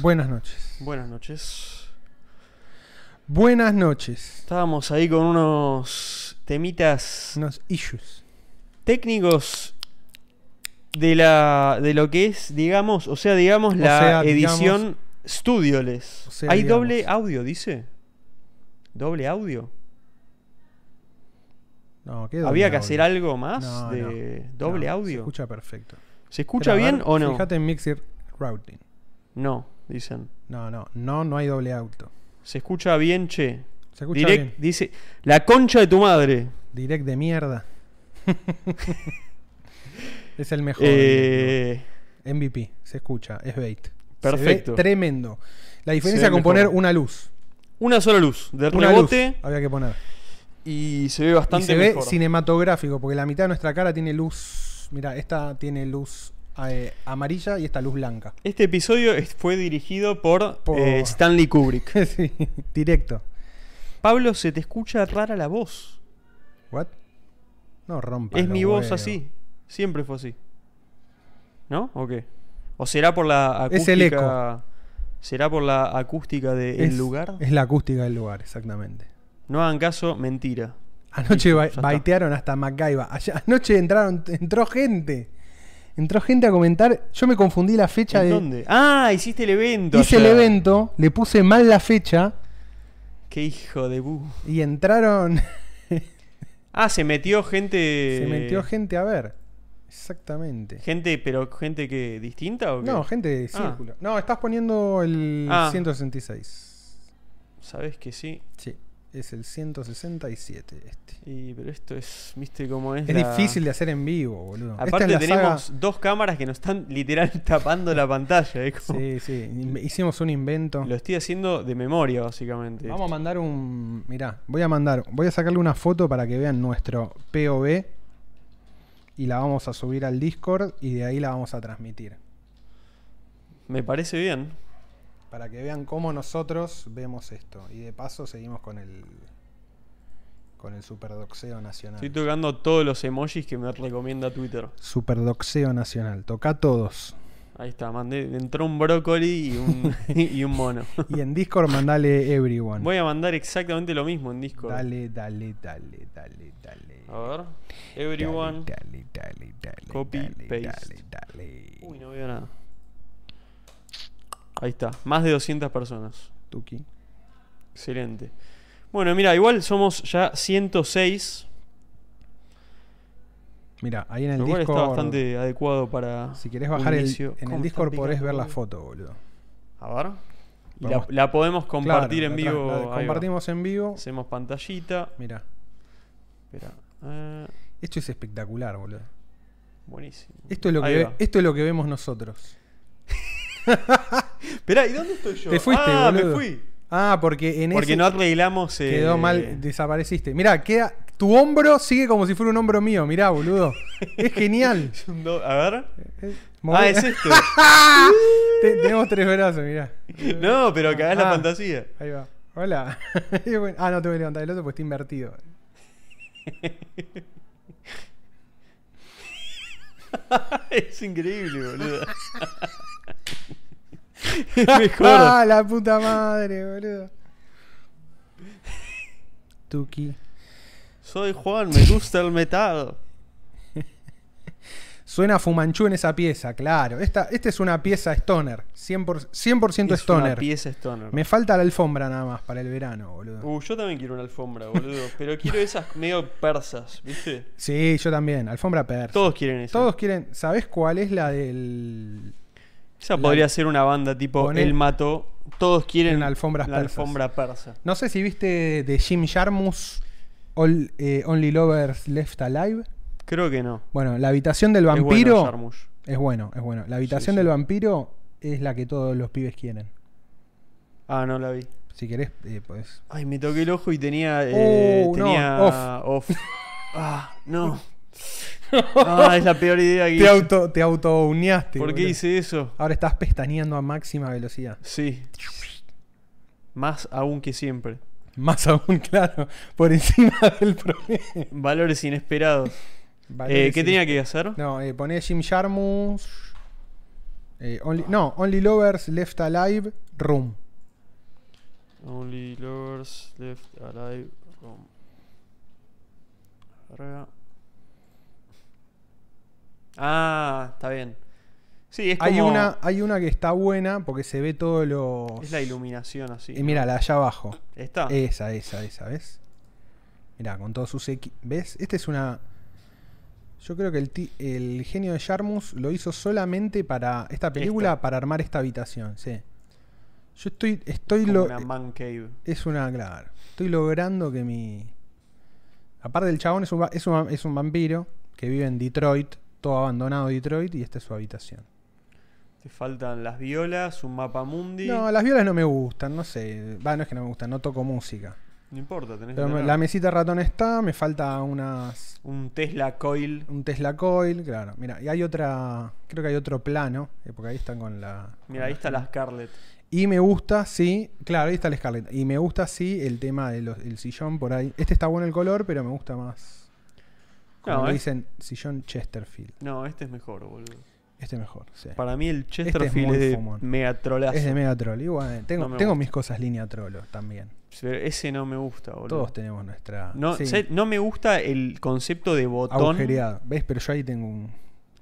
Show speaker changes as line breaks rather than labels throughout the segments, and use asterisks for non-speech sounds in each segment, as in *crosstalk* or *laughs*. Buenas noches.
Buenas noches.
Buenas noches.
Estábamos ahí con unos temitas
Unos issues.
técnicos de la de lo que es, digamos, o sea, digamos
O
la
sea,
edición Studioless.
O sea,
Hay
digamos.
doble audio, dice. Doble audio.
No, ¿qué doble
Había que
audio?
hacer algo más
No,
de
no,
doble
no, Se
audio.
escucha perfecto.
¿Se escucha,
Espera, a
bien
ver,
o no?
Fíjate en Mixer Routing.
No, dicen.
No, no, no, no hay doble audio.
Se escucha bien, che.
Se escucha
Direct
bien.
dice la concha de tu madre.
Direct de
*laughs*
mierda. es el mejor.
Eh,
MVP, se escucha, es bait. Se ve
Perfecto.
tremendo. La
Se
diferencia
ve
con
mejor.
poner una luz.
una sola luz, de
Una
rebote
luz había que poner.
y se ve
Y
bastante
se ve
mejor.
cinematográfico, porque la mitad de nuestra cara tiene luz. Mira, esta tiene luz eh, amarilla y esta luz blanca. *laughs*
Este episodio es- fue dirigido por,
Por-
eh,
*laughs*
Stanley Kubrick.
sí, directo.
Pablo, se te escucha rara la voz.
¿What? No rompa.
es mi voz así. Siempre fue así. ¿No? ¿O qué? ¿O será por la acústica?
Es el
¿Será por la acústica del
Es,
lugar?
Es la acústica del lugar, exactamente.
No hagan caso, mentira.
Anoche ba-
ya está.
baitearon hasta MacGyver. Ayer- anoche entraron, entró gente. Entró gente a comentar. Yo me confundí la fecha
¿En
de.
dónde? Ah, hiciste el evento.
Hice el
ayer.
evento, le puse mal la fecha
Qué hijo de bu.
y entraron. *laughs*
Ah, se metió gente.
Se metió gente a ver. Exactamente.
Eh, Gente, pero gente que distinta o qué?
No, gente de
Ah.
círculo. No, estás poniendo el
Ah.
166.
Sabes que sí.
Sí, es el 167 este.
Y, pero esto es, viste cómo es.
Es
la-
difícil de hacer en vivo, boludo. Esta
Aparte
es la
tenemos *laughs*
saga-
dos cámaras que nos están literal *laughs* tapando la pantalla. es como-
Sí, sí. inve- Hicimos un invento.
Lo estoy haciendo de memoria, básicamente.
Vamos a mandar un. Mirá, voy a mandar. Voy a sacarle una foto para que vean nuestro POV. Y la vamos a subir al Discord y de ahí la vamos a transmitir.
Me parece bien.
Para que vean cómo nosotros vemos esto. Y de paso seguimos con el. Con el superdoxeo nacional.
Estoy tocando todos los emojis que me recomienda Twitter.
Superdoxeo nacional. Toca todos.
Ahí está, mandé, entró un brócoli y
*laughs*
un, *laughs* y un mono.
Y en Discord mandale everyone.
Voy a mandar exactamente lo mismo en Discord.
Dale, dale, dale, dale, dale.
A ver. Everyone.
Dale, dale, dale,
Copy,
dale,
paste.
dale,
Uy,
dale.
no veo nada. Ahí está, más de 200 personas.
Tuki.
Excelente. Bueno, mira, igual somos ya 106,
Mira, ahí en el
lo cual está
Discord.
bastante adecuado para.
Si querés
un
bajar el,
inicio.
en
¿Cómo
el
está
Discord
picando,
podés ver la
boludo?
foto, boludo.
A ver. Y la,
Vamos.
la podemos compartir
Claro,
en
la tra-
vivo.
la
ahí va.
compartimos en vivo.
Hacemos pantallita.
Mira,
Espera. eh,
esto es espectacular, boludo.
buenísimo.
Esto es lo que
Ahí
ve-
va.
esto es lo que vemos nosotros.
Esperá, ¿y dónde estoy yo?
Te fuiste,
ah,
boludo.
me fui.
Ah, porque en
Porque
ese
no arreglamos. eh,
quedó mal, desapareciste. Mira, queda tu hombro sigue como si fuera un hombro mío, mirá, boludo. es
*laughs*
genial.
*laughs* un do- A ver.
Eh,
Ah,
mover-
es este. esto.
*laughs* Te- tenemos tres brazos, mirá.
no, pero cagás la
Ah.
fantasía.
Ahí va. Hola. *laughs* Y bueno, ah, no te voy a levantar el otro porque está invertido.
es
*laughs*
increíble, boludo. es *laughs* mejor.
Ah, la puta madre, boludo. Tuki.
Soy Juan, me gusta el metal.
Suena Fumanchu en esa pieza, claro. Esta, esta es una pieza stoner. 100%, 100
Es una
stoner.
pieza stoner.
Me falta la alfombra nada más para el verano, boludo.
Uh, yo también quiero una
*laughs*
alfombra, boludo. Pero quiero esas medio persas, ¿viste?
Sí, yo también. Alfombra persa.
Todos quieren eso.
Todos quieren. ¿Sabés cuál es la del.
Esa
la-
podría ser una banda tipo
Poné-
El Mató. Todos quieren
En alfombras
la
persas.
alfombra persa.
No sé si viste de Jim Jarmus, All- eh, Only Lovers Left Alive.
Creo que no.
Bueno, la habitación del vampiro.
Es bueno, Jarmusch.
Es bueno, es bueno. La habitación
sí.
del vampiro es la que todos los pibes quieren.
ah, no la vi.
Si querés, eh, podés.
Ay, me toqué el ojo y tenía. eh,
Oh, no,
tenía off.
*laughs*
Ah, no. Ah, es la peor idea que
Te
hice.
auto, te auto uneaste.
¿Por qué hice eso?
Ahora estás pestañeando a máxima velocidad. *laughs*
Sí. Más aún
*laughs*
que siempre.
Más aún, claro, por encima del promedio.
Valores inesperados.
Vale,
Eh, ¿Qué
sí.
tenía que hacer?
No, eh, poné Jim Jarmus. Eh, only- no, Only Lovers Left Alive Room.
Only lovers left alive from. Carga. Ah, está bien. Sí, es como.
Hay una, hay una que está buena porque se ve todos los.
Es la iluminación Ah. así.
Y mira, eh, la allá abajo.
Está.
Esa, esa, esa, ¿ves? Mirá, con todos sus equi- ¿Ves? Esta es una. Yo creo que el, ti- el genio de Jarmus lo hizo solamente para esta película,
Esta.
para armar esta habitación, sí. Yo estoy. estoy
como
lo, eh,
una man cave.
Es una, claro. Estoy logrando que mi. Aparte, el chabón es un, va- es un, va- es un vampiro que vive en Detroit, todo abandonado Detroit, y esta es su habitación.
Te faltan las violas, un mapa mundi.
No,
No,
las violas no me gustan, no sé. Va, no es que no me gustan, no toco música.
importa, tenés
Pero
que
me-
tener
la mesita ratón está, me falta unas.
un Tesla
*laughs*
Coil.
Un Tesla Coil, claro. Mira, y hay otra. Creo que hay otro plano, eh, porque ahí están con la.
Mira, ahí está la Scarlett.
Y me gusta, sí. Claro, ahí está el Scarlett. Y me gusta, sí, el tema del sillón por ahí. Este está bueno el color, pero me gusta más. Como
No,
le
eh.
dicen, sillón Chesterfield.
No, este es mejor, boludo.
Este mejor, sí. Este
Para mí el
es
Chesterfield
muy
es,
fumón.
de mega trolazo.
Es de Megatroll. Igual, tengo,
No me
tengo
gusta.
mis cosas línea trolo también.
Pero ese no me gusta, boludo.
Todos tenemos nuestra.
No,
sí,
sé- no me gusta el concepto de botón.
agujereado. ¿Ves? Pero yo ahí tengo un.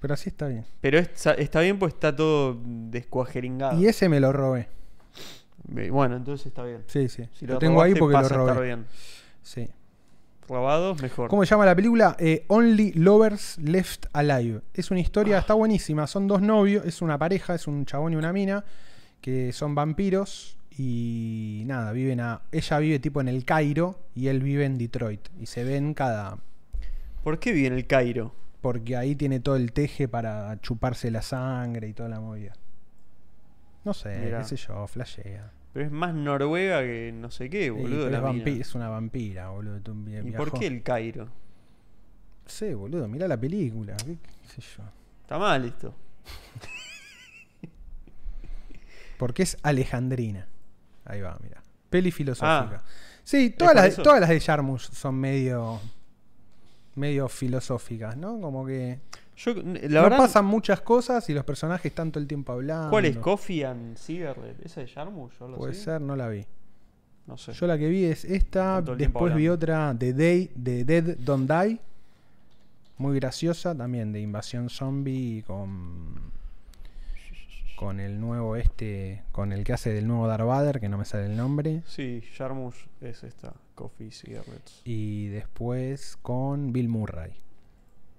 Pero así está bien.
Pero es- sa- está bien, pues está todo descuajeringado.
Y ese me lo robé.
Be- Bueno, entonces está bien.
Sí, sí.
Si
lo, tengo ahí
robaste,
porque lo
pasa a estar
robé.
bien.
Sí.
Robados, mejor.
¿Cómo se llama la película? Eh, Only Lovers Left Alive. Es una historia,
Ah.
está buenísima. Son dos novios, es una pareja, es un chabón y una mina, que son vampiros y nada, viven a... Ella vive tipo en el Cairo y él vive en Detroit. Y se ven cada...
¿Por qué viene el Cairo?
Porque ahí tiene todo el teje para chuparse la sangre y toda la movida. No sé,
Mirá.
qué sé yo, flashea.
Pero es más Noruega que no sé qué,
Y-
boludo.
pero
la
es,
mina.
vampi- es una vampira, boludo. tú vi-
¿Y
viajó.
por qué el Cairo?
No sé, boludo, mirá la película. qué- qué sé yo.
Está mal esto.
Porque es Alejandrina. Ahí va, mira. Peli filosófica.
Ah.
sí, todas
por
las,
eso?
todas las de Jarmusch son medio. medio filosóficas, ¿no? Como que.
Yo, n- la
no
verdad,
pasan muchas cosas y los personajes están todo el tiempo hablando.
¿cuál es? ¿Coffee and Cigarette? ¿Esa de Jarmusch? o algo
Puede
así?
ser, no la vi.
No sé.
Yo la que vi es esta.
Están todo el tiempo
Después vi
hablando.
otra, The Day, The Dead Don't Die. Muy graciosa también, de invasión zombie con. con el nuevo este. con el que hace del nuevo Darth Vader, que no me sale el nombre.
Sí, Jarmusch es esta. Coffee, Cigarettes.
Y después con Bill Murray.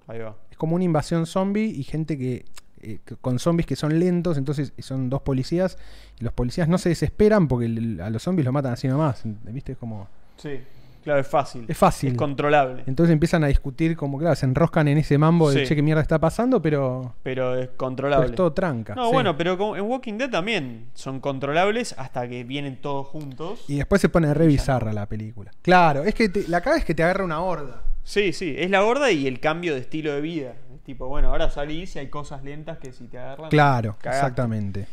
Ahí va.
Es como una invasión zombie y gente que. eh, que- con zombies que son lentos, entonces y son dos policías. Y los policías no se desesperan porque el- a los zombies los matan así nomás. ¿Viste? Es como.
Sí. Claro, es fácil.
Es fácil.
Es controlable.
Entonces empiezan a discutir, como claro, se enroscan en ese mambo de
Sí.
che, qué mierda está pasando, pero.
Pero es
pero
controlable.
es todo tranca.
no,
sí.
bueno, pero como en Walking Dead también son controlables hasta que vienen todos juntos.
Y después se pone re bizarra la película. Claro, es que te- la cara es que te agarra una horda.
Sí, sí, es la gorda y el cambio de estilo de vida. Es tipo, bueno, ahora salís y hay cosas lentas que si te agarran.
Claro,
cagaste.
exactamente.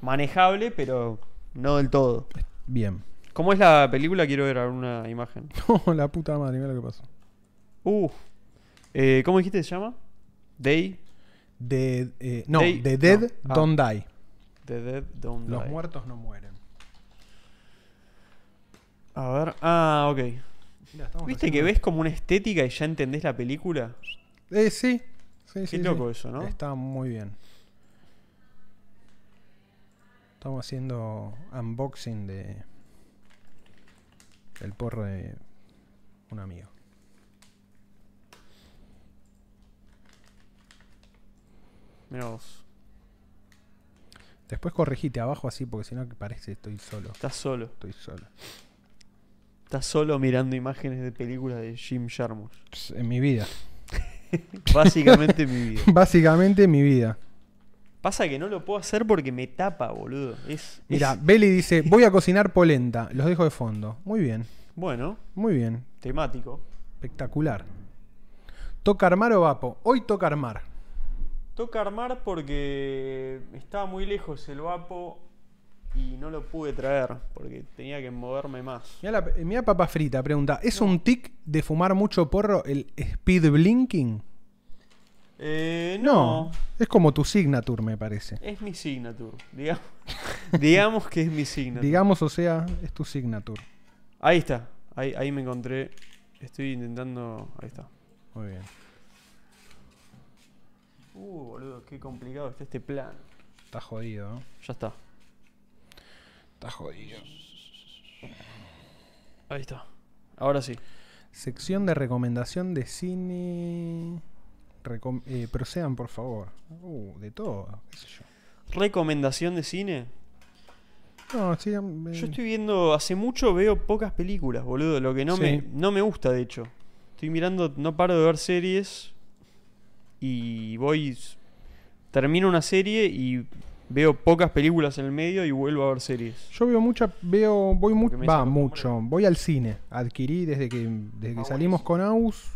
Manejable, pero no del todo.
Bien. *laughs*
¿Cómo es la película? Quiero ver una imagen.
No, la puta madre, mira lo que pasó.
Uh, eh, ¿Cómo dijiste que se llama? Day,
De, eh, no,
Day-
The Dead
no. Ah.
Don't Die.
The Dead Don't
Los
Die.
muertos no mueren.
A ver, ah, ok. ¿Viste que ves como una estética y ya entendés la película?
Eh, sí. sí Qué
loco eso, ¿no?
Está muy bien. Estamos haciendo unboxing de. El porro de un amigo.
Mirá vos,
Después corregite abajo así porque si no que parece que estoy solo.
estás solo.
Estoy solo.
Estás solo mirando imágenes de películas de Jim Jarmusch.
Pss, En mi vida. *laughs*
Básicamente mi vida.
Básicamente mi vida.
Pasa que no lo puedo hacer porque me tapa, boludo. Es,
Mira,
es-
Beli dice, voy a cocinar polenta. Los dejo de fondo. Muy bien,
bueno,
muy bien.
temático.
Espectacular. ¿Toca armar o vapo? Hoy toca armar.
Toca armar porque estaba muy lejos el vapo y no lo pude traer porque tenía que moverme más.
Mira papa frita, pregunta, ¿es un tic de fumar mucho porro el speed blinking?
Eh,
No.
no.
es como tu signature, me parece.
Es mi signature. Digamos, digamos que es mi signature.
Digamos, o sea, es tu signature.
Ahí está. Ahí, ahí me encontré. Estoy intentando. Ahí está.
Muy bien.
Uh, boludo, qué complicado está este plan.
Está jodido, ¿no?
Ya está.
Está jodido.
Ahí está. Ahora sí.
Sección de recomendación de cine. Recom- eh, procedan, por favor. Uh, de todo, qué sé yo.
Recomendación de cine.
No, sigan, eh,
Yo estoy viendo, hace mucho veo pocas películas, boludo, lo que no, me,
Sí.
no me gusta, de hecho. Estoy mirando, no paro de ver series y voy, s- termino una serie y veo pocas películas en el medio y vuelvo a ver series.
Yo veo mucha, veo, voy
Porque
mucho,
me
va
saco
mucho, voy al cine. Adquirí desde que, desde que
Ah,
salimos con Aus,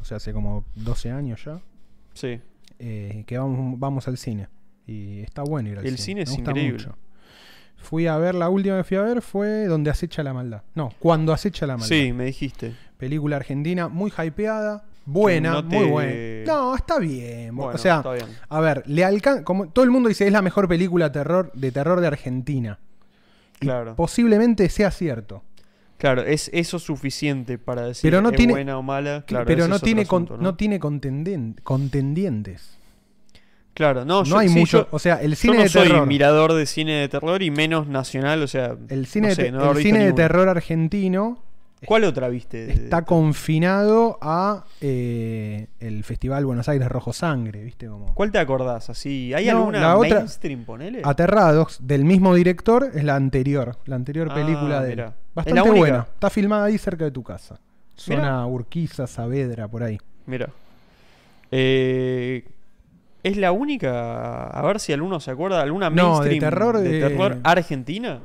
o sea, hace como 12 años ya,
Sí.
eh, que vamos, vamos al cine. Y está bueno ir al
El
cine.
cine es
me gusta
increíble.
mucho. Fui a ver, la última que fui a ver fue Donde acecha la maldad. No, Cuando acecha la maldad.
Sí, me dijiste.
Película argentina muy hypeada, buena,
No
muy
te-
buena. No, está bien. bo-
Bueno,
Eh, o sea,
está bien.
a ver, le alcan como todo el mundo dice, es la mejor película terror, de terror de Argentina.
Claro.
Posiblemente sea cierto.
Claro, es eso suficiente para decir
Pero no
es
tiene-
buena o mala. Claro,
pero
ese
no
es otro
tiene, con-
asunto,
¿no? tiene contenden- contendientes.
Claro,
No,
no, yo-
hay
sí,
mucho.
yo-
o sea, el
Yo
cine
no
de
soy
terror.
mirador de cine de terror y menos nacional, o sea.
el cine,
no
de,
sé,
te-
no
el
haber visto Eh,
cine de
ninguna.
terror argentino
¿Cuál otra viste? de-
está confinado a eh, el Festival Buenos Aires Rojo Sangre, ¿viste? Como
¿Cuál te acordás? Así, ¿Hay
No,
alguna
la otra-
mainstream, ponele?
Aterrados, del mismo director, es la anterior. La anterior
Ah,
película de él.
mirá. ¿Es la
Bastante
única?
buena. Está filmada ahí cerca de tu casa. Zona
Mirá.
Urquiza, Saavedra, por ahí.
Mira. Eh, ¿Es la única? A ver si alguno se acuerda. ¿Alguna
No, de
mainstream
terror,
de
eh,
terror argentina?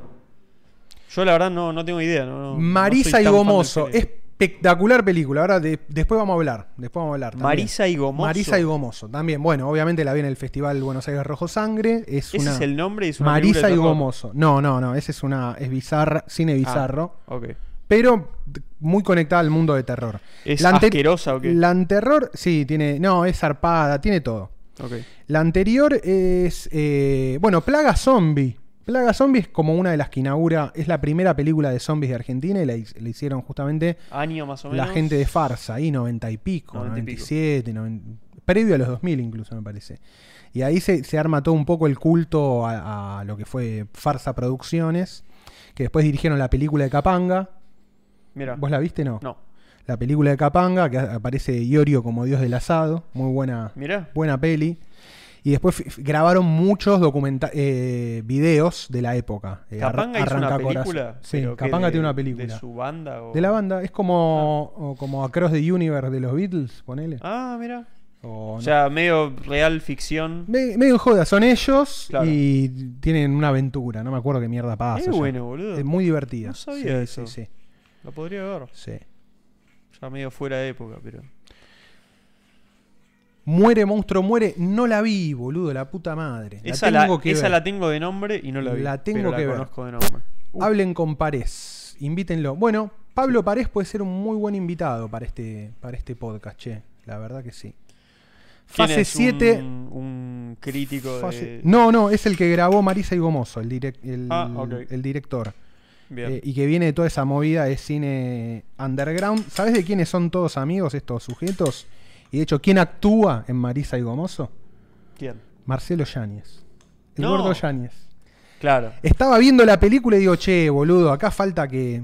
Yo la verdad no, no tengo idea. no- no- no soy
Marisa
tan
y
fan del
Gomoso.
género.
Espectacular película. Ahora de- después vamos a hablar. Después vamos a hablar. también.
Marisa y Gomoso.
Marisa y Gomoso. También, bueno, obviamente la vi en el Festival Buenos Aires Rojo Sangre. Es
Ese
una.
es el nombre y es una
Marisa
película de
y
terror.
Gomoso. No, no, no. Ese es una. Es bizarra, cine
Ah,
bizarro.
ok.
Pero d- muy conectada al mundo de terror.
¿Es
ante-
asquerosa o qué?
La anterior, sí, tiene. No, es zarpada, tiene todo.
Ok.
La anterior es. eh, bueno, Plaga Zombie. Plaga Zombie es como una de las que inaugura. Es la primera película de zombies de Argentina y la, hi- la hicieron justamente
Año más o menos.
la gente de Farsa, ahí 90 y pico,
90 y pico.
97, 90 previo a los 2000 incluso, me parece. Y ahí se, se arma todo un poco el culto a, a lo que fue Farsa Producciones, que después dirigieron la película de Capanga.
Mira.
¿Vos la viste, no?
No.
La película de Capanga, que a- aparece Iorio como dios del asado, muy buena,
Mira.
buena peli. Y después fi- fi- grabaron muchos documenta eh, videos de la época. Eh, arra-
Capanga hizo una
Arrancacorazón.
película.
Sí,
pero que
Capanga
de-
tiene una película.
De su banda. o-
De la banda, es como, o como Across the Universe de los Beatles, ponele.
Ah, mira.
O
O
no.
sea, medio real ficción.
Me- medio joda, son ellos
Claro.
y tienen una aventura, no me acuerdo qué mierda pasa.
Ah, Es
ya.
bueno, boludo.
Es muy divertida.
No sabía
Sí,
eso.
Sí,
La podría ver.
sí, sí.
Ya medio fuera de época, pero.
Muere, monstruo, muere. No la vi, boludo, la puta madre. La
esa
tengo
la,
que
esa
ver.
la tengo de nombre y no la vi.
La tengo
pero
que
la
ver.
conozco de nombre. Uh,
Hablen con Parés, invítenlo. Bueno, Pablo Parés puede ser un muy buen invitado para este, para este podcast, che. La verdad que sí.
¿quién
Fase
es
7.
Un, un crítico
Fase-
de.
No, no, es el que grabó Marisa y Gomoso, el, direc- el-
Ah, ok.
el director.
Bien.
Eh, y que viene de toda esa movida de cine underground. ¿Sabes de quiénes son todos amigos estos sujetos? Y de hecho, ¿quién actúa en Marisa y Gomoso?
¿Quién?
Marcelo Yáñez. El
No.
gordo Yáñez.
Claro.
Estaba viendo la película y digo, che, boludo, acá falta que.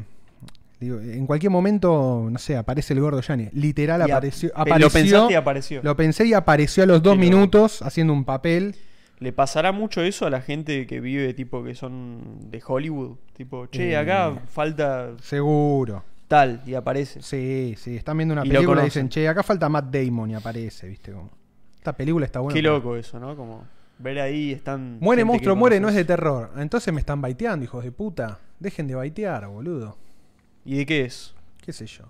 digo, en cualquier momento, no sé, aparece el gordo Yáñez. Literal
Y a-
apareció,
eh,
apareció.
Lo pensaste y apareció.
lo pensé y apareció a los dos
Sí, lo-
minutos haciendo un papel.
¿Le pasará mucho eso a la gente que vive, tipo, que son de Hollywood? Tipo, che,
Eh.
acá falta
Seguro.
tal y aparece.
Sí, sí, están viendo una
Y lo
película y
conocen.
dicen, che, acá falta Matt Damon y aparece, ¿viste? Como, esta película está buena.
Qué
pero-
loco eso, ¿no? Como ver ahí están.
Muere
gente que
monstruo, muere, no es
conoces.
de terror. Entonces me están baiteando, hijos de puta. Dejen de baitear, boludo.
¿Y de qué es?
Qué sé yo.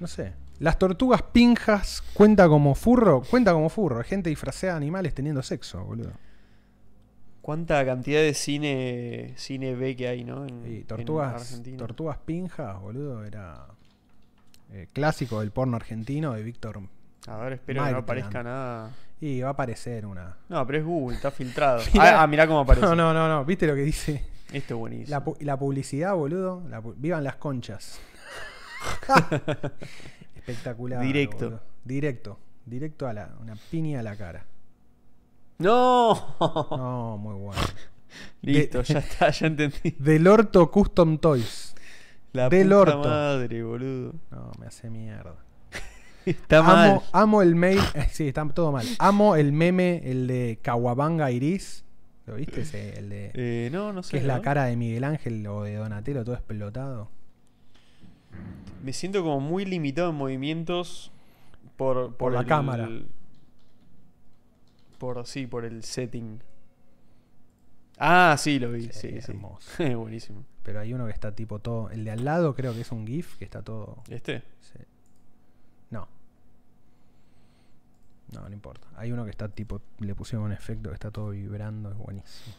No sé. Las tortugas pinjas cuenta como furro. Cuenta como furro. Gente disfrazada de animales teniendo sexo, boludo.
¿Cuánta cantidad de cine cine B que hay, no? Mm, En,
Y
en
tortugas,
Argentina.
tortugas pinjas, boludo, era eh, clásico del porno argentino de Víctor
A ver, espero que no
Minecraft.
aparezca nada.
Y va a aparecer una.
No, pero es Google,
*laughs*
está filtrado.
Mirá.
Ah, ah, mirá cómo
*laughs*
aparece.
No, no, no, no. ¿Viste lo que dice?
Esto es buenísimo.
La, pu- la publicidad, boludo. la pu- Vivan las
*laughs*
conchas. Espectacular.
Directo.
boludo. Directo. Directo a la. Una piña a la cara.
¡No!
No, muy bueno.
*laughs* Listo,
De-
ya está,
*laughs*
ya entendí.
Del Orto Custom Toys.
La
Del
puta
orto.
madre, boludo.
No, me hace mierda.
Está
amo,
mal.
amo el mail. Sí, está todo mal. Amo el meme, el de Kawabanga Iris. ¿Lo viste? Ese, el de.
Eh, no, no sé.
que es la
¿no?
cara de Miguel Ángel o de Donatello, todo explotado.
Me siento como muy limitado en movimientos por, por,
la cámara.
Por sí, por el setting. Ah, sí, lo vi.
Sí,
Sí, sí.
hermoso.
*laughs* Buenísimo.
Pero hay uno que está tipo todo. El de al lado creo que es un GIF que está todo.
¿Este?
sí. No. No, no importa. Hay uno que está tipo. Le pusieron un efecto que está todo vibrando, es buenísimo.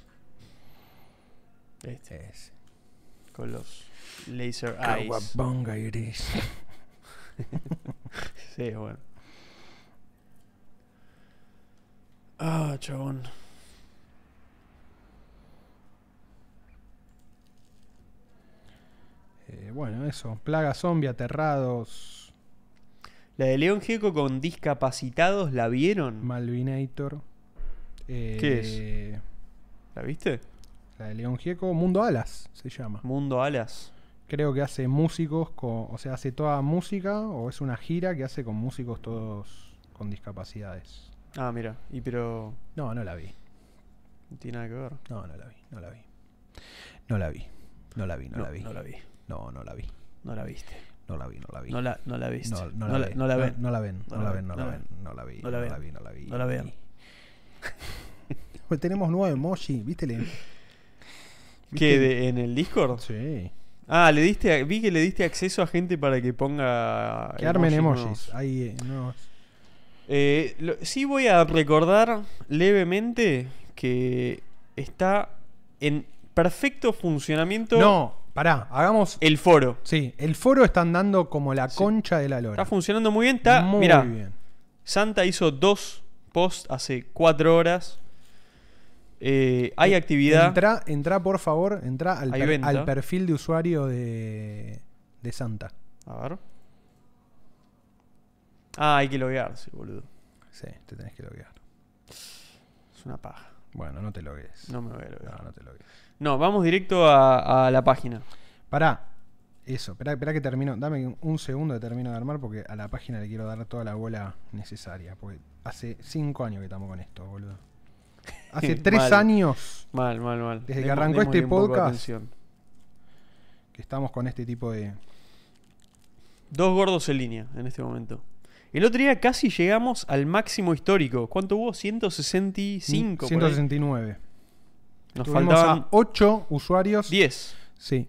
Este.
Ese.
Con los laser eyes.
Kawabanga Iris.
*laughs* Sí, es bueno. Ah, chabón.
Eh, bueno, eso. Plaga zombie, aterrados.
La de León Gieco con discapacitados, ¿la vieron?
Malvinator. Eh,
¿Qué ¿La viste?
La de León Gieco. Mundo Alas se llama.
Mundo Alas.
Creo que hace músicos, con, o sea, hace toda música o es una gira que hace con músicos todos con discapacidades.
Ah, mira. Y pero.
No, no la vi.
No tiene nada que ver.
No, no la vi. No la vi. No la vi. No la vi, no,
No,
la vi.
no la vi.
No, no la vi.
No la viste.
No la vi, no la vi.
No la, no la viste.
No, no
No la-
vi.
no la ven.
No, no la ven, no, la ven, no la
no la
ven, no la vi,
No la ven.
vi, no la vi.
No la vean.
Pues tenemos nuevo emoji, ¿viste? Le-
¿Qué?
¿viste?
de- ¿En el Discord?
Sí.
Ah, le diste a- vi que le diste acceso a gente para que ponga.
Que armen
emojis
emojis.
nuevos.
Ahí, eh, no.
Eh, lo- sí voy a recordar levemente que está en perfecto funcionamiento
No, pará, hagamos. eh,
el foro.
Sí, el foro está andando como la
Sí.
concha de la lora.
Está funcionando muy bien. Está,
Muy
mirá,
bien.
Santa hizo dos posts hace cuatro horas. Eh, hay actividad.
Entra, entra, por favor, entra al,
Hay
per-
venta.
al perfil de usuario de, de Santa.
A ver. Ah, hay que loguearse, boludo.
Sí, te tenés que loguear.
Es una paja.
Bueno, no te logues.
No me voy a
no,
loguear.
no te logues.
No, vamos directo a, a la página.
Pará. Eso, esperá, esperá que termino. Dame un- un segundo que termino de armar porque a la página le quiero dar toda la bola necesaria. Porque hace cinco años que estamos con esto, boludo.
*laughs*
Hace tres
Mal.
años
Mal, mal, mal.
Desde que
Demo-
arrancó este
démosle un poco de
podcast.
atención.
que estamos con este tipo de.
Dos gordos en línea en este momento. El otro día casi llegamos al máximo histórico. ¿Cuánto hubo? 165. por ahí.
169.
Nos
Tuvimos
faltaban
a 8 usuarios.
10.
Sí.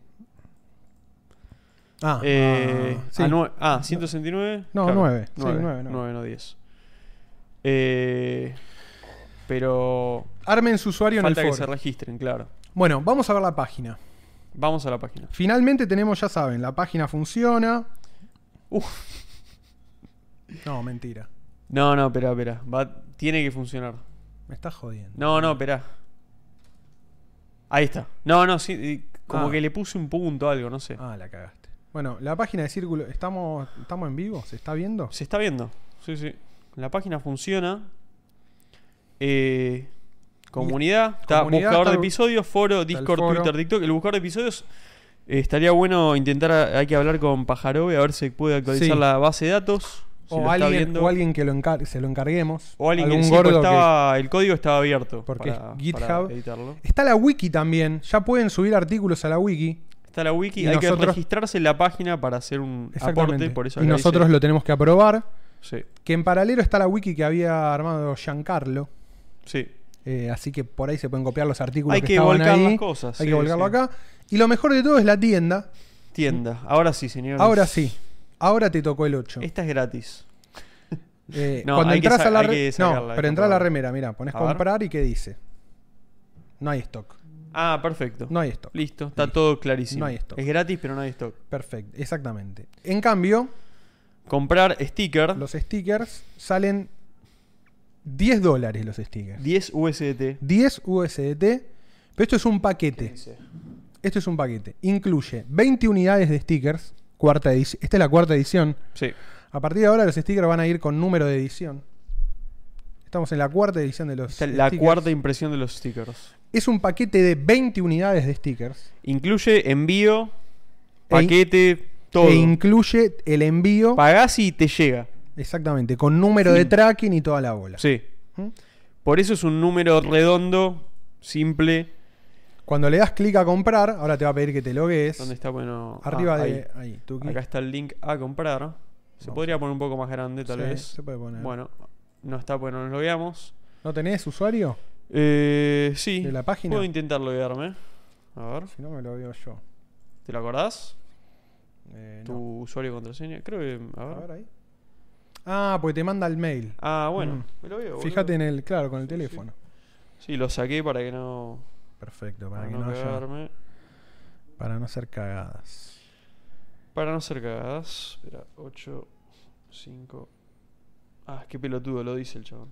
Ah,
Eh,
sí.
a nue- ah, 169.
No, nueve. Sí, nueve, nueve.
9, no 10. Eh, pero.
Armen su usuario
Falta
en
que
el
se
foro.
registren, claro.
Bueno, vamos a ver la página.
Vamos a la página.
Finalmente tenemos, ya saben, la página funciona.
Uf.
No, mentira.
No, no, espera, espera. Va- tiene que funcionar.
Me estás jodiendo.
No, no, espera. Ahí está. No, no, sí. eh, Como
Ah.
que le puse un punto a algo, no sé.
Ah, la cagaste. Bueno, la página de círculo, ¿estamos, estamos en vivo? ¿Se está viendo?
Se está viendo. Sí, sí. La página funciona. Eh, comunidad. Está
Comunidad,
buscador de
está-
episodios, foro,
el
Discord,
foro.
Twitter, TikTok. El buscador de episodios. eh, estaría bueno intentar. a- Hay que hablar con Pajarobe a ver si puede actualizar
Sí.
la base de datos. si lo
o,
está
alguien,
viendo.
o alguien que lo encar- se lo encarguemos.
O alguien que
Algún
sí, pues,
gordo que-
estaba, el código estaba abierto.
Porque
para-
es GitHub.
para editarlo.
Está la wiki también. Ya pueden subir artículos a la wiki.
Está la wiki.
Y
hay que
nosotros-
registrarse en la página para hacer un aporte.
Exactamente.
Por eso
y
acá
nosotros
dice-
lo tenemos que aprobar.
Sí,
Que en paralelo está la wiki que había armado Giancarlo.
sí.
Eh, así que por ahí se pueden copiar los artículos
Hay
que,
que
estaban
volcar
ahí.
las cosas,
Hay
sí,
que volcarlo
sí.
acá. Y lo mejor de todo es la tienda.
Tienda. Ahora sí, señores.
Ahora sí. Ahora te tocó el 8.
Esta es gratis.
Eh,
No,
cuando
hay que
entras
sa-
a la
hay
re-
que sacarla,
No,
hay
pero
que
entras a la
comprarla.
remera, mira, pones
A ver.
comprar y qué dice. No hay stock.
Ah, perfecto.
No hay stock.
Listo, está
Listo.
todo clarísimo.
No hay stock.
Es gratis, pero no hay stock.
Perfecto, exactamente. En cambio,
comprar sticker,
Los stickers salen 10 dólares los stickers.
10 USDT.
10 USDT. Pero esto es un paquete. Esto es un paquete. Incluye 20 unidades de stickers. Cuarta edición. Esta es la cuarta edición.
Sí.
A partir de ahora los stickers van a ir con número de edición. Estamos en la cuarta edición de los
Esta es la
stickers.
cuarta impresión de los stickers.
Es un paquete de 20 unidades de stickers.
Incluye
E
envío, paquete, todo.
Que incluye el envío.
Pagás y te llega.
exactamente. Con número de
Fin.
tracking y toda la bola.
Sí.
¿Mm?
Por eso es un número redondo, simple.
Cuando le das clic a comprar, ahora te va a pedir que te logues.
¿Dónde está? Bueno. ah,
Arriba
ahí.
de. Ahí, tuqui.
Acá está el link a comprar. Se
Vamos.
podría poner un poco más grande, tal
Sí,
vez.
se puede poner.
Bueno, no está, bueno, nos logueamos.
¿No tenés usuario?
Eh, sí.
¿De la página?
Puedo intentar loguearme. A ver,
Si no, me lo veo yo.
¿te lo acordás?
Eh,
Tu
no.
usuario y contraseña. Creo que. A
A
ver.
ver ahí. Ah, porque te manda el mail.
Ah, bueno,
Mm.
me lo veo.
Fíjate
boludo.
en el. Claro, con el
Sí, sí.
teléfono.
Sí, lo saqué para que no.
Perfecto, para,
Para,
que
no
no haya-
cagarme.
Para no ser cagadas.
Para no ser cagadas. Espera, 8, 5. Ah, qué pelotudo, lo dice el chabón.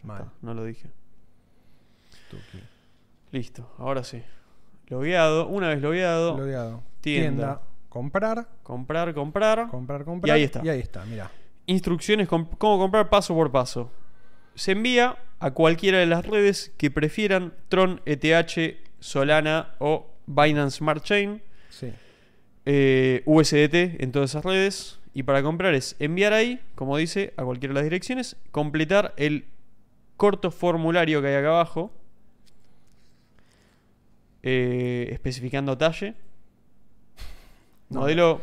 Ya
Mal.
está, no lo dije.
Tuqui.
Listo, ahora sí. Logueado, una vez logueado.
Logueado.
Oh. Tienda.
Comprar.
Comprar, comprar.
Comprar, comprar.
ahí está.
Y ahí está, mira.
Instrucciones com- cómo comprar paso por paso. Se envía a cualquiera de las redes que prefieran Tron, ETH, Solana o Binance Smart Chain,
Sí. *laughs*
eh, USDT en todas esas redes. Y para comprar es enviar ahí, como dice, a cualquiera de las direcciones, completar el corto formulario que hay acá abajo, eh, especificando talle.
No.
Modelo.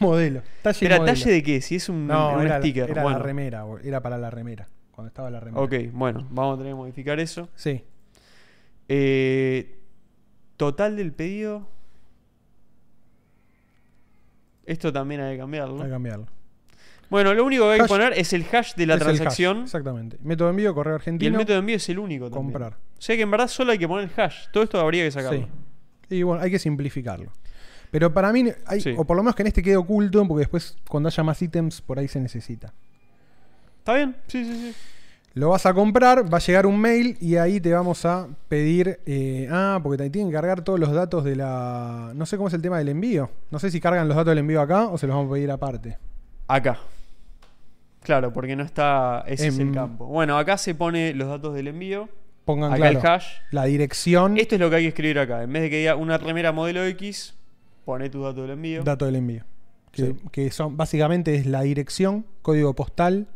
Modelo. Talle y
¿Era
modelo.
talle de qué? Si es un,
No,
un
era, la-
sticker.
era
bueno.
la remera. bol- Era para la remera. Cuando estaba la remera.
Ok, bueno, vamos a tener que modificar eso.
Sí.
Eh, total del pedido. Esto también hay que cambiarlo.
Hay que cambiarlo.
Bueno, lo único que hay que
Hash.
poner es el hash de la
Es el hash,
transacción.
Exactamente. Método de envío, correo argentino.
y el método de envío es el único también.
comprar.
O sea que en verdad solo hay que poner el hash. Todo esto habría que sacarlo.
Sí. Y bueno, hay que simplificarlo. Pero para mí, hay-
Sí.
o por lo menos que en este quede oculto, porque después cuando haya más ítems, por ahí se necesita.
¿Está bien? Sí, sí, sí.
Lo vas a comprar, va a llegar un mail y ahí te vamos a pedir. eh, ah, porque te tienen que cargar todos los datos de la. No sé cómo es el tema del envío. No sé si cargan los datos del envío acá o se los vamos a pedir aparte.
Acá. Claro, porque no está. Ese es el
Em.
campo. Bueno, acá se pone los datos del envío.
Pongan
Acá
claro,
el hash. Este
La dirección,
Esto es lo que hay que escribir acá. En vez de que diga una remera modelo X, pone tus datos del envío.
dato del envío. Que,
Sí.
que son, básicamente es la dirección, código postal.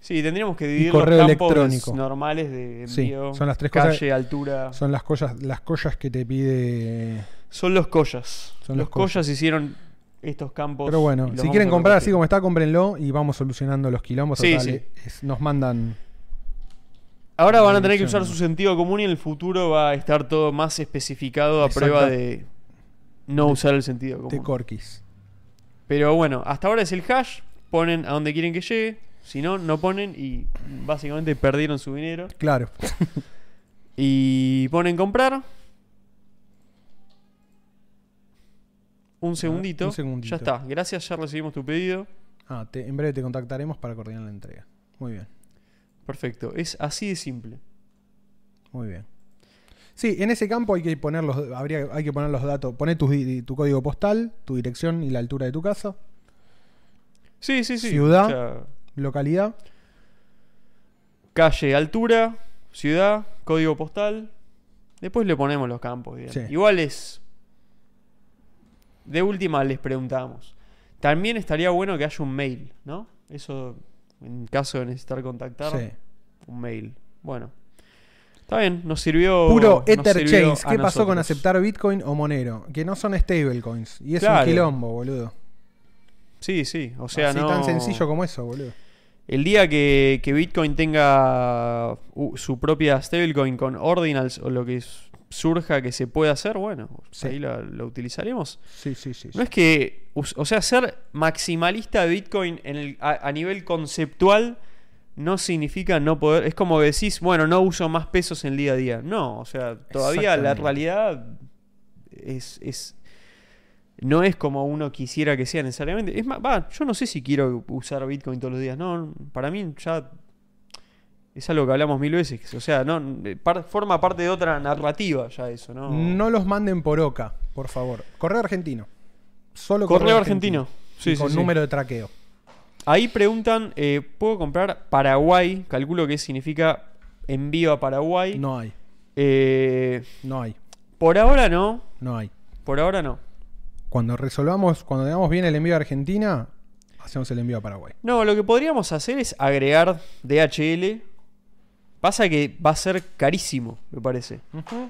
sí, tendríamos que dividir
correo
los campos
electrónico.
normales de
Sí,
envío.
son las tres
calle,
cosas-
altura. Son,
Son las collas, las collas que te pide.
los collas.
Son
los
los collas.
collas hicieron estos campos.
Pero
y
bueno,
los
si
vamos
quieren
a
comprar así
repetir.
como está, cómprenlo y vamos solucionando los quilombos.
Sí,
Total,
sí.
eh, es- nos mandan.
Ahora van a tener que
Dirección,
usar su sentido común y en el futuro va a estar todo más especificado a
Exacto.
prueba de no usar el sentido
Te
común.
corquis.
Pero bueno, hasta ahora es el hash. Ponen a donde quieren que llegue. Si no, no ponen y básicamente perdieron su dinero.
Claro. *laughs*
Y ponen comprar. Un segundito.
Ah, un segundito.
Ya está. Gracias, ya recibimos tu pedido.
Ah, te- en breve te contactaremos para coordinar la entrega. Muy bien,
Perfecto. Es así de simple.
muy bien. Sí, en ese campo hay que poner los, habría, hay que poner los datos. Poné tus di- tu, código postal, tu dirección y la altura de tu casa,
Sí, sí, sí.
Ciudad.
O sea,
localidad,
calle, altura, ciudad, código postal. Después le ponemos los campos. bien.
Sí.
Igual es. De última les preguntamos. También estaría bueno que haya un mail, ¿no? Eso, en caso de necesitar contactar.
sí.
un mail. Bueno. Está bien, nos sirvió.
Puro
Oh, nos
Ether
sirvió
Chains.
a
¿Qué pasó con
nosotros.
aceptar Bitcoin o Monero? Que no son stablecoins. Y es
Claro.
un quilombo, boludo.
Sí, sí. O sea,
Así
no.
tan sencillo como eso, boludo.
El día que, que Bitcoin tenga uh, su propia stablecoin con ordinals o lo que s- surja que se pueda hacer, bueno, pues
Sí.
ahí la- lo utilizaremos.
Sí, sí, sí. sí.
No es que. us- O sea, ser maximalista de Bitcoin en el- a, a nivel conceptual no significa no poder. Es como que decís, bueno, no uso más pesos en el día a día. No, o sea, todavía la
Exactamente.
realidad es. es no es como uno quisiera que sea necesariamente. Es más, va, yo no sé si quiero usar Bitcoin todos los días. No, para mí ya es algo que hablamos mil veces. O sea, no par- forma parte de otra narrativa ya eso, ¿no?
No los manden por OCA, por favor. Correo argentino. Solo
Correo argentino. Sí,
Y con
sí, sí.
número de traqueo.
Ahí preguntan, eh, ¿puedo comprar Paraguay? Calculo que significa envío a Paraguay.
No hay.
Eh,
No hay.
por ahora no.
No hay.
Por ahora no.
Cuando resolvamos, cuando tengamos bien el envío a Argentina, hacemos el envío a Paraguay.
No, lo que podríamos hacer es agregar DHL. Pasa que va a ser carísimo, me parece.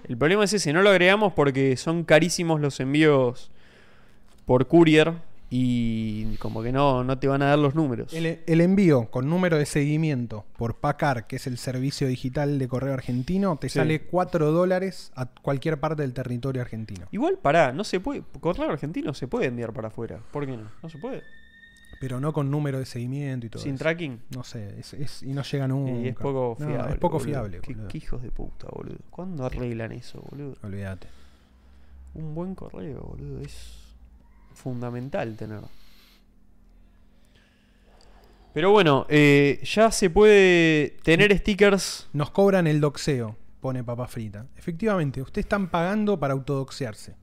El problema es ese, no lo agregamos porque son carísimos los envíos por courier y como que no, no te van a dar los números.
El, el envío con número de seguimiento por Pacar, que es el servicio digital de correo argentino, te
Sí.
sale 4 dólares a cualquier parte del territorio argentino.
Igual, pará, no se puede. Correo argentino se puede enviar para afuera. ¿Por qué no? No se puede.
Pero no con número de seguimiento y todo
Sin
eso.
tracking.
No sé, es- es- y no llega nunca.
Y es poco
No,
fiable.
es poco
boludo.
fiable,
Qué-
boludo.
qué hijos de puta, boludo. ¿Cuándo arreglan eso, boludo?
Olvídate.
Un buen correo, boludo. Es fundamental tener. Pero bueno, eh, ya se puede tener stickers.
Nos cobran el doxeo, pone Papa Frita. Efectivamente, ustedes están pagando para autodoxearse.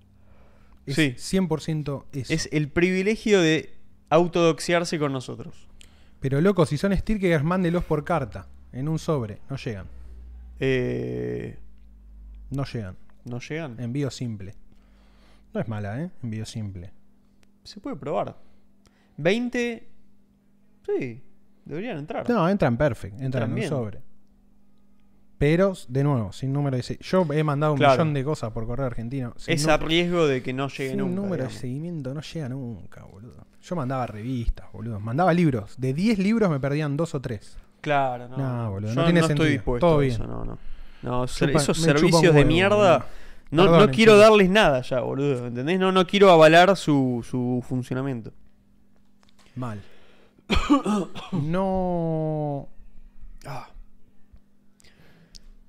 Es
Sí.
100% eso.
Es el privilegio de autodoxiarse con nosotros.
Pero loco, si son stickers, mándelos por carta, en un sobre. No llegan,
Eh,
no llegan.
¿No llegan?
Envío simple. No es mala, ¿eh? Envío simple.
Se puede probar. 20. Sí, deberían entrar.
No, entran perfect, entran,
Entran
en un
bien.
sobre. Pero, de nuevo, sin número de... se- Yo he mandado un
Claro.
millón de cosas por correo argentino. sin
es
nu-
a riesgo de que no llegue
sin
nunca.
número de
digamos.
seguimiento no llega nunca, boludo. Yo mandaba revistas, boludo. Mandaba libros. De 10 libros me perdían 2 o 3.
Claro, no.
No, boludo,
Yo
no tiene
estoy
sentido.
dispuesto
Todo
a
bien.
eso, no, no. No, ser-
Chupa-
esos
me chupa un
servicios de
huevo,
mierda,
boludo.
no,
Perdón,
no quiero
entiendo.
darles nada ya, boludo. ¿Entendés? No, no quiero avalar su, su funcionamiento.
Mal. *coughs* no... Ah.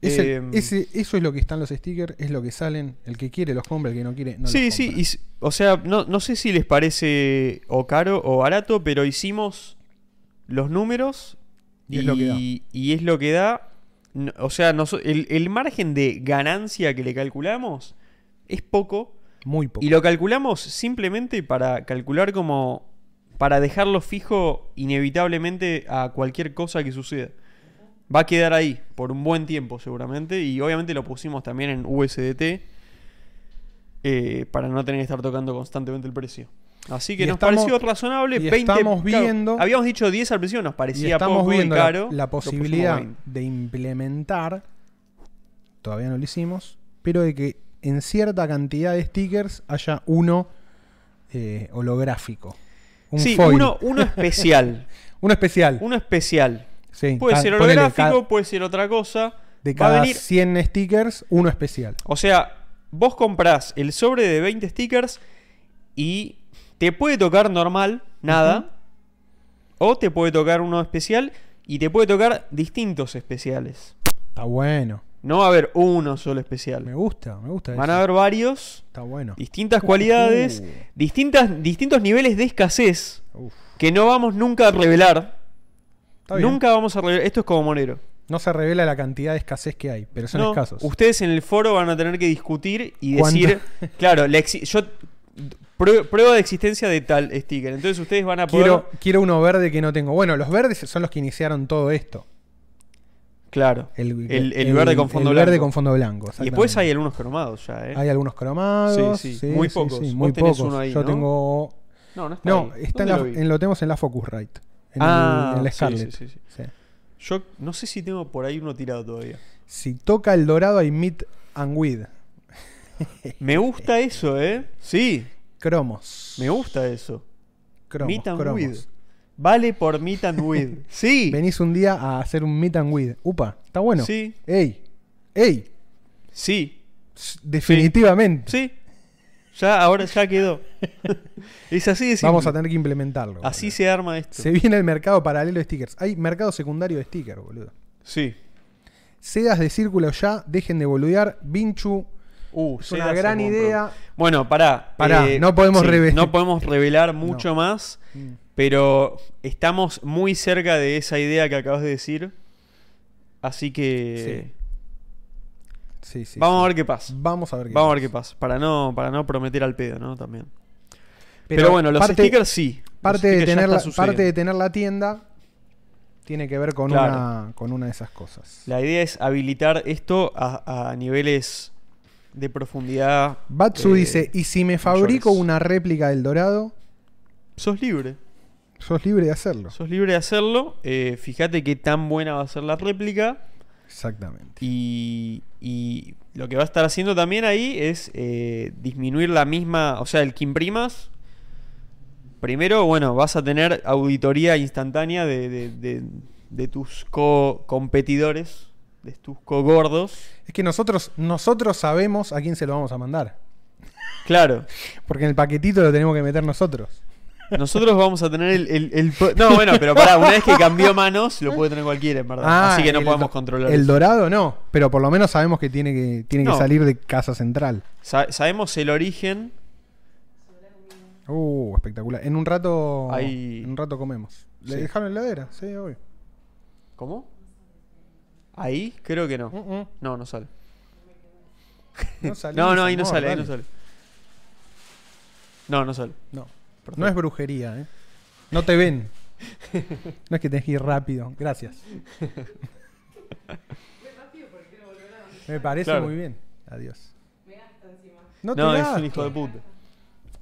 Es el-
Em.
ese- eso es lo que están los stickers, es lo que salen. El que quiere los compra, el que no quiere no
sí,
los
sí,
compra.
y s- o sea, no, no sé si les parece o caro o barato, pero hicimos los números
Y es lo que da.
y es lo que da. No, o sea, noso- el, el margen de ganancia que le calculamos es poco.
Muy poco.
Y lo calculamos simplemente para calcular como. para dejarlo fijo inevitablemente a cualquier cosa que suceda. Va a quedar ahí por un buen tiempo seguramente. Y obviamente lo pusimos también en USDT. eh, para no tener que estar tocando constantemente el precio. Así que
Y
nos
estamos-
pareció razonable.
y
20,
estamos
claro,
viendo-
habíamos dicho 10 al principio, nos
Y
parecía
estamos
poco y
viendo la-
caro.
la,
lo pusimos
posibilidad
20.
de implementar, todavía no lo hicimos, pero de que en cierta cantidad de stickers haya uno eh, holográfico. Un
sí,
foil.
uno, uno especial.
Uno especial. *laughs*
uno especial.
Sí,
Puede
ca-
ser
ponele,
holográfico,
ca-
puede ser otra cosa.
de
Va
cada
a venir
100 stickers, uno especial.
O sea, vos comprás el sobre de 20 stickers y te puede tocar normal, nada. O te puede tocar uno especial y te puede tocar distintos especiales.
Está bueno.
No va a haber uno solo
Me
especial.
gusta, me gusta.
Van
eso.
a haber varios,
Está bueno.
distintas cualidades,
Uh.
distintas, distintos niveles de escasez
Uf,
que no vamos nunca a revelar.
está bien.
Nunca vamos a revelar. Esto es como Monero.
No se revela la cantidad de escasez que hay, pero son
No,
escasos.
Ustedes en el foro van a tener que discutir y
¿Cuánto?
decir, claro, la exi- yo prue- prueba de existencia de tal sticker. Entonces ustedes van a poder,
Quiero, quiero uno verde que no tengo. Bueno, los verdes son los que iniciaron todo esto.
claro, el,
El,
el verde con fondo
el
blanco.
verde con fondo blanco.
y después hay
exactamente.
algunos cromados ya, ¿eh?
Hay algunos cromados.
Sí, sí,
sí,
muy
sí,
pocos.
sí,
Vos
muy
tenés
pocos.
uno ahí,
Yo
¿no?
tengo.
No, no está.
No,
ahí.
está en
¿Dónde
la,
lo vi?
en- lo tenemos en la Focusrite. En,
Ah,
el, en la
sí,
Scarlett.
sí, sí,
Sí.
Yo no sé si tengo por ahí uno tirado
*laughs*
todavía.
Si toca el dorado, hay meat and weed.
Me gusta eso, ¿eh? Sí,
Cromos.
me gusta eso.
Cromos.
meet and
cromos.
with. Vale por meet
*laughs*
and with. Sí.
Venís un día a hacer un meet and weed. Upa, está bueno.
Sí.
Ey, ey.
Sí.
s- Definitivamente.
Sí. Ya, ahora ya
*laughs*
quedó. es así de simple.
Vamos a tener que implementarlo.
Así
boludo.
se arma esto.
Se viene el mercado paralelo de stickers. Hay mercado secundario de stickers, boludo.
Sí.
Sedas de círculo ya, dejen de boludear. Vinchu,
Uh,
Es
Zelda
una gran
Second
idea.
Road. Bueno, pará. eh,
Pará, no podemos revelar.
No podemos revelar mucho más,
Mm.
pero estamos muy cerca de esa idea que acabas de decir. Así que
Sí, sí,
vamos a
sí.
ver qué pasa.
Vamos a ver qué
Vamos a
pasa.
ver qué pasa. Para no, para no prometer al pedo, ¿no? También. Pero,
Pero
bueno, los
parte-
stickers sí. Los
parte de,
stickers ya
tener la,
están
parte de
sucediendo.
tener la tienda tiene que ver con,
Claro.
una, con una de esas cosas.
La idea es habilitar esto a, a niveles de profundidad.
Batsu
eh,
dice, ¿y si me fabrico
mayores.
una réplica del dorado?
Sos libre.
Sos libre de hacerlo.
Sos libre de hacerlo. eh, fíjate qué tan buena va a ser la réplica.
Exactamente.
Y, y lo que va a estar haciendo también ahí es eh, disminuir la misma. O sea, el que imprimas. Primero, bueno, vas a tener auditoría instantánea de, de- de- de tus co-competidores, de tus co-gordos.
Es que nosotros, nosotros sabemos a quién se lo vamos a mandar.
Claro,
Porque en el paquetito lo tenemos que meter nosotros.
nosotros vamos a tener el, el- el po- No, bueno, pero pará, una vez que cambió manos, lo puede tener cualquiera, en verdad.
Ah,
Así que no
el
podemos
do-
controlar
El
eso.
dorado no, pero por lo menos sabemos que tiene que, tiene
No.
que salir de Casa Central.
Sa- sabemos el origen.
Uh, espectacular. En un rato.
Ahí-
En un rato comemos. ¿Le
Sí.
dejaron heladera? Sí, obvio.
¿Cómo? Ahí creo que no.
Mm, mm.
No, no sale.
No,
*laughs*
salió,
No, no, ahí no
amor,
sale, ahí
dale.
no sale. No, no sale.
No,
Perfecto.
no es brujería, ¿eh? No te
*laughs*
ven. No es que tenés que ir rápido. Gracias. Me parece
Claro.
muy bien. Adiós.
No,
No, te
es
gasto.
un hijo de puta.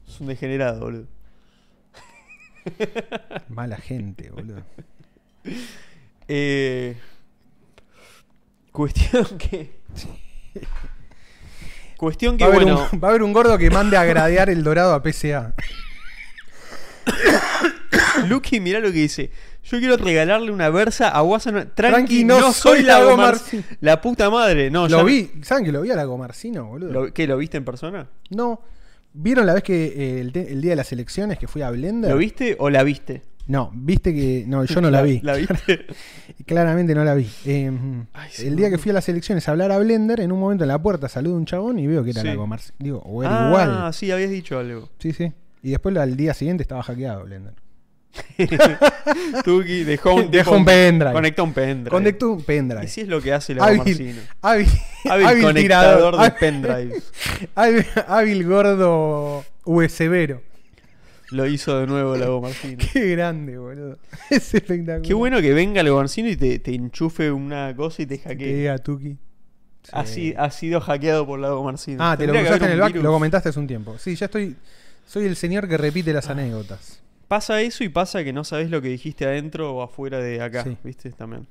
Es un degenerado, boludo.
Mala gente, boludo.
Eh, cuestión *laughs* que. cuestión
Va
que,
a, haber
bueno.
un, *laughs* va a haber un gordo que mande a gradear el dorado a PCA.
*coughs* Lucky, mirá lo que dice. Yo quiero regalarle una versa a Wasana. Tranqui,
Tranqui,
no,
no
soy,
soy
la
Lago
Gomar-
Marci-
La puta madre. No, ya
lo
me-
vi. ¿Saben que lo vi a la Gomarcino, boludo?
¿Lo- ¿Qué? ¿Lo viste en persona?
No. ¿Vieron la vez que eh, el, te- el día de las elecciones que fui a Blender?
¿Lo viste o la viste?
No, viste que. No, yo no la vi.
*laughs* ¿La
*laughs*
viste?
Claramente no la vi. Eh,
Ay, sí,
el día
no.
que fui a las elecciones a hablar a Blender, en un momento en la puerta saludo a un chabón y veo que era
Sí.
la Gomarcino. Digo, o era
ah,
igual.
sí, habías
*laughs*
dicho algo.
Sí, sí. Y después al día siguiente estaba hackeado Blender.
Tuki dejó un,
Dejó un pendrive.
Conectó un pendrive.
Conectó un pendrive.
Y sí es lo que hace la
hábil, *laughs*
Marcino.
hábil,
Hábil,
hábil
conectador
tirador.
de
hábil-
pendrives.
*laughs* Hábil, hábil gordo USBero.
Lo hizo de nuevo la Marcino.
*laughs* Qué grande, boludo. *laughs* Es espectacular.
Qué bueno que venga el Marcino y te, te enchufe una cosa y te
que
hackee.
diga Tuki. Sí.
Ha, si- ha sido hackeado por Lago Marcino.
Ah, te lo
Ah, Tendría que
cruzaste en
haber
el
un
back,
virus.
lo comentaste hace un tiempo. Sí, ya estoy. Soy el señor que repite las anécdotas.
Pasa eso y pasa que no sabes lo que dijiste adentro o afuera de acá,
Sí.
¿viste? También.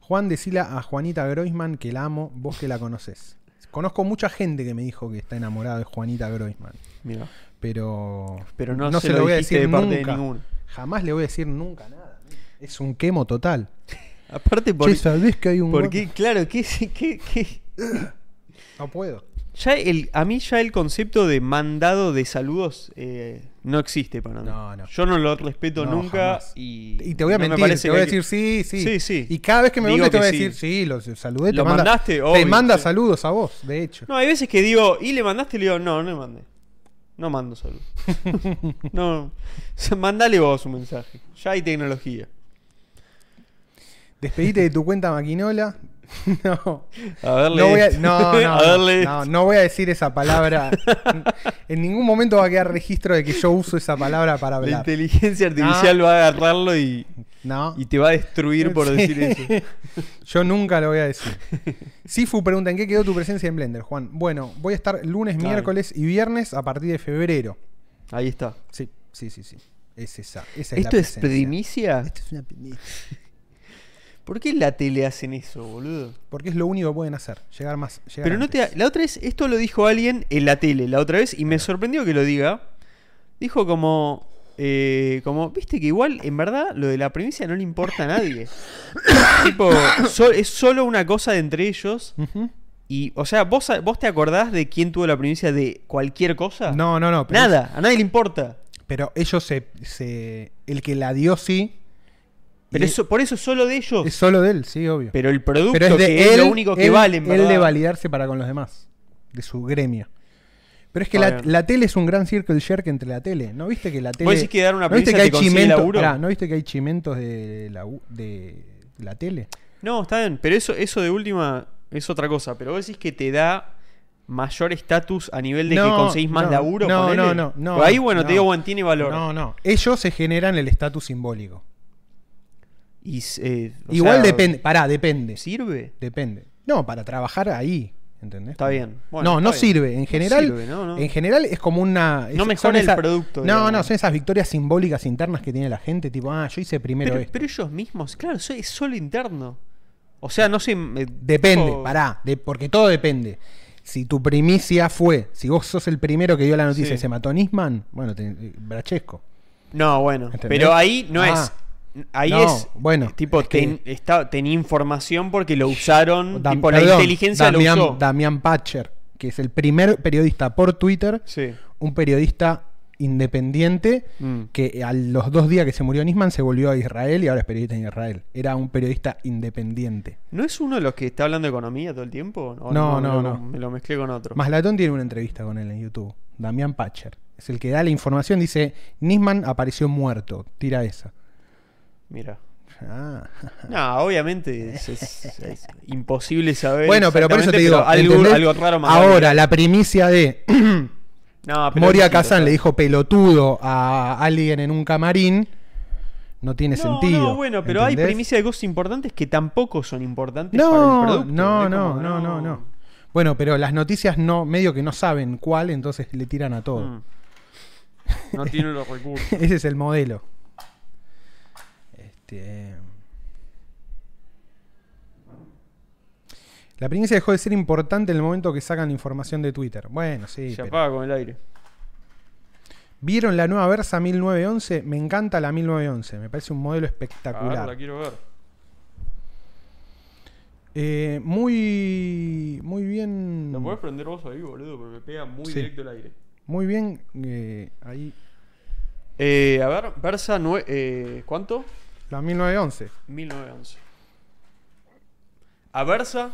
Juan, decila a Juanita Groisman que la amo, vos que la conocés. Conozco mucha gente que me dijo que está enamorada de Juanita Groisman,
Mira.
pero,
Pero no, se, lo,
voy a
dijiste
decir
de parte
nunca.
de ninguno.
Jamás le voy a decir nunca nada. Es un quemo total.
Aparte, por,
Che, ¿sabés que hay un
¿por
gordo?
qué? Claro, ¿qué, qué, qué,
No puedo.
Ya el, a mí ya el concepto de mandado de saludos eh, no existe para mí.
No, no.
Yo no lo respeto
No,
nunca
jamás.
y...
Y te voy a
no me
mentir,
parece
te voy a
que-
decir sí, sí.
Sí, sí.
Y cada vez que me
Digo
gusta te
que
voy a
sí.
decir sí, los saludé. te
Lo
manda-
mandaste,
Te
obvio,
manda
sí.
saludos a vos, de hecho.
No, hay veces que digo, ¿y le mandaste? Y le digo, no, no le mandé. No
*laughs*
mando saludos. no, o sea, mandale vos un mensaje. Ya hay tecnología.
Despedite de tu cuenta maquinola. *laughs* no.
A verle
No voy a,
*laughs* esto.
no, no,
A verle
no,
esto.
no voy a decir esa
*laughs*
palabra. en ningún momento va a quedar registro de que yo uso esa palabra para
La
hablar.
inteligencia artificial va a agarrarlo y,
No,
y te va
*laughs*
a destruir por
Sí.
decir eso.
yo nunca lo voy a
*laughs*
decir. Sifu pregunta, ¿en qué quedó tu presencia en Blender, Juan? Bueno, voy a estar lunes,
Claro.
miércoles y viernes a partir de febrero.
Ahí está.
Sí, sí, sí, sí. Es esa. esa
¿Esto es
es la primicia.
primicia?
Esto es una primicia.
*laughs* ¿Por qué en la tele hacen eso, boludo?
Porque es lo único que pueden hacer, llegar más. llegar
Pero no
antes.
te. La otra vez, esto lo dijo alguien en la tele, la otra vez, y me sorprendió que lo diga. Dijo como. eh, como, viste que igual, en verdad, lo de la primicia no le importa a nadie. *coughs* tipo, so- es solo una cosa de entre ellos.
Ujú.
Y, o sea, ¿vos, ¿vos te acordás de quién tuvo la primicia de cualquier cosa?
No, no, no. pero-
Nada, a nadie le importa.
Pero ellos se, se- El que la dio sí.
Pero
Y
eso, por eso es solo de ellos.
Es solo de él, sí, obvio.
pero el producto
Pero
que es lo único que
él-
vale, en
él de
verdad.
validarse para con los demás. de su gremio. Pero es que
Está
la,
bien.
la tele es un gran circle jerk entre la tele. ¿No viste que la tele.
decís que dar una
¿no viste
pizza
que hay
te consigue
chimentos-
laburo?
Pará, ¿No viste que hay chimentos de la, u- de la tele?
No, está bien, pero eso, eso de última es otra cosa. Pero vos decís que te da mayor estatus a nivel de que
No,
conseguís más
no,
laburo.
no,
ponele.
no, no, no,
Por ahí, bueno,
no.
te digo, bueno, tiene valor.
No, no. Ellos se generan el estatus simbólico.
Y, eh, o
Igual
sea,
depende. Pará, depende.
¿Sirve?
Depende. No, para trabajar ahí. ¿Entendés?
Está bien. Bueno,
no,
está
no
bien.
sirve. En general,
sirve, no, no.
en general es como una. es-
No
son
mejora el
esas-
producto,
No,
digamos.
no, son esas victorias simbólicas internas que tiene la gente, tipo, ah, yo hice primero
Pero,
esto.
pero ellos mismos, claro, eso es solo interno. O sea, no sé. me-
Depende,
tipo-
pará, de- porque todo depende. Si tu primicia fue, si vos sos el primero que dio la noticia
Sí.
y se mató Nisman, bueno, te- eh, Brachesco.
No, bueno.
¿Entendés?
Pero ahí no
Ah.
es. Ahí
No,
es.
bueno,
Tipo,
es que-
ten- está- tenía información porque lo usaron.
Dam-
Mm, tipo, la
perdón,
inteligencia
Damián,
lo usó.
Damián Patcher, que es el primer periodista por Twitter,
Sí.
un periodista independiente
Mm.
que a los dos días que se murió Nisman se volvió a Israel y ahora es periodista en Israel. Era un periodista independiente.
¿No es uno de los que está hablando de economía todo el tiempo? ¿O
No,
me
no,
lo-
no.
Me lo mezclé con otro.
Maslatón tiene una entrevista con él en YouTube. Damián Patcher. Es el que da la información. Dice, Nisman apareció muerto. Tira esa.
Mira.
Ah.
No, obviamente es, es- es imposible saber.
Bueno, pero por eso te
exactamente,
digo,
pero Algo,
¿entendés?
algo raro más.
Ahora, la primicia
*coughs*
de
No, pero
Moria
es distinto,
Kazan
¿sabes?
le dijo pelotudo a alguien en un camarín no tiene
No,
sentido.
No, bueno, pero hay
¿entendés?
primicia de cosas importantes que tampoco son importantes para el
No,
producto.
no,
Es
no,
como,
no, no, no. Bueno, pero las noticias no, medio que no saben cuál, entonces le tiran a todo.
Mm. No tiene los recursos.
*laughs* Ese es el modelo. Este... La primicia dejó de ser importante en el momento que sacan la información de Twitter. Bueno, *laughs* sí.
Se
pero-
apaga con el aire.
¿Vieron la nueva Versa 1911? Me encanta la 1911. Me parece un modelo
A ver,
espectacular.
la quiero ver.
Eh, muy, muy bien.
La podés prender vos ahí, boludo, porque me pega muy
Sí.
directo el aire.
Muy bien. eh, ahí.
Eh, a ver, Versa, nue- eh, ¿cuánto?
La 1911.
1911. Aversa.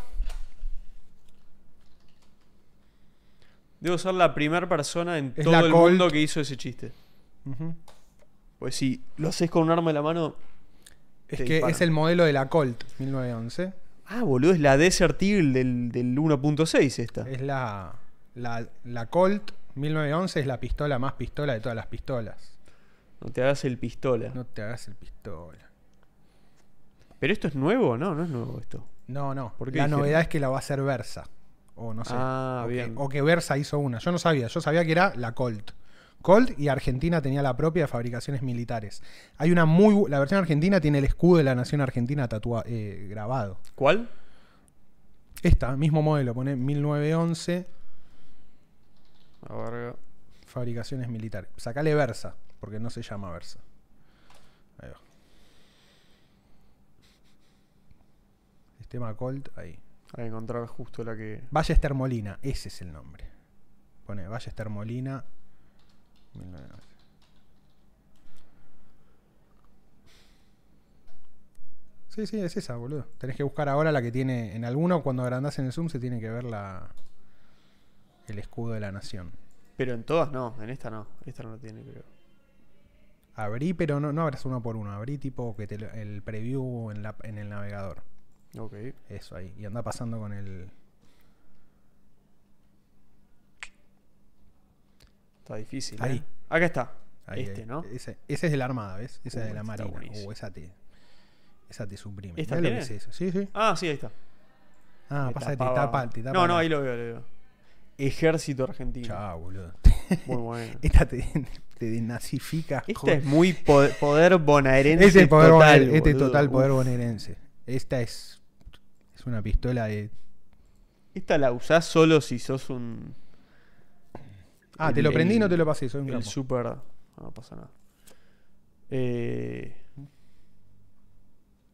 Debo ser la primera persona en
Es
todo
la
el
Colt.
mundo que hizo ese chiste.
Ujú.
Pues si lo haces con un arma en la mano.
Es
te
que
disparan.
es el modelo de la Colt 1911.
Ah, boludo, es la Desert Eagle del, del 1.6 esta.
Es la, la, la Colt 1911 es la pistola más pistola de todas las pistolas.
No te hagas el pistola.
No te hagas el pistola.
Pero esto es nuevo, no, no es nuevo esto.
No, no.
¿Por qué
la
dijeron?
novedad es que la va a hacer Versa. O no sé.
Ah,
o, que-
bien.
o Que, Versa hizo una. Yo no sabía. Yo sabía que era la Colt. Colt y Argentina tenía la propia de fabricaciones militares. Hay una muy. bu- La versión argentina tiene el escudo de la nación argentina tatua- eh, grabado.
¿Cuál?
Esta, mismo modelo, pone 1911,
A ver.
fabricaciones militares. Sacale Versa, porque no se llama Versa. Ahí va. Sistema Colt, ahí.
Voy a encontrar justo la que.
Ballester Molina, ese es el nombre. Pone Ballester Molina. 1911. Sí, sí, es esa, boludo. Tenés que buscar ahora la que tiene en alguno. Cuando agrandás en el zoom se tiene que ver la el escudo de la nación.
Pero en todas no, en esta no. Esta no la tiene, creo.
Abrí, pero no, no abras uno por uno. Abrí tipo que te lo- el preview en, la- en el navegador.
Ok.
Eso ahí. Y anda pasando con el...
Está difícil. ¿eh?
Ahí.
Acá está.
ahí,
este,
ahí.
¿no?
Ese, ese es de la Armada, ¿ves? Ese
Uh,
es de la
está
Marina.
buenísimo.
Uh, esa te... Esa te suprime.
¿Esta
Mirá lo que
tiene?
es eso. Sí, sí.
Ah, sí, ahí está.
Ah,
Me
pasa que te
tapaba.
tapa, te tapa
No, no,
la-
ahí lo veo, lo veo. Ejército argentino.
Chao, Este boludo.
*laughs*
*laughs*
Muy bueno.
Esta te, te denazifica.
Esta
joder.
Este es muy po- poder
*laughs*
bonaerense.
Este es poder
total,
bonaer- este es
boludo.
total poder
Uf.
bonaerense. Esta es... Es una pistola de...
Esta la usás solo si sos un.
Ah,
El-
te lo prendí y
el-
no te lo pasé. Soy un
El
capo.
super. No, no pasa nada. Eh,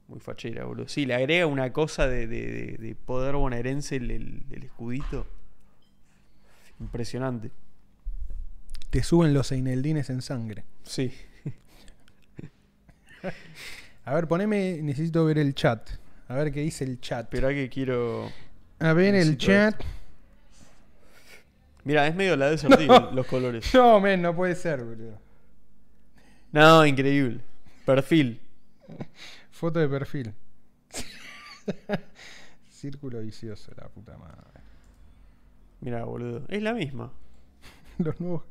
Muy fachera, boludo. Sí, le agrega una cosa de, de- de- de poder bonaerense el, el- el escudito. Impresionante.
Te suben los eineldines en sangre.
Sí.
A ver, poneme, necesito ver el chat. A ver qué dice el chat.
Espera que quiero.
A ver el
necesito
chat.
Mira, es medio la de
*laughs*
Sortín,
No.
los colores.
No, men, no puede ser, boludo.
No, increíble. Perfil.
Foto de perfil. *laughs* Círculo vicioso, la puta madre. *laughs*
Mira, boludo. Es la misma.
Los nuevos.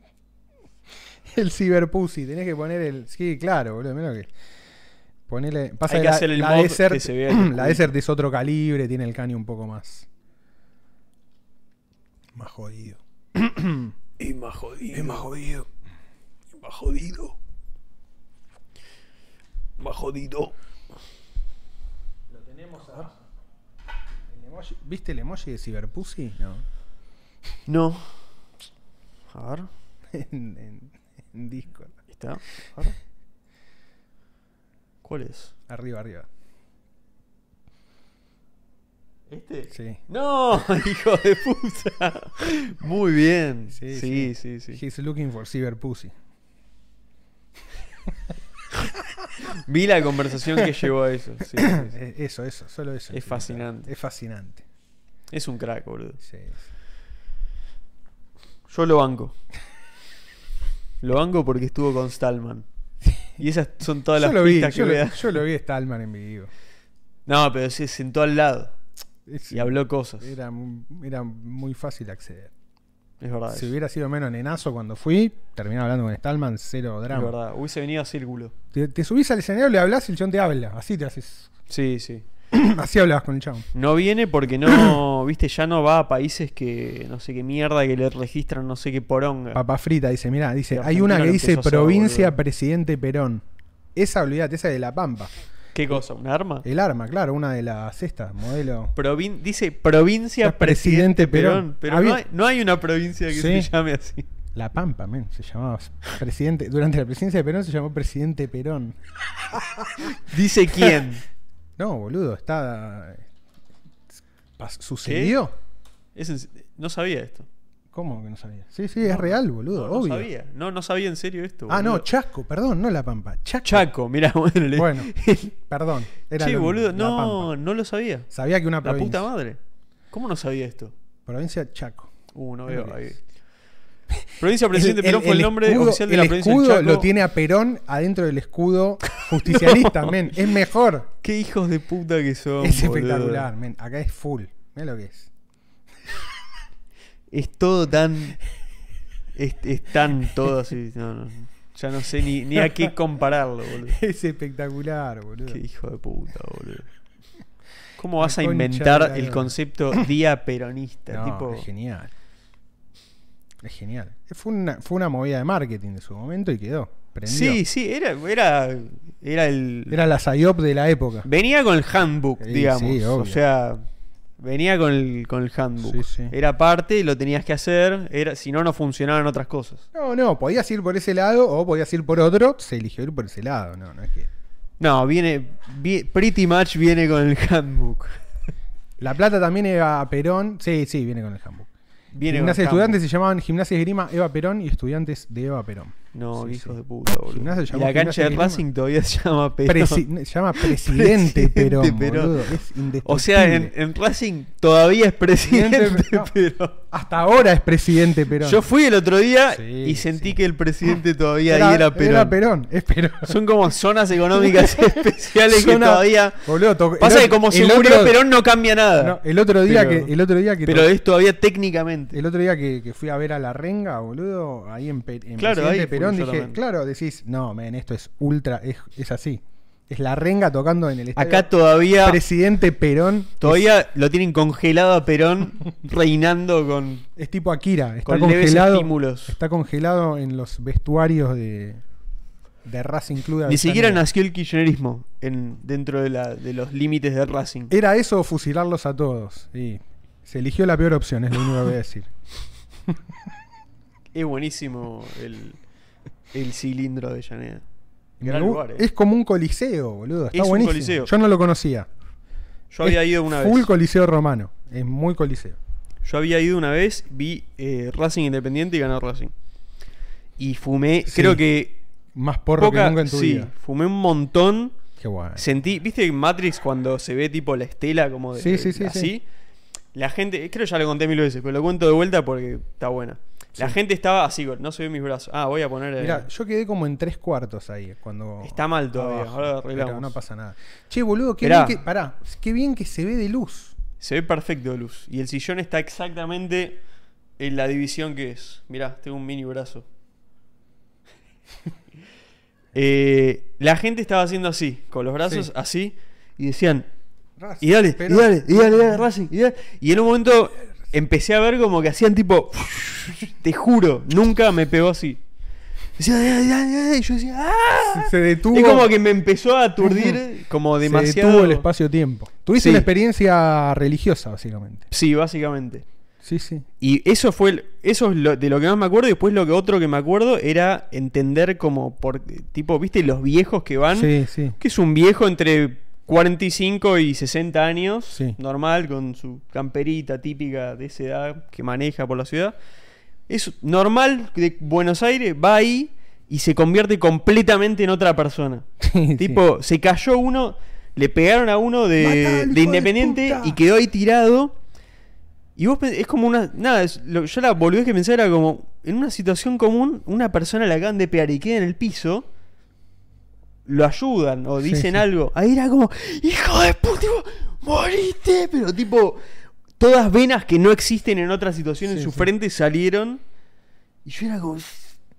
*laughs* El ciberpussy. Tenés que poner el. Sí, claro, boludo. Menos que. Ponele. Pasa
Hay
que
que
la,
hacer el
la
mod que
Desert,
se
*clears throat*
vea el
la
culo.
Desert es otro calibre, tiene el caño un poco más. Más jodido.
Es más jodido. Es más jodido. Es más jodido. Más jodido.
Lo tenemos ¿Viste el emoji de ciberpussy? No.
No. A ver.
*laughs* en, en- en Discord.
ahí Está. A ver. ¿Cuál es?
Arriba, arriba.
¿Este?
Sí.
No, *laughs* hijo de puta. Muy bien. Sí, sí, sí.
He's looking for ciberpussy.
Vi la conversación que llevó a eso. sí, sí, sí.
Eh, Eso, eso, solo eso.
Es fascinante.
Es fascinante.
Es un crack, boludo.
Sí, sí.
Yo lo banco. Lo banco porque estuvo con Stallman. Y esas son todas las
yo, lo vi,
pistas que
yo,
me
lo,
da.
yo lo vi a Stallman en vivo.
No, pero se sentó al lado
Es-
y habló cosas.
Era, mu- era muy fácil acceder.
Es verdad.
Si
eso.
hubiera sido menos nenazo cuando fui, terminaba hablando con Stallman, cero
Es
drama.
verdad. Hubiese venido a círculo.
Te, te subís al escenario, le hablas y el chon te habla. Así te haces. *clears throat*
Sí, sí.
Así hablabas con el chon.
No viene
*coughs*
porque no, viste, ya no va a países que no sé qué mierda que le registran, no sé qué poronga.
Papa frita, dice, mirá, dice,
Y
hay una
Argentina
que
lo
dice
empezó a hacer,
provincia
boludo.
presidente Perón. Esa, olvidate, esa es de La Pampa.
¿Qué cosa? ¿Un arma?
El arma, claro, una de las cestas, modelo.
Provin- dice provincia
Ya, presidente Perón.
presidente Perón. Pero
Había-
no hay, no hay una provincia que
Sí.
se llame así.
La Pampa, men, se llamaba presidente. Durante la presidencia de Perón se llamó presidente Perón. *laughs*
Dice quién.
No, boludo, está. pas- ¿Sucedió?
Es en- no sabía esto.
¿Cómo que no sabía? Sí, sí, es real, boludo,
No, no
obvio.
sabía. No, no sabía en serio esto.
Ah, no,
boludo.
Chasco, perdón, no La Pampa. Chaco.
Chaco, mirá, *laughs* bueno. le-
Bueno, perdón. Era
che,
lo-
boludo,
La
no,
Pampa.
no lo sabía.
Sabía que una
La
provincia.
puta madre. ¿Cómo no sabía esto?
Provincia Chaco.
Uh, no
Es lo
veo
que
ahí.
es.
Provincia Presidente Perón fue el nombre
escudo-
oficial de la
el
provincia
escudo
del Chaco.
lo tiene a Perón adentro del
*laughs*
escudo justicialista,
No.
men. Es mejor.
Qué hijos de puta que son.
es
boludo.
espectacular, men. Acá es full. Mira lo que es. *laughs*
Es todo tan. Es, es tan todo así. No, no. Ya no sé ni, ni a qué compararlo, boludo.
Es espectacular, boludo.
Qué hijo de puta, boludo. ¿Cómo vas a
concha de la
inventar el
lora.
concepto día peronista?
No,
tipo,
Es genial. Es genial. Fue una, fue una movida de marketing de su momento y quedó. Prendió.
sí, sí, era, era, era el.
Era la Sayop de la época.
Venía con el handbook,
Sí,
digamos.
sí, obvio.
o sea, venía con el, con el handbook.
Sí, sí.
Era parte, lo tenías que hacer, era, si no, no funcionaban otras cosas.
No, no, podías ir por ese lado o podías ir por otro. Se eligió ir por ese lado. No, no es que.
No, viene. vi- pretty much viene con el handbook.
La Plata también Eva Perón. Sí, sí, viene con el handbook.
Viene con el
Gimnasia de estudiantes
handbook.
se llamaban Gimnasia de Grima Eva Perón y estudiantes de Eva Perón.
No,
Sí,
hijos
sí.
de puta, boludo.
Gimnasia se
y
llamó
la cancha
Gimnasia
de
de Grima.
Racing todavía se llama Perón.
Presi- se llama Presidente,
*laughs* Presidente
Perón,
Perón.
boludo. Es
*laughs* O sea, en,
indescriptible.
en Racing todavía es presidente,
Presidente,
*laughs*
no.
Perón.
hasta ahora es Presidente Perón.
Yo fui el otro día
Sí,
y sentí
sí.
que el presidente todavía ahí era Perón.
es Perón.
Son como
*laughs*
zonas económicas especiales que
Zona-
todavía.
Boludo, to- el
Pasa que
otro-
como se
el
murió
otro-
Perón no cambia nada.
no, el otro día
Pero-
que el otro día que
pero
to-
es todavía técnicamente.
el otro día que, que fui a ver a la renga, boludo, ahí en, Pe- en
Claro,
Presidente
ahí fui
Perón
yo
dije,
también.
claro, decís, no, men, esto es ultra es, es así. Es la renga tocando en el estadio.
Acá todavía.
Presidente Perón
Todavía lo tienen congelado
*laughs*
a Perón reinando con.
es tipo Akira, está
Con leves
congelado.
estímulos.
Está congelado en los vestuarios de de Racing Club. de
Ni
Avellaneda.
siquiera nació el kirchnerismo en, dentro de, la, de los límites de Racing.
Era eso o fusilarlos a todos. Y se eligió la peor opción, es lo único que voy a decir.
Es buenísimo el, el cilindro de Llaneda.
Me
*laughs* Gran
gu-
lugar, eh.
Es como un coliseo, boludo. Está
Es un
buenísimo.
coliseo.
Yo no lo conocía.
Yo había
Es
ido una
Full
vez.
coliseo romano. Es muy coliseo.
Yo había ido una vez, vi eh, Racing Independiente y ganó Racing. Y fumé,
Sí.
creo que
Más porro
poca-
que nunca en tu
sí,
vida.
fumé un montón.
Qué guay.
Sentí, ¿viste en Matrix cuando se ve tipo la estela como de
Sí, sí, sí,
así?
sí.
La gente, creo que ya lo conté mil veces, pero lo cuento de vuelta porque está buena. La
Sí.
gente estaba así, no se ven mis brazos. Ah, voy a poner. eh,
Mirá, yo quedé como en tres cuartos ahí cuando.
Está mal todavía,
abajo,
ahora lo arreglamos.
pero no pasa nada. Che, boludo, qué
Mirá.
bien que. Pará, qué bien que se ve de luz.
Se ve perfecto de luz. Y el sillón está exactamente en la división que es. Mirá, tengo un mini brazo. *laughs* Eh, la gente estaba haciendo así, con los brazos
Sí.
así, y decían,
Racing,
y dale,
pero-
y dale, y dale, dale, Racing, y dale. Y en un momento empecé a ver como que hacían tipo, *laughs* te juro, nunca me pegó así. Decía, dale, dale, dale, y yo decía, ¡ah!
Se detuvo.
Y como que me empezó a aturdir como
Se
demasiado.
detuvo el espacio-tiempo. Tuviste
Sí.
una experiencia religiosa, básicamente.
Sí, básicamente.
Sí, sí.
Y eso fue el- eso es lo- de lo que más me acuerdo. Y después lo que otro que me acuerdo era entender como por tipo, ¿viste? Los viejos que van.
Sí, sí.
Que es un viejo entre 45 y 60 años.
Sí.
Normal, con su camperita típica de esa edad que maneja por la ciudad. Es normal de Buenos Aires, va ahí y se convierte completamente en otra persona.
*laughs* Sí,
Tipo, se cayó uno, le pegaron a uno
Matá al
de,
hijo
de
de
Independiente
puta.
y quedó ahí tirado. Y vos pens- es como una. Nada, es- lo- yo la volví que pensar era como. En una situación común, una persona la acaban de pegar y queda en el piso. Lo ayudan o
Sí,
dicen
sí.
algo. Ahí era como. ¡Hijo de puta! tipo, ¡Moriste! Pero tipo. Todas venas que no existen en otra situación en
Sí,
su
sí.
frente salieron. Y yo era como.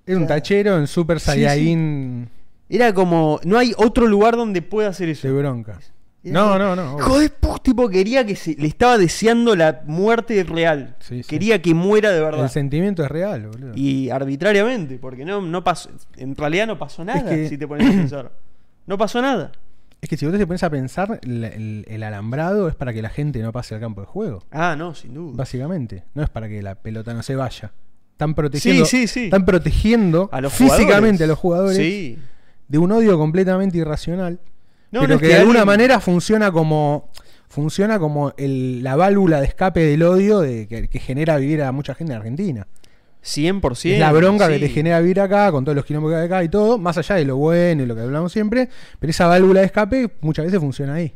Era un tachero en Super
Sí, sí.
Saiyajin
Era como. No hay otro lugar donde pueda hacer eso.
de bronca.
Era
No,
como,
no, no. obvio.
Hijo de put, tipo quería que se. Le estaba deseando la muerte real.
Sí, sí.
Quería que muera de
El
verdad.
sentimiento es real, boludo.
Y arbitrariamente, porque no, no pasó. En realidad no pasó nada,
que- *clears throat*
si te pones a pensar. No pasó nada.
Es que si vos te pones a pensar, el, el- el alambrado es para que la gente no pase al campo de juego.
Ah, no, sin duda.
Básicamente. No es para que la pelota no se vaya. Están protegiendo,
sí, sí.
Están protegiendo
A los
físicamente
jugadores.
a los jugadores
Sí.
de un odio completamente irracional.
No,
pero
no, es
que de alguna
alguien-
manera funciona como. Funciona como el- la válvula de escape del odio de, que, que genera vivir a mucha gente en Argentina.
100%.
es la bronca que
sí.
te genera vivir acá, con todos los quilombos que hay acá y todo, más allá de lo bueno y lo que hablamos siempre, pero esa válvula de escape muchas veces funciona ahí.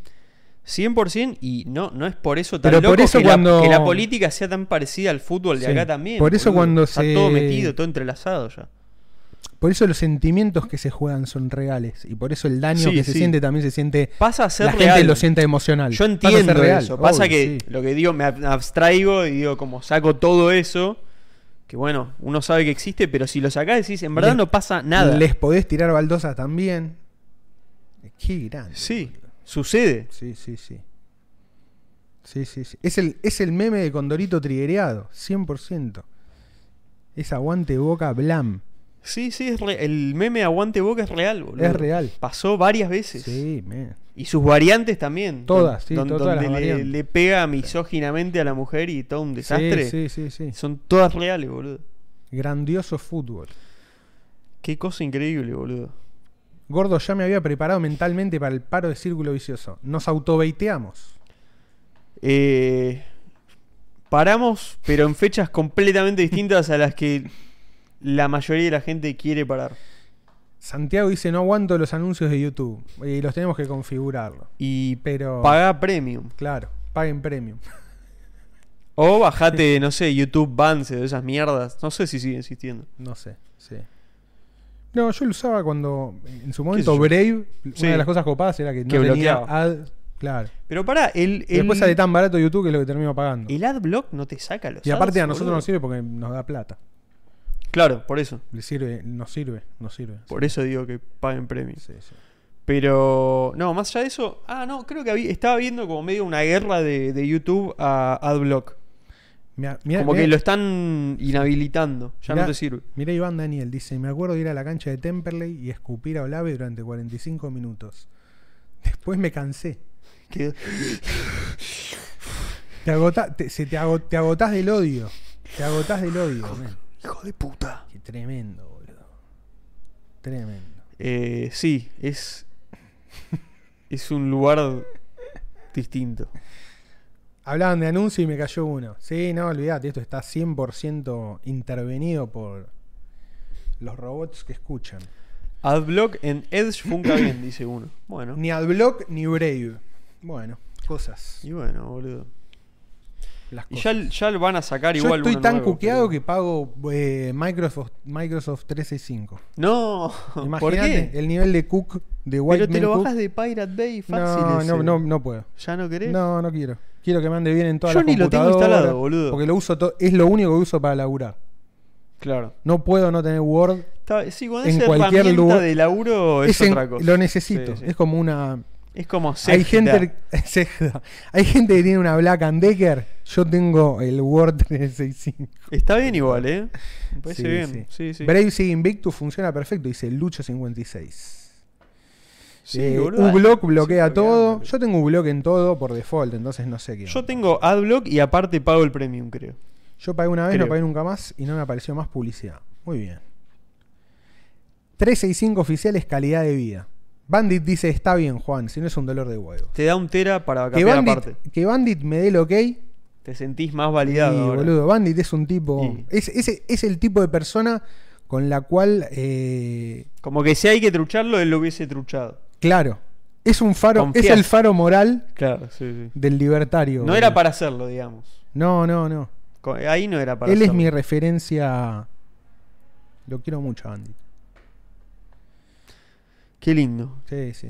100% y no, no es por eso tan
Pero por
loco
eso
que, la-
cuando-
que la, política sea tan parecida al fútbol de
Sí.
acá también.
Por eso cuando
Está
se-
todo metido, todo entrelazado ya.
Por eso los sentimientos que se juegan son reales y por eso el daño
Sí,
que se
sí.
siente también se siente...
Pasa a ser
la
real.
gente lo siente emocional.
Yo
Pasa a ser
entiendo
real,
eso. Pasa
obvio,
que
sí.
lo que digo, me ab- abstraigo y digo, como saco todo eso, que bueno, uno sabe que existe, pero si lo sacás decís, en verdad
Les-
no pasa nada.
Les podés tirar baldosas también. Qué grande.
Sí, sucede.
Sí, sí, sí. Sí, sí, sí. Es el, es el meme de Condorito triguereado, 100%. Es aguante boca blam.
Sí, sí, es re- el meme aguante boca es real, boludo.
Es real.
Pasó varias veces.
Sí, man.
Y sus variantes también.
Todas, sí,
Don-
to-
Donde,
todas las
le,
variantes.
le pega misóginamente a la mujer y todo un desastre.
Sí, sí, sí, sí.
Son todas reales, boludo.
Grandioso fútbol.
Qué cosa increíble, boludo.
Gordo ya me había preparado mentalmente para el paro de círculo vicioso. Nos autobeiteamos.
Eh, paramos, pero en fechas completamente distintas a las que la mayoría de la gente quiere parar.
Santiago dice, no aguanto los anuncios de YouTube. Y los tenemos que configurarlo.
Y
Pero...
pagá premium.
Claro, paguen premium. *laughs*
O bajate, no sé, YouTube Bands o esas mierdas. No sé si sigue existiendo.
No sé, sí. No, yo lo usaba cuando. En su
sé
momento,
yo?
Brave, una
Sí.
de las cosas copadas era que no
Que
tenía
bloqueaba.
ad. Claro.
Pero pará, el,
Y después
el,
sale tan barato YouTube que es lo que termino pagando.
el adblock no te saca los
y aparte
ads,
a nosotros
boludo.
nos sirve porque nos da plata.
Claro, por eso.
Le sirve, nos sirve, nos sirve.
Por eso digo que paguen premium.
Sí, sí.
Pero, no, más allá de eso. Ah, no, creo que había- estaba viendo como medio una guerra de, de YouTube a adblock.
Mirá, mirá-
como
mirá-
que lo están inhabilitando. Ya
mirá-
no te sirve.
Mirá Iván Daniel, dice: Me acuerdo de ir a la cancha de Temperley y escupir a Olave durante 45 minutos. Después me cansé.
Quedó-
Te, agota, te, se te, ago- te agotás del odio. Te agotás del odio, man.
Hijo de puta.
Qué tremendo, boludo. Tremendo.
Eh, sí, es. Es un lugar distinto.
Hablaban de anuncio y me cayó uno. Sí, no, olvídate, esto está 100% intervenido por los robots que escuchan.
Adblock en Edge
*coughs*
funca bien, dice uno. Bueno.
Ni AdBlock ni Brave. Bueno, cosas.
Y bueno, boludo.
las
Y
cosas.
ya, ya lo van a sacar
Yo
igual.
estoy
uno
tan
nuevo,
cuqueado
pero-
que pago eh, Microsoft, Microsoft 365. *laughs*
No, *laughs* ¿por
Imagínate
qué?
el nivel de cook de White
Pero te
Man
lo
Cook.
bajas de Pirate Bay fácil.
no,
ese.
no, no, no puedo.
¿Ya no querés?
No, no quiero. Quiero que me ande bien en todas
Yo
las
ni lo tengo
computadoras,
instalado, boludo.
Porque lo uso todo, es lo único que uso para laburar.
Claro.
No puedo no tener Word.
Está- sí, cuando
En
es
cualquier
herramienta
lugar-
de laburo Oh, es,
Es en-
otra cosa.
Lo necesito.
Sí, sí.
Es como una.
Es como
Hay
secta.
gente, *laughs* Sejda. hay gente que tiene una Black and Decker. Yo tengo el Word 365.
Está bien igual, ¿eh? Me parece
Sí,
bien. Sí, sí.
Brave Sig Invictus funciona perfecto, dice Lucho56.
Sí,
Eh,
boludo.
uBlock
Sí,
bloquea
bloquea,
todo.
boludo.
Yo tengo uBlock en todo por default, entonces no sé qué.
Yo
onda.
tengo AdBlock y aparte pago el premium, creo.
Yo pagué una vez, no
Creo.
pagué nunca más y no me apareció más publicidad. Muy bien. 365 oficiales, calidad de vida. Bandit dice, está bien, Juan, si no es un dolor de huevo.
Te da un tera para
Que
cambiar
Bandit,
aparte.
que Bandit me dé el ok.
Te sentís más
Y,
validado. ahora.
boludo, Bandit es un tipo...
Y-
Es, ese- es el tipo de persona con la cual... eh,
Como que si hay que trucharlo, él lo hubiese truchado.
claro, es un faro...
Confía.
Es el faro moral
Claro, sí, sí.
del libertario.
No
boludo.
era para hacerlo, digamos.
No, no, no.
Co- Ahí no era para
Él es
hacerlo.
mi referencia... Lo quiero mucho, Bandit.
Qué lindo.
Sí, sí.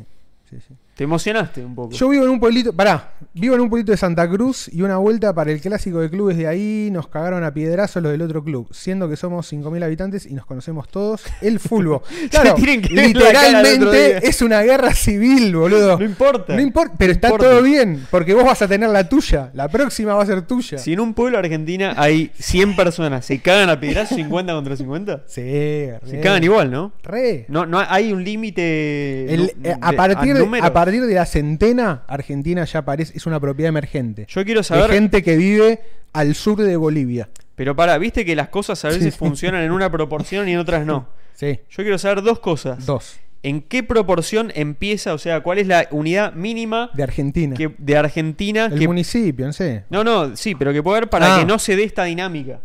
sí, sí.
Te emocionaste un poco.
Yo vivo en un pueblito, pará, vivo en un pueblito de Santa Cruz y una vuelta para el clásico de clubes de ahí nos cagaron a piedrazos los del otro club, siendo que somos 5.000 habitantes y nos conocemos todos el
*laughs*
fulbo. Claro,
tienen que ver la cara del otro día.
literalmente es una guerra civil, boludo.
No importa.
No importa, pero
No
está
importa.
todo bien, porque vos vas a tener la tuya, la próxima va a ser tuya.
Si en un pueblo de Argentina hay 100 personas, se cagan a pedazos 50 contra 50.
Sí,
Se
re,
cagan igual, ¿no?
Re.
No, no hay un límite.
El-
nu-
eh, a,
de-
partir de,
número.
a partir de la centena, Argentina ya parece, es una propiedad emergente.
Yo quiero
de
saber.
gente que vive al sur de Bolivia.
Pero para, viste que las cosas a veces
Sí.
funcionan en una proporción y en otras no.
Sí,
Yo quiero saber dos cosas.
dos.
¿En qué proporción empieza, o sea, cuál es la unidad mínima
De Argentina.
que, de Argentina
el
que
municipio, no sé.
No, no, sí, pero que puede haber para
Ah.
que no se dé esta dinámica.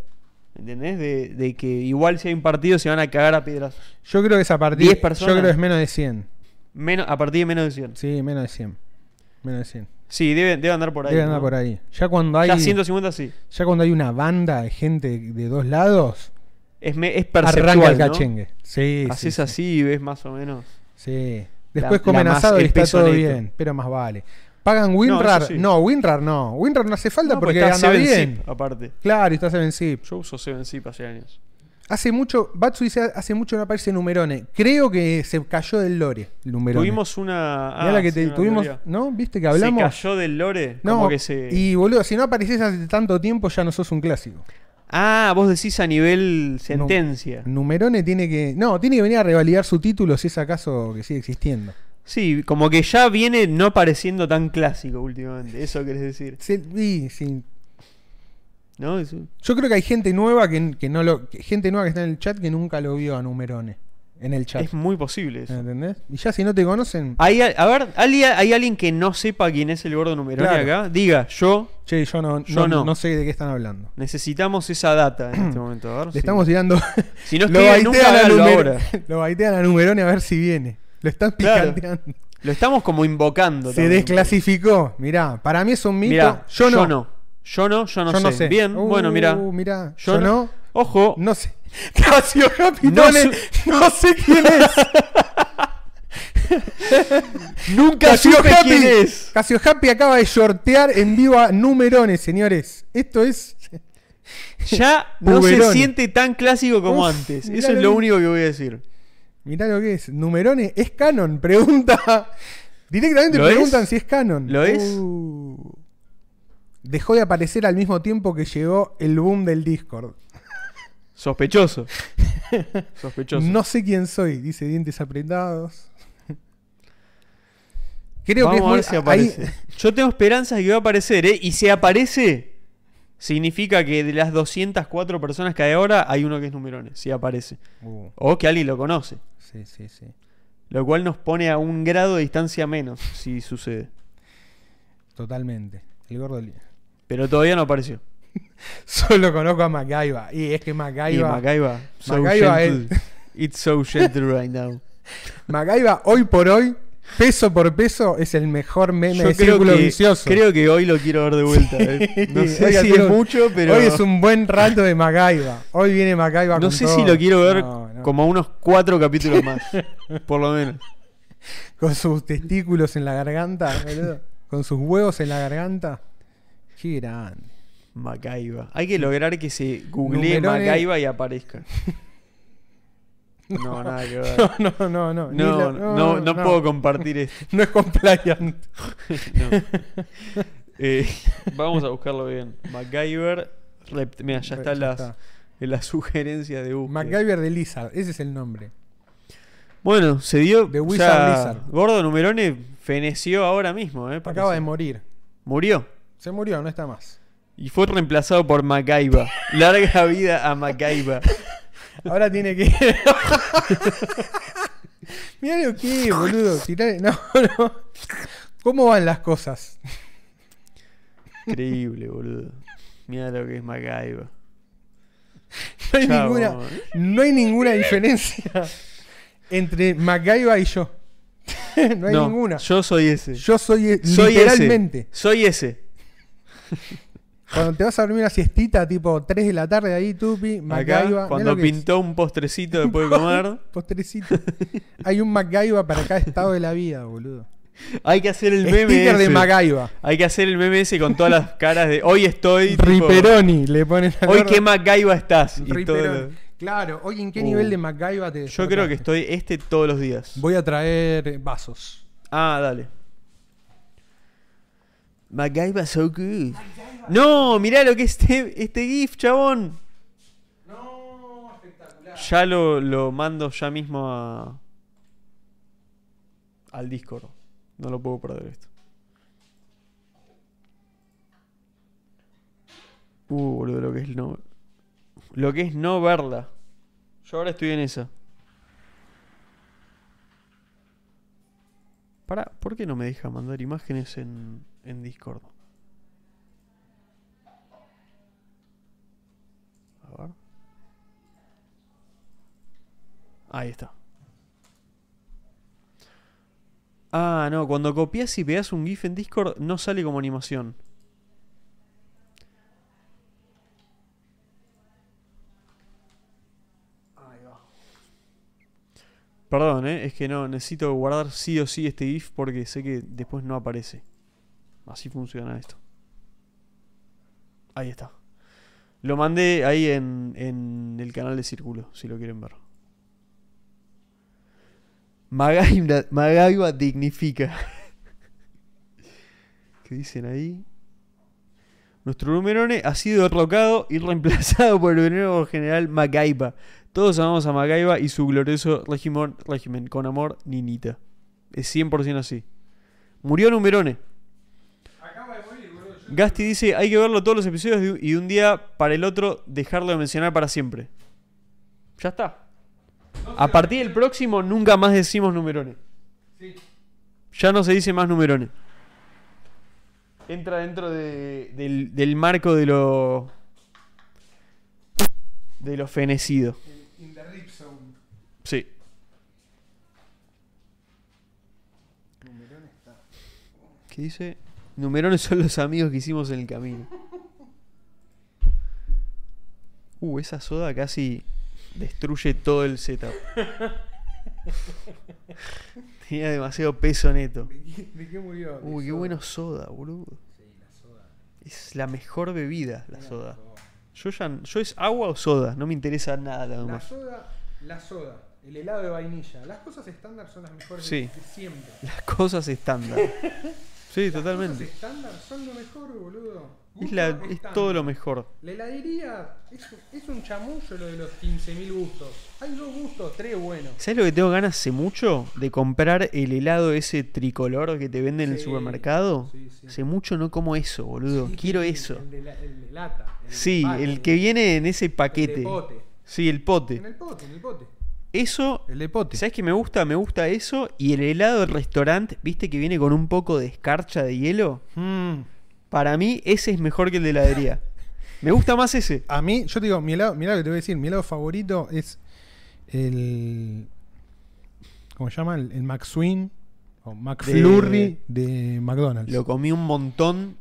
¿Entendés? De, de que igual si hay un partido se van a cagar a piedras.
Yo creo que es a partir.
¿Diez personas?
Yo creo que es menos de 100.
Menos, a partir de menos de 100. Sí,
Sí, menos de 100. Menos de 100.
debe, debe andar por ahí.
Debe andar
¿no?
por ahí. Ya cuando hay.
Ya 150 sí.
ya cuando hay una banda de gente de dos lados,
Es, me- es perceptual,
arranca el
¿no?
cachengue. Sí, sí,
Haces
sí,
así y ves más o menos.
sí.
La-
Después comen
la más-
asado y
el
está
peso
todo
neto.
bien, pero más vale. Pagan WinRAR. No,
eso sí.
WinRAR no. WinRAR no hace falta
No,
porque
está
anda
Seven
bien.
Zip, aparte.
Claro, y está Seven Zip.
Yo uso 7 Zip hace años.
Hace mucho, Batsu dice, hace mucho no aparece Numerone. Creo que se cayó del lore, Numerone.
Tuvimos una. ah,
Mirá la que
sí,
te-
una
tuvimos,
teoría.
¿no? ¿Viste que hablamos?
Se cayó del lore.
no,
como que se.
y boludo, si no apareces hace tanto tiempo ya no sos un clásico.
Ah, vos decís a nivel sentencia.
Numerone tiene que, no, tiene que venir a revalidar su título si es acaso que sigue existiendo.
Sí, como que ya viene no pareciendo tan clásico últimamente, eso querés decir,
Sí, y sí.
¿no? Es un-
Yo creo que hay gente nueva que, que no lo, que- gente nueva que está en el chat que nunca lo vio a Numerone en el chat.
Es muy posible eso.
¿Entendés? Y ya si no te conocen,
Hay, al- a ver, ¿ali- ¿hay alguien que no sepa quién es el gordo numerón
Claro.
acá? Diga, yo
che, yo no,
Yo
no,
no.
no sé de qué están hablando.
necesitamos esa data
*clears throat*
en este momento. A ver
Le
si-
estamos tirando
Si no
*laughs* lo
escriben nunca,
baitean, a
háganlo
Numer-
ahora.
*laughs* lo baitean a Numerone a ver si viene. Lo están
Claro.
picanteando.
Lo estamos como invocando.
Se
también.
desclasificó. Mirá, para mí es un mito.
Mirá,
yo, no.
yo no. Yo no, yo no, sé. Bien,
Uh,
bueno, mira.
mirá,
Yo
Yo,
no-
no.
Ojo,
No sé. *laughs* Casio Capitone.
No
No, sé quién es.
nunca
Casio
supe
Happy.
quién es.
Casio Happy acaba de shortear en vivo a Numerone, señores. Esto es. *laughs*
Ya no se
Numerone.
siente tan clásico como
Uf,
antes.
mirá
Eso es
lo
lo
que-
único que voy a decir.
Mirá lo que es. Numerone es canon. Pregunta. Directamente
¿Lo
preguntan
es?
si es canon.
¿Lo es?
Uh. Dejó de aparecer al mismo tiempo que llegó el boom del Discord. *laughs*
Sospechoso. Sospechoso.
No sé quién soy, dice dientes apretados. Creo
Vamos a ver
que
si
es muy- ahí- *laughs*
aparece. Yo tengo esperanzas de que va a aparecer, ¿eh? Y si aparece, significa que de las 204 personas que hay ahora, hay uno que es numerone, si aparece.
Uh,
O que alguien lo conoce.
sí, sí, sí.
Lo cual nos pone a un grado de distancia menos, si sucede.
Totalmente. El gordo. li- *laughs*
Pero todavía no apareció.
Solo conozco a Macaiba. Y es que
y
Macaiba.
Macaiba. So
Macaiba *laughs*
gentle. It's so gentle right now.
Macaiba hoy por hoy peso por peso es el mejor meme
Yo
de Eh,
creo
círculo
que,
vicioso.
creo que hoy lo quiero ver de vuelta.
*laughs*
eh. No sé
Hoy
si
ha sido-
es mucho, pero.
Hoy es un buen rato de Magaiba. Hoy viene Magaiba
no
con
sé
todo.
si lo quiero ver
No, no.
como unos cuatro capítulos
*laughs*
más. por lo menos.
Con sus testículos en la garganta, boludo. Con sus huevos en la garganta. Qué grande.
Macaiba. Hay que lograr que se googlee
Numerones.
Macaiba y aparezca. *laughs* No, nada que ver.
*laughs* No, no, no. No,
No,
ni
no,
la-
no,
*laughs*
puedo compartir esto.
No es
*laughs*
compliant.
No. Eh, vamos a buscarlo bien. MacGyver. rept- Mira, ya están
Ya
las,
está.
las sugerencias de búsqueda.
MacGyver de Lizard, ese es el nombre.
Bueno, se dio.
The
o
Wizard
sea,
Lizard.
Gordo Numerone feneció ahora mismo, ¿eh? parece.
Acaba de morir.
Murió.
Se murió, no está más.
Y fue reemplazado por MacGyver. *laughs* Larga vida a MacGyver.
Ahora tiene que. *laughs* Mirá lo que, es, boludo. Tirá- No, no. ¿Cómo van las cosas?
Increíble, boludo. Mira lo que es MacGyver. eh.
No hay,
Chao,
ninguna,
mamá.
no hay ninguna diferencia entre MacGyver y yo. *laughs* No hay
No,
ninguna. Yo,
Yo soy ese.
soy,
soy
literalmente.
ese. Soy ese.
Cuando te vas a dormir una siestita, tipo 3 de la tarde, ahí, Tupi,
Acá,
MacGyver.
cuando
pinto
pintó un postrecito después de comer.
Postrecito. Hay un MacGyver para cada estado de la vida, boludo.
*laughs* Hay que hacer el meme.
Sticker de
ese.
MacGyver.
Hay que hacer el meme ese con todas las caras de hoy estoy. tipo,
Riperoni, le ponen al
hoy
gordo.
qué MacGyver estás. y
Riperoni.
todo lo-
Claro, hoy en qué
Uh.
nivel de MacGyver te
Yo creo que
despertaste?
estoy este todos los días.
Voy a traer eh, vasos.
Ah, dale. MacGyver so good. No, mirá lo que es este, este GIF, chabón.
No, espectacular.
Ya lo, lo mando ya mismo a. al Discord. No lo puedo perder esto. Uh, boludo, lo que es no. Lo que es no verla. Yo ahora estoy en esa. Para, ¿por qué no me deja mandar imágenes en, en Discord? A ver. Ahí está. Ah, no, cuando copias y pegas un GIF en Discord no sale como animación. Perdón, ¿eh? es que no, necesito guardar sí o sí este GIF porque sé que después no aparece. Así funciona esto. Ahí está. Lo mandé ahí en, en el canal de Círculo, si lo quieren ver. Magaiba, Magaiba dignifica. *laughs* ¿Qué dicen ahí? Nuestro Numerone ha sido derrocado y reemplazado por el nuevo general Magaiba. Todos amamos a Magaiba y su glorioso régimen, régimen con amor, Ninita. Es 100% así. Murió Numerone. Gasti dice, hay que verlo todos los episodios de- y de un día para el otro dejarlo de mencionar para siempre. Ya está. A partir del próximo nunca más decimos numerones. Ya no se dice más numerones. Entra dentro de- del, del marco de lo... De lo fenecido. Sí. ¿Qué dice? Numerones son los amigos que hicimos en el camino. Uh, esa soda casi destruye todo el setup. *laughs* Tenía demasiado peso neto.
¿De qué murió?
Uy, qué bueno soda, boludo. Es la mejor bebida, la soda. Yo ya, yo es agua o soda, no me interesa nada la
La
demás.
soda, la soda, el helado de vainilla. Las cosas estándar son las mejores
Sí.
de, de siempre.
Las cosas estándar. Sí, totalmente.
Las cosas estándar son lo mejor, boludo.
Es, la-
Gusto
es
estándar.
todo lo mejor.
La heladería es, es un chamullo lo de los 15.000 gustos. Hay dos gustos, tres buenos.
¿Sabes lo que tengo ganas hace mucho? De comprar el helado ese tricolor que te venden en el
Sí,
supermercado.
sí, sí.
Hace mucho no como eso, boludo.
Sí,
Quiero
sí,
eso.
El de, la- el de lata. el de
Sí,
pack,
el que viene en ese paquete.
El de pote.
Sí, el pote.
En el pote, en el pote.
Eso,
El de pote.
¿sabes qué me gusta? Me gusta eso. Y el helado del restaurante, viste que viene con un poco de escarcha de hielo.
Mm.
Para mí, ese es mejor que el de heladería. me gusta más ese.
A mí, yo te digo, mi helado, mirá lo que te voy a decir, mi helado favorito es el. ¿Cómo se llama? El, el McSween, O McFlurry de, McDonald's.
Lo comí un montón.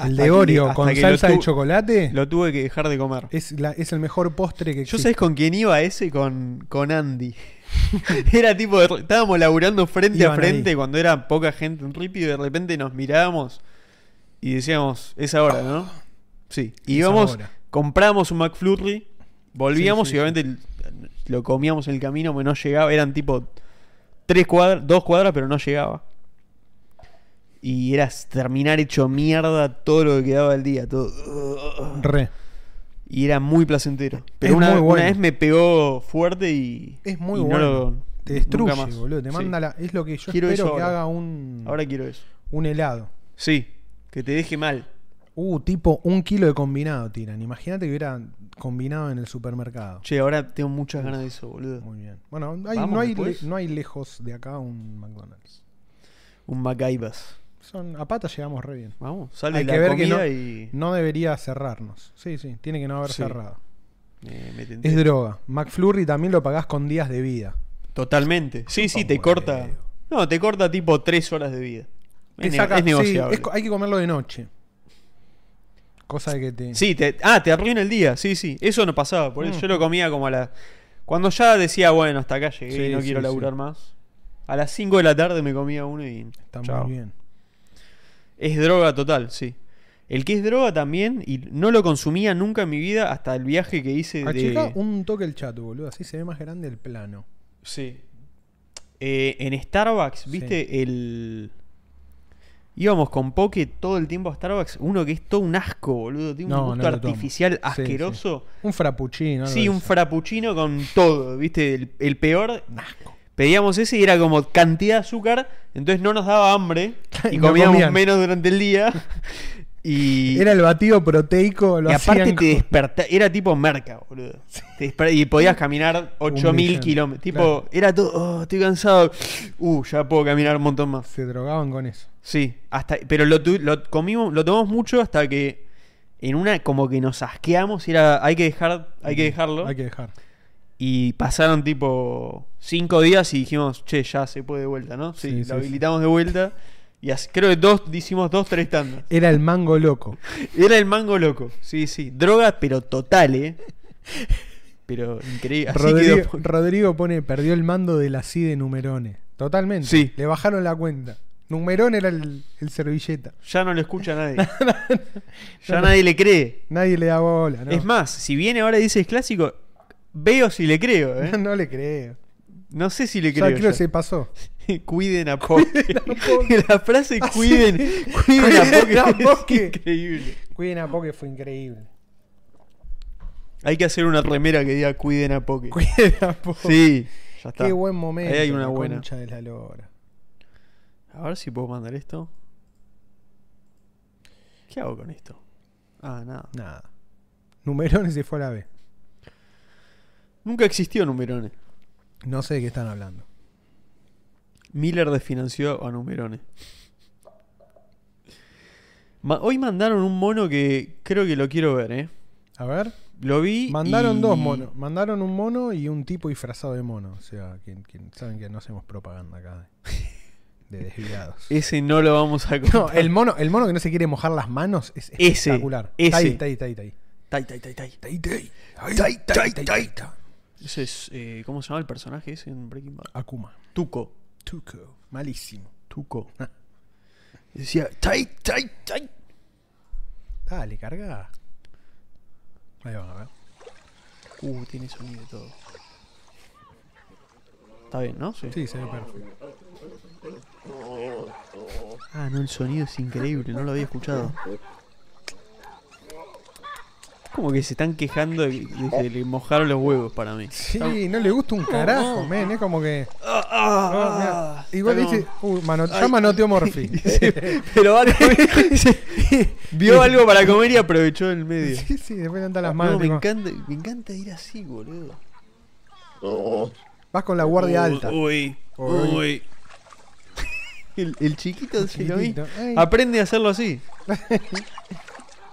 el
hasta
de
que-
Oreo
hasta
con
que lo
salsa de
tu-
chocolate
Lo tuve que dejar de comer.
es, la- es el mejor postre que
Yo
existe.
sabes con quién iba ese con, con Andy. *laughs* era tipo, de re- estábamos laburando frente
Iban
a frente cuando era poca gente en Ripi y de repente nos mirábamos y decíamos, es ahora, ¿no? Sí. Y
Es
íbamos,
ahora.
compramos un McFlurry, volvíamos
Sí, sí,
y obviamente lo comíamos en el camino, pero no llegaba, eran tipo tres cuadras, dos cuadras, pero no llegaba. Y era terminar hecho mierda todo lo que quedaba del día, todo.
Re.
Y era muy placentero. Pero
Es
una,
muy bueno.
una vez me pegó fuerte y.
Es muy
y no
bueno.
lo-
Te destruye,
nunca más.
boludo. Te
Sí.
manda la- Es lo que yo
Quiero
espero
eso
que
ahora.
haga un,
Ahora quiero eso.
un helado.
Sí, que te deje mal.
Uh, tipo un kilo de combinado tiran. Imagínate que hubiera combinado en el supermercado.
Che, ahora tengo muchas ganas de eso, boludo.
Muy bien. Bueno, hay-
Vamos
no, hay,
después.
le- no hay lejos de acá un McDonald's.
Un Macaibas.
Son, a pata llegamos re bien.
Vamos, sale
Hay
la
que ver que
comida
no-
y.
No debería cerrarnos. Sí, sí, tiene que no haber
Sí.
cerrado.
Me, me tenté.
Es droga. McFlurry también lo pagás con días de vida.
Totalmente. Sí, sí, te
Vamos,
corta.
boludo.
No, te corta tipo tres horas de vida.
Te
Es, ne-
saca-
es
sí,
negociable.
es co- hay que comerlo de noche. Cosa de que te.
Sí, te, ah, te arruina el día, sí, sí. Eso no pasaba, por eso
Mm.
yo lo comía como a las... Cuando ya decía, bueno, hasta acá llegué
Sí,
y no
sí,
quiero
sí.
laburar más. A las 5 de la tarde me comía uno y...
Está
chao.
muy bien.
Es droga total, sí. El que es droga también, y no lo consumía nunca en mi vida hasta el viaje que hice
Achica
de...
un toque el chat, boludo. Así se ve más grande el plano.
Sí. Eh, en Starbucks, ¿viste? El... Íbamos con Poke todo el tiempo a Starbucks. Uno que es todo un asco, boludo. Tiene
No, no
un gusto
lo tomo.
artificial
sí.
asqueroso.
Un frappuccino. algo
Sí,
de
un
eso.
frappuccino con todo, ¿viste? El, el peor.
Un asco.
Pedíamos ese y era como cantidad de azúcar, entonces no nos
*laughs*
daba hambre y
No
comíamos
comían.
menos durante el día.
*laughs*
Y,
Era el batido proteico. Lo
y aparte
hacían
te
con-
despertaba, era tipo merca, boludo. Te desper-
*laughs*
y podías caminar
Un
8000
millón,
kilómetros. Tipo,
claro.
era todo, oh, estoy cansado. Uh, ya puedo caminar un montón más.
Se drogaban con eso.
Sí, hasta, pero lo, tu- lo comimos, lo tomamos mucho hasta que en una como que nos asqueamos y era, hay que dejar, hay que dejarlo.
Mm, Hay que dejar.
Y pasaron tipo cinco días y dijimos, che, ya se puede de vuelta, ¿no? Sí,
Sí,
lo
sí,
habilitamos de vuelta. Y así- creo que dos, hicimos dos, tres tandas.
Era el mango *laughs* loco.
Era el mango loco, sí, sí. Droga, pero total, ¿eh? Pero increíble. Así
Rodrigo,
quedó.
Rodrigo pone, perdió el mando de la CI de Numerone. Totalmente.
Sí.
Le bajaron la cuenta. Numerone era el, el servilleta.
Ya no
*laughs*
lo escucha nadie. ya nadie le cree.
Nadie le da bola. No, *laughs*
Es más, si viene ahora y dices clásico, veo si le creo, ¿eh?
no, no le creo.
No sé si le
Ya
creo.
creo que
ya.
se pasó.
*laughs*
*laughs*
cuiden a Poke. *laughs* La frase
Ah, sí.
cuiden, cuiden,
Cuiden
a
a
Poke
Poke.
*laughs* es increíble.
Cuiden a Poke fue increíble.
Hay que hacer una remera que diga cuiden a Poke.
*laughs* Cuiden a Poke.
Sí, ya está.
Qué buen momento.
Ahí hay una
la
buena.
concha de la lora.
A ver si puedo mandar esto. ¿Qué hago con esto? Ah, nada.
Nada. Numerone se fue a la B.
Nunca existió Numerone.
No sé de qué están hablando.
Miller desfinanció a Numerone. Ma- Hoy mandaron un mono que creo que lo quiero ver, ¿eh?
A ver.
Lo vi.
Mandaron
y-
dos monos. Mandaron un mono y un tipo disfrazado de mono. O sea, que, que saben que no hacemos propaganda acá de, de
*laughs*
desviados.
Ese no lo vamos
*laughs*
a
No,
contar.
el mono, el mono que no se quiere mojar las manos es
Ese,
espectacular. Está ahí,
ese.
está ahí, está ahí, está ahí.
Tai, tai, tai, tai.
Está ahí, está ahí. Está ahí, está ahí, está ahí, está ahí.
Ese es, eh, ¿Cómo se llama el personaje ese en Breaking Bad?
Akuma.
Tuco.
Tuco. Malísimo.
Tuco.
Ah.
Decía, tai, tai, tai.
Dale, carga. Ahí va, a ver.
Uh, tiene sonido y todo. Está bien, ¿no? Sí.
Sí, se ve perfecto.
Ah, no, el sonido es increíble, no lo había escuchado. Como que se están quejando de de que le mojaron los huevos para mí.
Sí, no le gusta un carajo, men. Es como que.
Ah, ah,
Ah, mirá.
ah,
Igual
está
dice.
como-
uh, mano- ya manoteó
*laughs*
Morphy. Sí,
Pero va a comer-
*laughs*
se- vio algo para comer y aprovechó el medio.
sí, sí, después levanta las
No,
manos.
me
tipo,
encanta, me encanta ir así, boludo.
vas con la guardia
Uy,
alta.
Uy,
Uy.
uy. El, el chiquito, se lo vi.
Chiquitito, ay.
Aprende a hacerlo así. *laughs*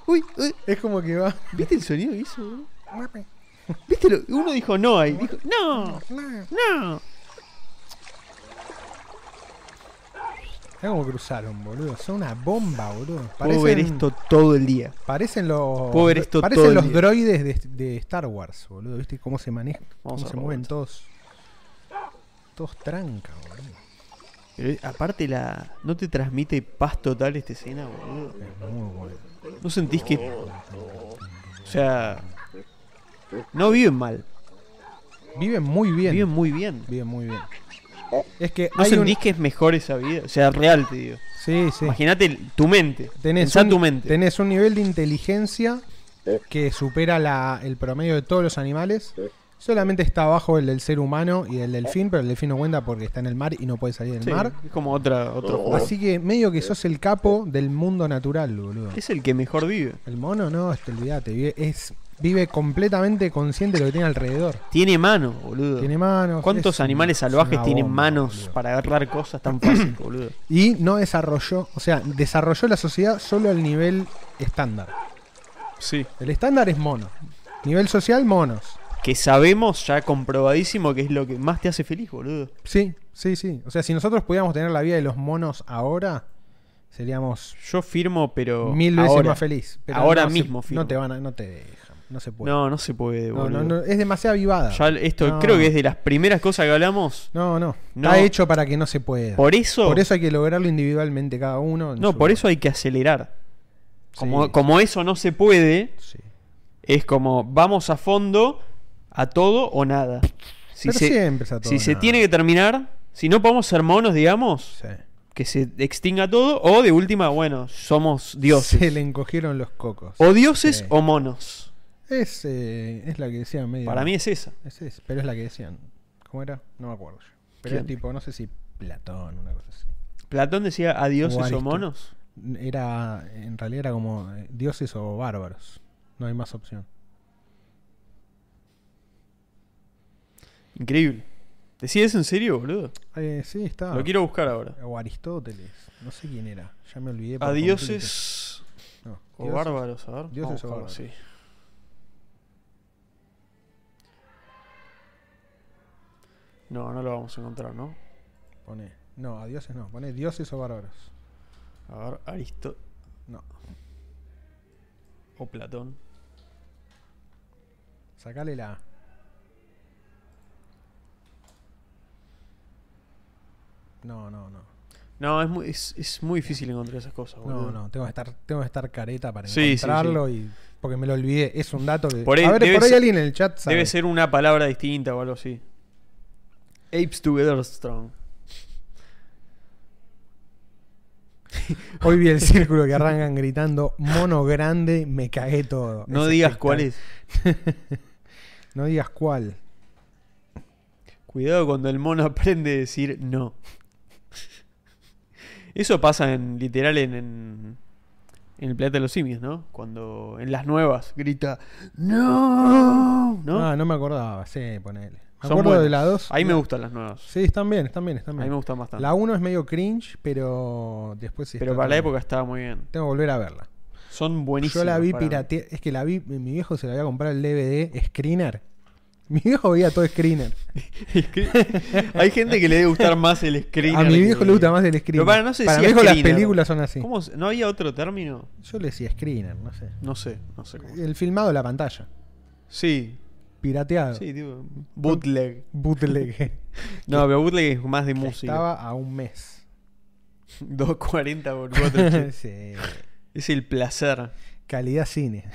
Uy, uy.
Es como que va.
¿Viste el sonido que hizo, boludo? ¿Viste lo- Uno dijo no ahí. Dijo, no, no.
Mirá cómo cruzaron, boludo. Son una bomba, boludo.
Puedo ver
Parecen-
esto todo el día.
Parecen los,
Puedo ver esto
parecen
todo el
los
día.
droides de, de Star Wars, boludo. ¿Viste cómo se manejan? Cómo
Vamos a
se
ver,
mueven
Roberto.
todos. Todos tranca, boludo.
Pero eh, aparte la. ¿No te transmite paz total esta escena, boludo?
Es muy bueno.
¿No sentís que.? O sea. No viven mal.
Viven muy bien.
Viven
Viven,
muy bien.
muy bien. Es que
¿No
hay un...
sentís que es mejor esa vida? O sea, real, te digo.
Sí, sí.
Imagínate el- tu mente.
Tenés
Pensá
un,
tu mente.
tenés un nivel de inteligencia que supera la- el promedio de todos los animales. Solamente está abajo el del ser humano y el delfín, pero el delfín no cuenta porque está en el mar y no puede salir del
Sí,
mar.
Es como otra, otro juego.
Así que medio que sos el capo del mundo natural, boludo.
Es el que mejor vive.
El mono no, este, olvídate, vive, es, vive completamente consciente de lo que tiene alrededor.
Tiene manos, boludo.
Tiene manos.
¿Cuántos
es un-
animales
es una
salvajes tienen
bomba,
manos
boludo.
para agarrar cosas
*clears throat*
tan fácil, boludo?
Y no desarrolló, o sea, desarrolló la sociedad solo al nivel estándar.
Sí.
El estándar es mono. Nivel social, monos.
Que sabemos ya comprobadísimo que es lo que más te hace feliz, boludo.
Sí, sí, sí. O sea, si nosotros pudiéramos tener la vida de los monos ahora, seríamos
Yo firmo, pero.
mil veces
Oh, ahora.
más feliz. Pero
Ahora
no se-
mismo firmo.
No te van a, no te dejan, no se puede.
No, no se puede,
No, no,
boludo.
no, es demasiado vivada.
Ya esto
No.
creo que es de las primeras cosas que hablamos.
No, no,
No.
Está hecho para que no se pueda.
Por eso.
Por eso hay que lograrlo individualmente cada uno. en
no,
su-
por eso hay que acelerar. Como,
Sí.
como eso no se puede,
Sí.
es como vamos a fondo a todo o nada. Si
Pero
se,
siempre es a todo
si
o
se
nada.
tiene que terminar, si no podemos ser monos, digamos,
Sí.
que se extinga todo, o de última, bueno, somos dioses.
Se le encogieron los cocos.
O dioses
Sí.
o monos.
Es, eh, es la que decían medio.
Para mí es esa.
Es ese, pero es la que decían. ¿Cómo era? No me acuerdo yo. Pero
¿Quién?
es tipo, no sé si Platón, una cosa así.
Platón decía a
O
dioses o
Aristo.
monos.
Era, en realidad era como eh, dioses o bárbaros. No hay más opción.
Increíble. ¿Decía eso en serio, boludo?
Eh, sí, está.
Lo quiero buscar ahora.
O Aristóteles. No sé quién era. Ya me olvidé. por
A dioses
completo. No,
o
dioses-
bárbaros, a ver.
dioses
Vamos
o
a buscarlo,
bárbaros.
sí. No, no lo vamos a encontrar, ¿no?
Pone. No, a dioses no. Pone dioses o bárbaros.
A ver, Aristo
No.
o Platón.
Sacale la. A. No, no, no.
No, es muy, es, es muy difícil encontrar esas cosas,
No,
boludo.
no, tengo que estar, tengo que estar careta para
Sí, sí, sí.
encontrarlo y. Porque me lo olvidé. Es un dato que.
Por ahí
a ver,
debe
por ahí
ser-
alguien en el chat sabe.
Debe ser una palabra distinta o algo así. Apes Together Strong.
Hoy vi el círculo que arrancan gritando mono grande, me cagué todo.
No
Es
digas cuál es.
espectacular. No digas cuál.
Cuidado cuando el mono *laughs* aprende a decir no. Eso pasa en literal en, en, en el planeta de los simios, ¿no? Cuando en las nuevas grita no, ¿no?
Ah, no me acordaba, sí, ponele. Me
Son
acuerdo de
buenas.
la 2.
Ahí me gustan las nuevas.
Sí, están bien, están bien, están
A mí me
bien.
gustan bastante.
La 1 es medio cringe, pero después sí
Pero
está
para la
todo
época
bien.
estaba muy bien.
Tengo que volver a verla.
Son buenísimas.
Yo la vi
para mí. *laughs*
pirateada. Es que la vi, mi viejo se la había comprado el DVD Screener. Mi viejo veía todo Screener.
Hay gente que le debe gustar más el screen.
a mi viejo le gusta más el Screener.
Pero para, no se
mi
decía
viejo las
screener.
películas son así.
¿Cómo se- ¿No había otro término?
Yo le decía Screener, no sé.
No sé, no sé cómo.
El filmado de la pantalla.
Sí,
Pirateado.
sí, tipo. Bootleg.
Bootleg.
No, pero bootleg es más de
Que
*laughs* música. *laughs*
Estaba a un mes.
240
*laughs*
por 480.
Sí.
Es el placer.
Calidad cine.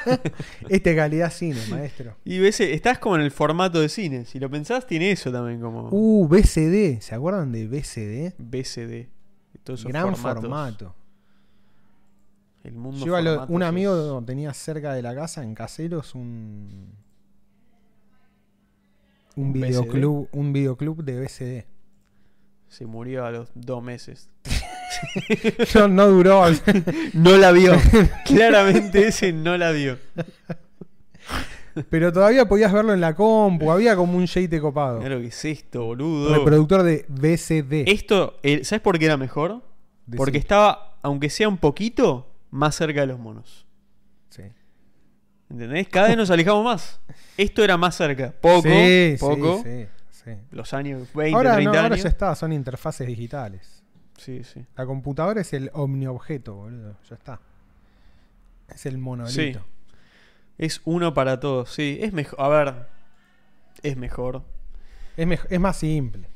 *laughs* este calidad cine, maestro.
Y ves, eh, estás como en el formato de cine. Si lo pensás, tiene eso también como
Uh, BCD. ¿Se acuerdan de BCD?
BCD. Todos esos
Gran
formatos.
formato.
El mundo
Yo iba a lo-
formatos
un
es-
amigo tenía cerca de la casa en Caseros un un,
¿Un BCD?
videoclub, un videoclub de BCD.
Se murió a los dos
*laughs*
meses.
No, no duró.
No la
*laughs*
vio. Claramente ese no la vio.
pero todavía podías verlo en la compu, había como un jate copado.
Mirá lo que es esto, boludo.
Reproductor de BCD.
Esto, eh, ¿sabes por qué era mejor?
Decí.
Porque estaba, aunque sea un poquito, más cerca de los monos.
Sí.
¿Entendés? Cada vez nos alejamos más. Esto era más cerca. Poco,
Sí, sí,
poco.
sí, sí.
Los años 20,
ahora, no,
30
ahora
años.
ya está, son interfaces digitales.
Sí, sí.
La computadora es el omniobjeto, boludo. Ya está. Es el monolito.
Sí. Es uno para todos, sí. Es mejor. A ver. Es mejor.
Es, mej- es más simple.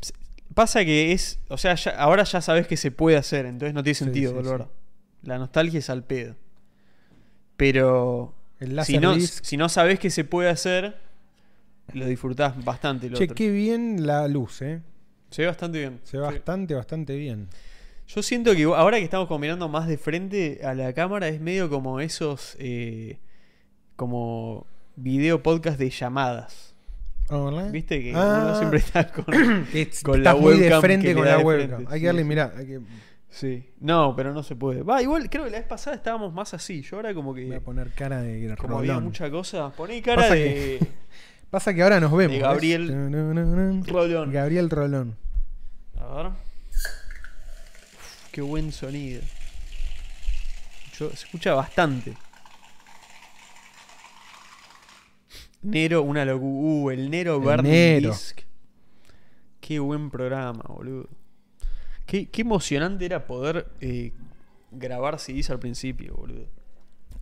Pasa que es. O sea, ya- ahora ya sabes que se puede hacer, entonces no tiene
Sí,
sentido,
sí,
Dolor. La nostalgia es al pedo. Pero.
El láser
Si no,
disc.
si no sabes que se puede hacer, lo disfrutás bastante. Lo
Che,
otro.
qué bien la luz, ¿eh?
Se ve bastante bien.
Se ve
Sí.
bastante, bastante bien.
Yo siento que ahora que estamos combinando más de frente a la cámara, es medio como esos. eh, como video podcast de llamadas.
Hola.
Viste que
Ah,
uno siempre está
*coughs*
con.
que es-
con
estás
la
muy de
webcam que
frente con
le da
la
de
webcam.
frente,
hay
sí,
que darle,
sí.
mirá. hay que-
Sí. No, pero no se puede. Va, igual creo que la vez pasada estábamos más así. Yo ahora como que.
Voy a poner cara de
Como había
rolón.
mucha cosa. Poné cara
Pasa
de. *laughs*
Pasa que ahora nos vemos. ¿ves?
Gabriel
Tarararán.
Rolón.
Gabriel Rolón.
A ver. Uf, qué buen sonido. Yo- se escucha bastante. Nero, una locura. Uh, el Nero
El
Burning
Nero.
Disc. Qué buen programa, boludo. Qué, qué emocionante era poder eh, grabar CDs al principio, boludo.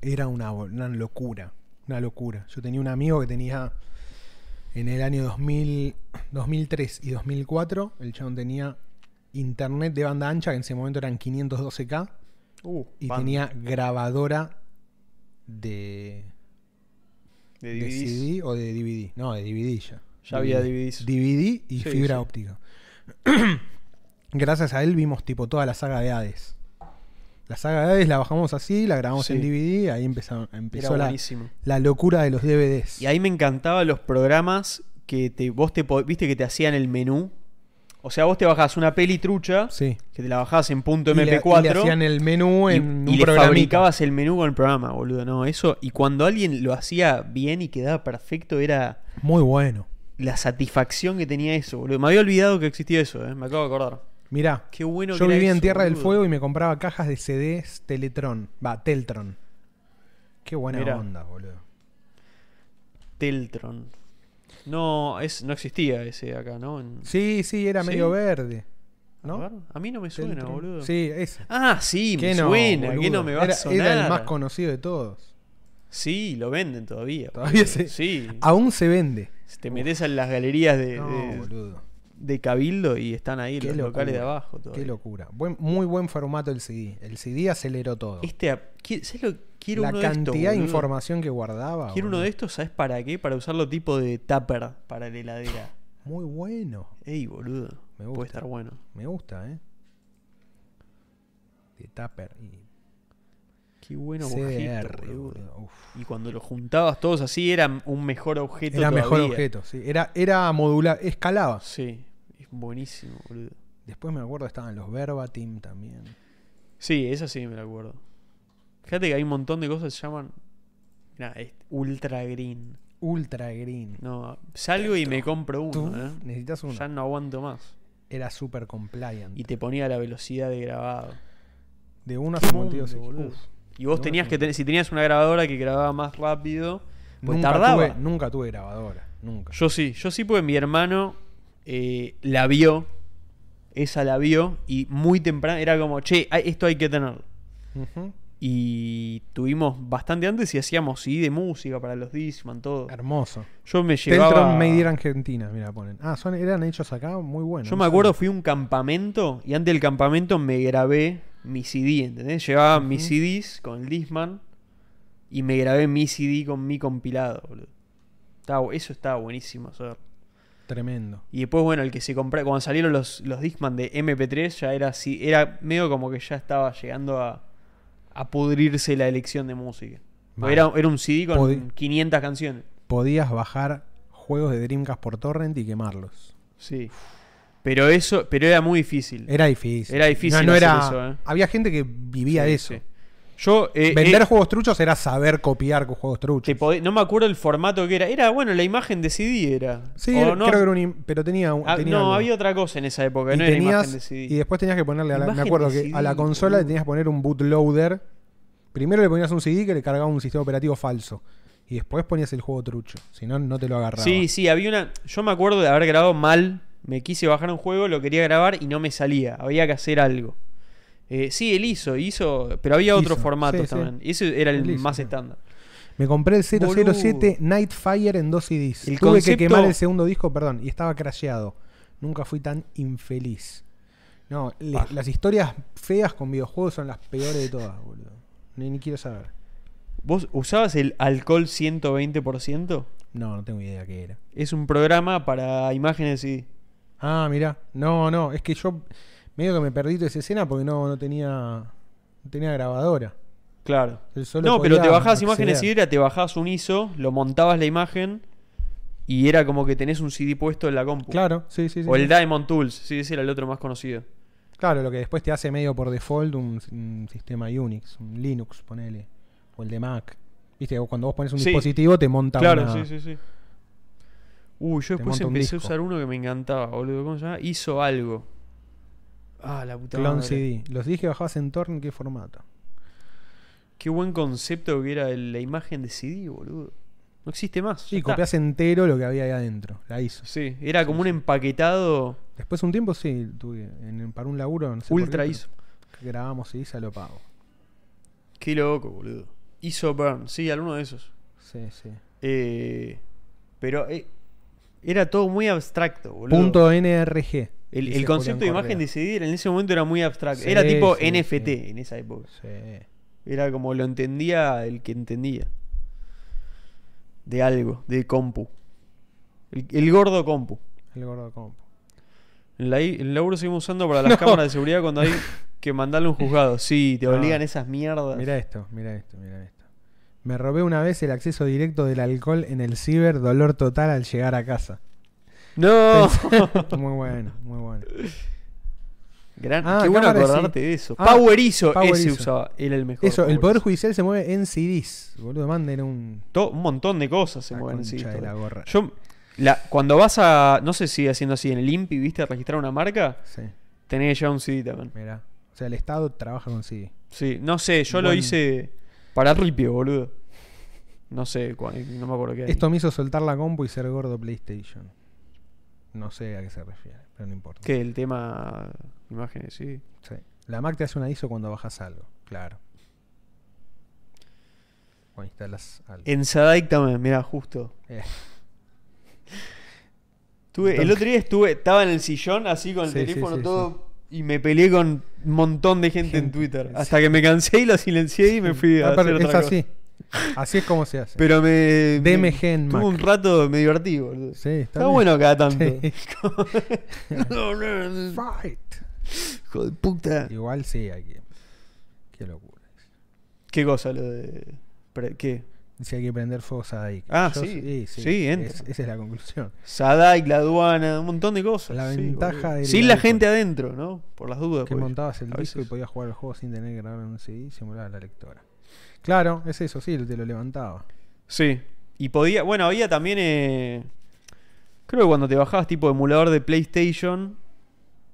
Era una, bo- una locura. Una locura. Yo tenía un amigo que tenía en el año 2000, 2003 y 2004. El chabón tenía internet de banda ancha, que en ese momento eran 512K.
Uh,
Y
pan,
tenía grabadora de,
de
de
DVDs.
CD o de DVD. No, de DVD ya.
Ya había DVDs.
DVD y
Sí,
fibra
sí.
óptica. *clears throat* Gracias a él vimos tipo toda la saga de Hades. La saga de Hades la bajamos así, la grabamos
Sí.
en DVD, ahí empezaron,
Era
empezó la,
buenísimo.
la locura de los DVDs.
Y ahí me encantaban los programas que te, vos te po- viste que te hacían el menú. O sea, vos te bajás una peli trucha,
sí.
que te la bajás en punto
Y le-
MP4
y le hacían el menú
y-
en
y
un
le
programita.
fabricabas el menú con el programa, boludo. No, eso. Y cuando alguien lo hacía bien y quedaba perfecto, era
Muy bueno.
la satisfacción que tenía eso, boludo. Me había olvidado que existía eso, eh, me acabo de acordar.
Mirá,
Qué bueno
yo
que era
vivía en
eso,
Tierra del
boludo.
Fuego y me compraba cajas de CDs Teletron. Va, Teltron. Qué buena
Mirá.
onda, boludo.
Teltron. No, es, no existía ese acá, ¿no? En-
Sí, sí, era
¿Sí?
medio verde.
A,
¿No?
ver, a mí no me suena,
Teltron.
boludo.
Sí, ese.
Ah, sí, me
Que no,
suena, que
boludo.
no me va
era,
a sonar.
Era el más conocido de todos.
Sí, lo venden todavía.
Todavía
boludo.
se-
Sí.
Aún se vende.
Si te metes en las galerías de,
no,
de-
boludo.
de Cabildo y están ahí
Qué
los locales de
locura,
abajo.
Qué
Todavía.
locura. Buen- muy buen formato el CD. El CD aceleró todo.
Este, ap- qui- ¿sabes lo? Quiero
La
uno
cantidad
de estos.
de
boludo.
información que guardaba.
Quiero uno
boludo.
de estos, ¿sabes para qué? Para usarlo tipo de tupper para la heladera.
Muy bueno.
Ey, boludo.
Me
Puede
gusta.
estar bueno.
Me gusta, ¿eh? De Tupper y
Qué bueno
CDR,
objeto, boludo.
boludo. Uf.
Y cuando los juntabas todos así, era un mejor objeto.
Era mejor
todavía.
objeto, sí. Era, era modular, escalaba.
Sí, es buenísimo, boludo.
Después me acuerdo estaban los verbatim también.
Sí, esa sí me la acuerdo. Fíjate que hay un montón de cosas que se llaman. Mirá, este, Ultra Green.
Ultra Green.
No, salgo y me compro
Tú
uno, ¿eh?
necesitas uno.
Ya no aguanto más.
Era super compliant.
Y te ponía la velocidad de grabado.
De 1 a
Qué
52
mundo, boludo.
Uf,
Y vos
No,
tenías
no.
que tener, si tenías una grabadora que grababa más rápido, pues
nunca
tardaba.
Tuve, nunca tuve grabadora. Nunca.
Yo sí, yo sí porque mi hermano eh, la vio, esa la vio, y muy temprano era como, che, hay- esto hay que tenerlo.
Ujú.
Y tuvimos bastante antes y hacíamos CD de música para los Discman, todo.
Hermoso.
Yo me
Teltron
llevaba.
Made in Argentina, mira, ponen. Ah, son, eran hechos acá, muy buenos. no
Yo me
sabía.
acuerdo, fui a un campamento y antes del campamento me grabé mi CD, ¿entendés? Llevaba mis
Ujú.
CDs con el Disman y me grabé mi CD con mi compilado, boludo. Estaba bu- eso estaba buenísimo hacer.
Tremendo.
Y después, bueno, el que se compró, cuando salieron los, los Discman de MP3, ya era así, era medio como que ya estaba llegando a, a pudrirse la elección de música.
Mal.
Era, era un CD con
Podi-
500 canciones.
Podías bajar juegos de Dreamcast por torrent y quemarlos.
Sí. Pero eso, pero era muy difícil.
Era difícil.
Era difícil
No, no
hacer
era.
eso, eh.
Había gente que vivía
Sí,
de eso.
sí. Yo eh,
Vender
eh,
juegos truchos era saber copiar con juegos
te
truchos.
podé- no me acuerdo el formato que era. Era bueno, la imagen de CD era.
Sí,
O
era-
no,
creo que era un. im- Pero tenía un.
ah,
tenía
no,
algo.
había otra cosa en esa época,
y,
no era
tenías-
imagen de CD.
y después tenías que ponerle a la, me
Imagen
acuerdo
de
que
CD,
a la consola le
boludo.
tenías que poner un bootloader. Primero le ponías un CD que le cargaba un sistema operativo falso. Y después ponías el juego trucho. Si no, no te lo agarraba.
Sí, sí, había una. Yo me acuerdo de haber grabado mal. Me quise bajar un juego, lo quería grabar y no me salía. Había que hacer algo. Eh, sí, el ISO, ISO, pero había otros
ISO,
formatos
sí, sí.
también. Ese era el,
El ISO,
más
claro.
estándar.
Me compré el 007
Boludo.
Nightfire en dos CDs.
El
Tuve que
concepto-
quemar el segundo disco, perdón, y estaba crasheado. Nunca fui tan infeliz. No, le-
Paja.
las historias feas con videojuegos son las peores de todas, boludo. Ni, ni quiero saber.
¿Vos usabas el alcohol 120%?
No, no tengo idea qué era.
Es un programa para imágenes y...
Ah, mirá. No, no, es que yo medio que me perdí toda esa escena porque no, no tenía no tenía grabadora.
Claro.
Él solo
No, pero
podía
te bajabas imágenes
acceder.
sidra, te bajabas un ISO, lo montabas la imagen y era como que tenés un CD puesto en la compu.
Claro, sí, sí, sí.
o el
sí.
Diamond Tools, sí, ese era el otro más conocido.
Claro, lo que después te hace medio por default un, un sistema Unix, un Linux, ponele. O el de Mac. Viste, o cuando vos pones un
Sí.
dispositivo te monta
claro,
una-
sí, sí, sí. Uy, yo
Te
después
monta un
empecé a
disco.
usar uno que me encantaba, boludo. ¿Cómo se llama? Hizo algo. Ah, la puta
clon
madre.
CD. Los dije bajabas en torno, ¿qué formato?
Qué buen concepto que era el- la imagen de CD, boludo. No existe más. ya
Sí,
está.
copias entero lo que había ahí adentro, la hizo.
Sí, era como un empaquetado
Después un tiempo sí, tuve en- para un laburo, no sé por qué,
ultra
pero
ISO.
Grabamos y se lo pago.
Qué loco, boludo. ISO Burn, sí, alguno de esos.
Sí, sí.
Eh, pero eh, era todo muy abstracto, boludo.
Punto NRG.
el, el
dice
concepto de
Julián
imagen de
Correa.
CD era- en ese momento era muy abstracto.
Sí,
era tipo
sí,
NFT
sí.
en esa época.
Sí.
Era como lo entendía el que entendía. De algo, de compu. El, el gordo compu.
El gordo compo.
En la i- el laburo seguimos usando
*laughs*
para las cámaras de seguridad cuando hay que mandarle a un juzgado. Sí, te
No.
obligan esas mierdas.
Mira esto, mira esto, mira esto. Me robé una vez el acceso directo del alcohol en el ciber, dolor total al llegar a casa.
No.
*laughs* muy bueno, muy bueno.
Gran-
Ah,
qué bueno
cámara de se-
acordarte de eso.
Ah,
Power ISO,
Power
ese
ISO.
usaba. Era el mejor.
Eso, el
Power
Poder
ISO.
Judicial se mueve en CDs. Boludo, manden un.
To- un montón de cosas se
la
mueven en
concha
CD.
de la gorra.
Yo, la- cuando vas a, no sé si haciendo así en el INPI, viste, a registrar una marca,
Sí,
tenés que llevar un CD también.
mirá. O sea, el Estado trabaja con CD.
Sí, no sé, yo lo
Buen-
hice para Ripio, boludo. No sé, cua- no me acuerdo qué. año.
Esto me hizo soltar la compu y ser gordo PlayStation. No sé a qué se refiere, pero no importa.
Que el tema imágenes, sí.
Sí. La Mac te hace una ISO cuando bajas algo, claro. O instalas algo.
En Sadaic también, mirá, justo.
Eh.
Tuve, el otro día estuve, estaba en el sillón así con el
Sí, sí,
teléfono
sí,
todo y me peleé con un montón de gente, en
Gente,
Twitter.
sí.
Hasta que me cansé y lo silencié y *laughs* me fui a
Ah, pero
hacer
es
otra cosa.
así. Así es como se hace.
Pero me. me-
DMG en
Tuve
Mac.
un rato, me divertí, boludo.
Sí, está,
Está,
bien.
bueno cada tanto.
Sí.
*laughs* No, no, no.
Fight.
Hijo de puta.
Igual sí, hay que. Qué locura.
¿Qué cosa lo de.? pre- ¿Qué?
Dice hay que prender fuego a Daik.
Ah, sí. Sí, entra.
Es- esa es la conclusión.
Sadaic, la aduana, un montón de cosas.
La
sí,
ventaja
boludo.
del
Sin la
alcohol.
gente adentro, ¿no? Por las dudas.
Que
porque
montabas el
a
disco y
veces-
podías jugar al juego sin tener que grabar en un CD y simular la lectora. Claro, es eso, sí, te lo levantaba.
Sí. Y podía. Bueno, había también. eh, creo que cuando te bajabas tipo emulador de PlayStation,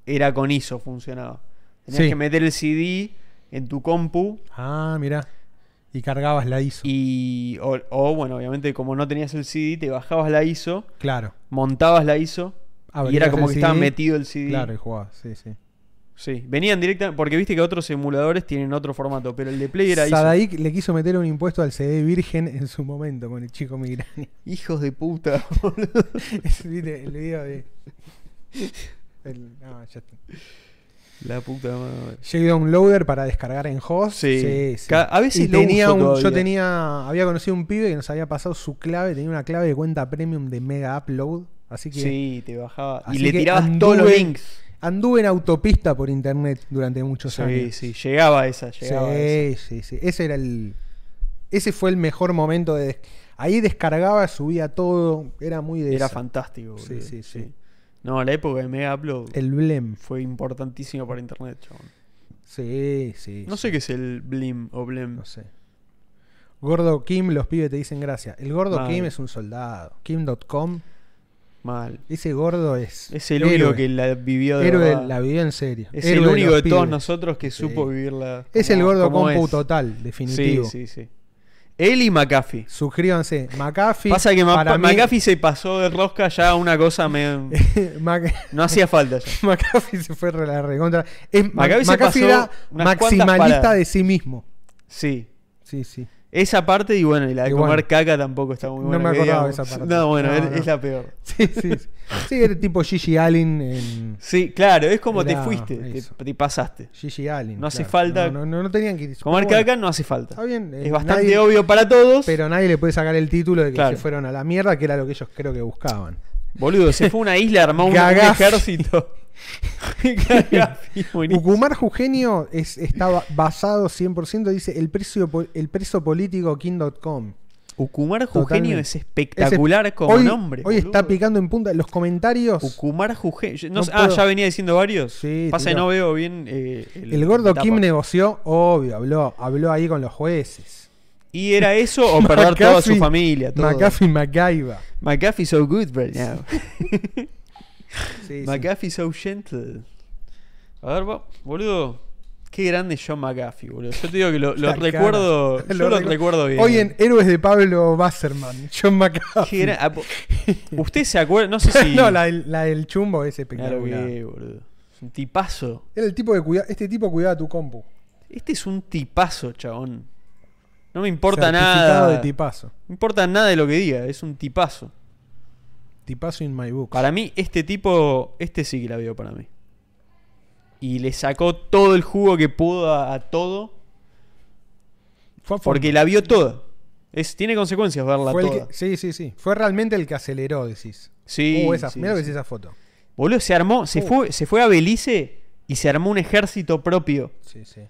era con ISO, funcionaba. Tenías
Sí.
que meter el CD en tu compu
Ah, mirá. Y cargabas la ISO.
y. O, o, bueno, obviamente, como no tenías el CD, te bajabas la ISO,
Claro.
montabas la ISO y
Abrías
era como
el
que estaba
CD,
metido el CD.
Ah, Claro, y jugabas, sí, sí.
Sí. Venían directamente. Porque viste que otros emuladores tienen otro formato, pero el de Play era ISO.
Sadaik le quiso meter un impuesto al CD virgen en su momento con el chico migrante. *laughs*
Hijos de puta, *laughs* boludo.
¿Viste? El video de. el- no, ya está.
La puta madre.
Llegué a un loader para descargar en host.
Sí. Ca- a
A
veces
veces
lo
tenía
uso
un-
todavía.
yo tenía, había conocido un pibe que nos había pasado su clave, tenía una clave de cuenta premium de Mega Upload, así que
Sí, te bajaba. Y
Así
le
que
tirabas todos los
anduve-
links.
anduve en autopista por internet durante muchos
Sí,
años.
sí, llegaba esa,
Sí,
llegaba esa.
sí, sí. Ese era el ese fue el mejor momento de des- ahí descargaba, subía todo, era muy de
Era
esa.
fantástico,
Sí,
boludo.
sí, sí.
No, la época de Mega Upload
el blem.
fue importantísima para internet, chabón.
Sí, sí.
No
sí.
sé qué es el Blim o Blem.
No sé. Gordo Kim, los pibes te dicen gracias. El gordo
Mal.
Kim es un soldado. Kim.com.
Mal.
Ese gordo es.
Es el
héroe.
único que la vivió de
Héroe,
verdad.
la vivió en serio.
Es
Héroe
el
de
único
los
de todos
pibes.
nosotros que supo
Sí.
vivirla.
Es
como-
el gordo
como
compu
es.
total,
Sí,
definitivo.
sí, sí. Él y McAfee.
Suscríbanse. McAfee.
Pasa que Ma-
para mí-
McAfee se pasó de rosca ya a una cosa medio-
*laughs* Mac-
No hacía falta ya.
*laughs* McAfee se fue a la recontra. Es- Ma- McAfee,
McAfee se pasó
era
unas cuantas
maximalista
paradas.
de sí mismo.
Sí.
Sí,
*laughs*
sí.
Esa parte y bueno, y la de
Y
comer
bueno.
caca tampoco está muy
No
buena.
me
que
acordaba de
digamos.
esa parte.
*laughs* No, bueno,
No,
es,
no.
es la peor.
Sí, sí. sí. Sí, era tipo Gigi Allen en.
Sí, claro, es como te
Era
fuiste, te,
eso.
te pasaste.
Gigi Allen.
No hace
claro.
falta-
No, no, no- no tenían que ir.
Comer
Pero bueno,
caca no hace falta.
Está bien. eh,
es bastante
nadie-
obvio para todos.
Pero nadie le puede sacar el título de que
Claro.
se fueron a la mierda, que era lo que ellos creo que buscaban.
Boludo, se fue a una isla, armó un, un
Gagafi.
ejército.
*laughs*
*laughs* Gagafi, buenísimo.
Ucumar Jugenio es, estaba basado 100%, dice el preso, po- el preso político King.com.
Ucumar Jugenio
Totalmente.
es espectacular como
hoy,
nombre.
Hoy
boludo.
está picando en punta los comentarios.
Ucumar Jugenio. No
No
sé- ah,
puedo.
ya venía diciendo varios.
Sí,
Pasa que
tiró.
no veo bien. eh,
el gordo
la
Kim
tapa.
negoció, obvio, habló, habló ahí con los jueces.
¿Y era eso
*laughs*
o perder toda su
McAfee-
familia? todo?
McAfee MacGyver.
McAfee so good right now.
Sí, sí.
McAfee so gentle. A ver, va- boludo. Qué grande John McAfee, boludo. Yo te digo que lo,
*laughs*
lo
La cara.
recuerdo.
Lo
yo lo
recu-
recuerdo bien.
Hoy en Héroes de Pablo Basserman, John
Qué
McAfee. *laughs*
gran- ah, po- Usted se acuerda, no sé si.
no, la del, la del chumbo es
Ya lo
espectacular.
vi, boludo. Es un tipazo.
Era el tipo que cuida, este tipo cuidaba tu compu.
Este es un tipazo, chabón. No me importa
Certificado
nada.
de tipazo.
No importa nada de lo que diga, es un tipazo.
Tipazo in my book.
Para mí, este tipo, este sí que la vio para mí. Y le sacó todo el jugo que pudo a, a todo,
Fue a fondo.
porque la vio toda. Es, tiene consecuencias verla
Fue el
toda.
que- sí, sí, sí. Fue realmente el que aceleró, decís.
Sí,
Uh, esa,
sí,
mirá lo que
sí.
es esa foto.
Boludo, se armó, se,
Uh.
fue, se fue a Belice y se armó un ejército propio.
Sí, sí.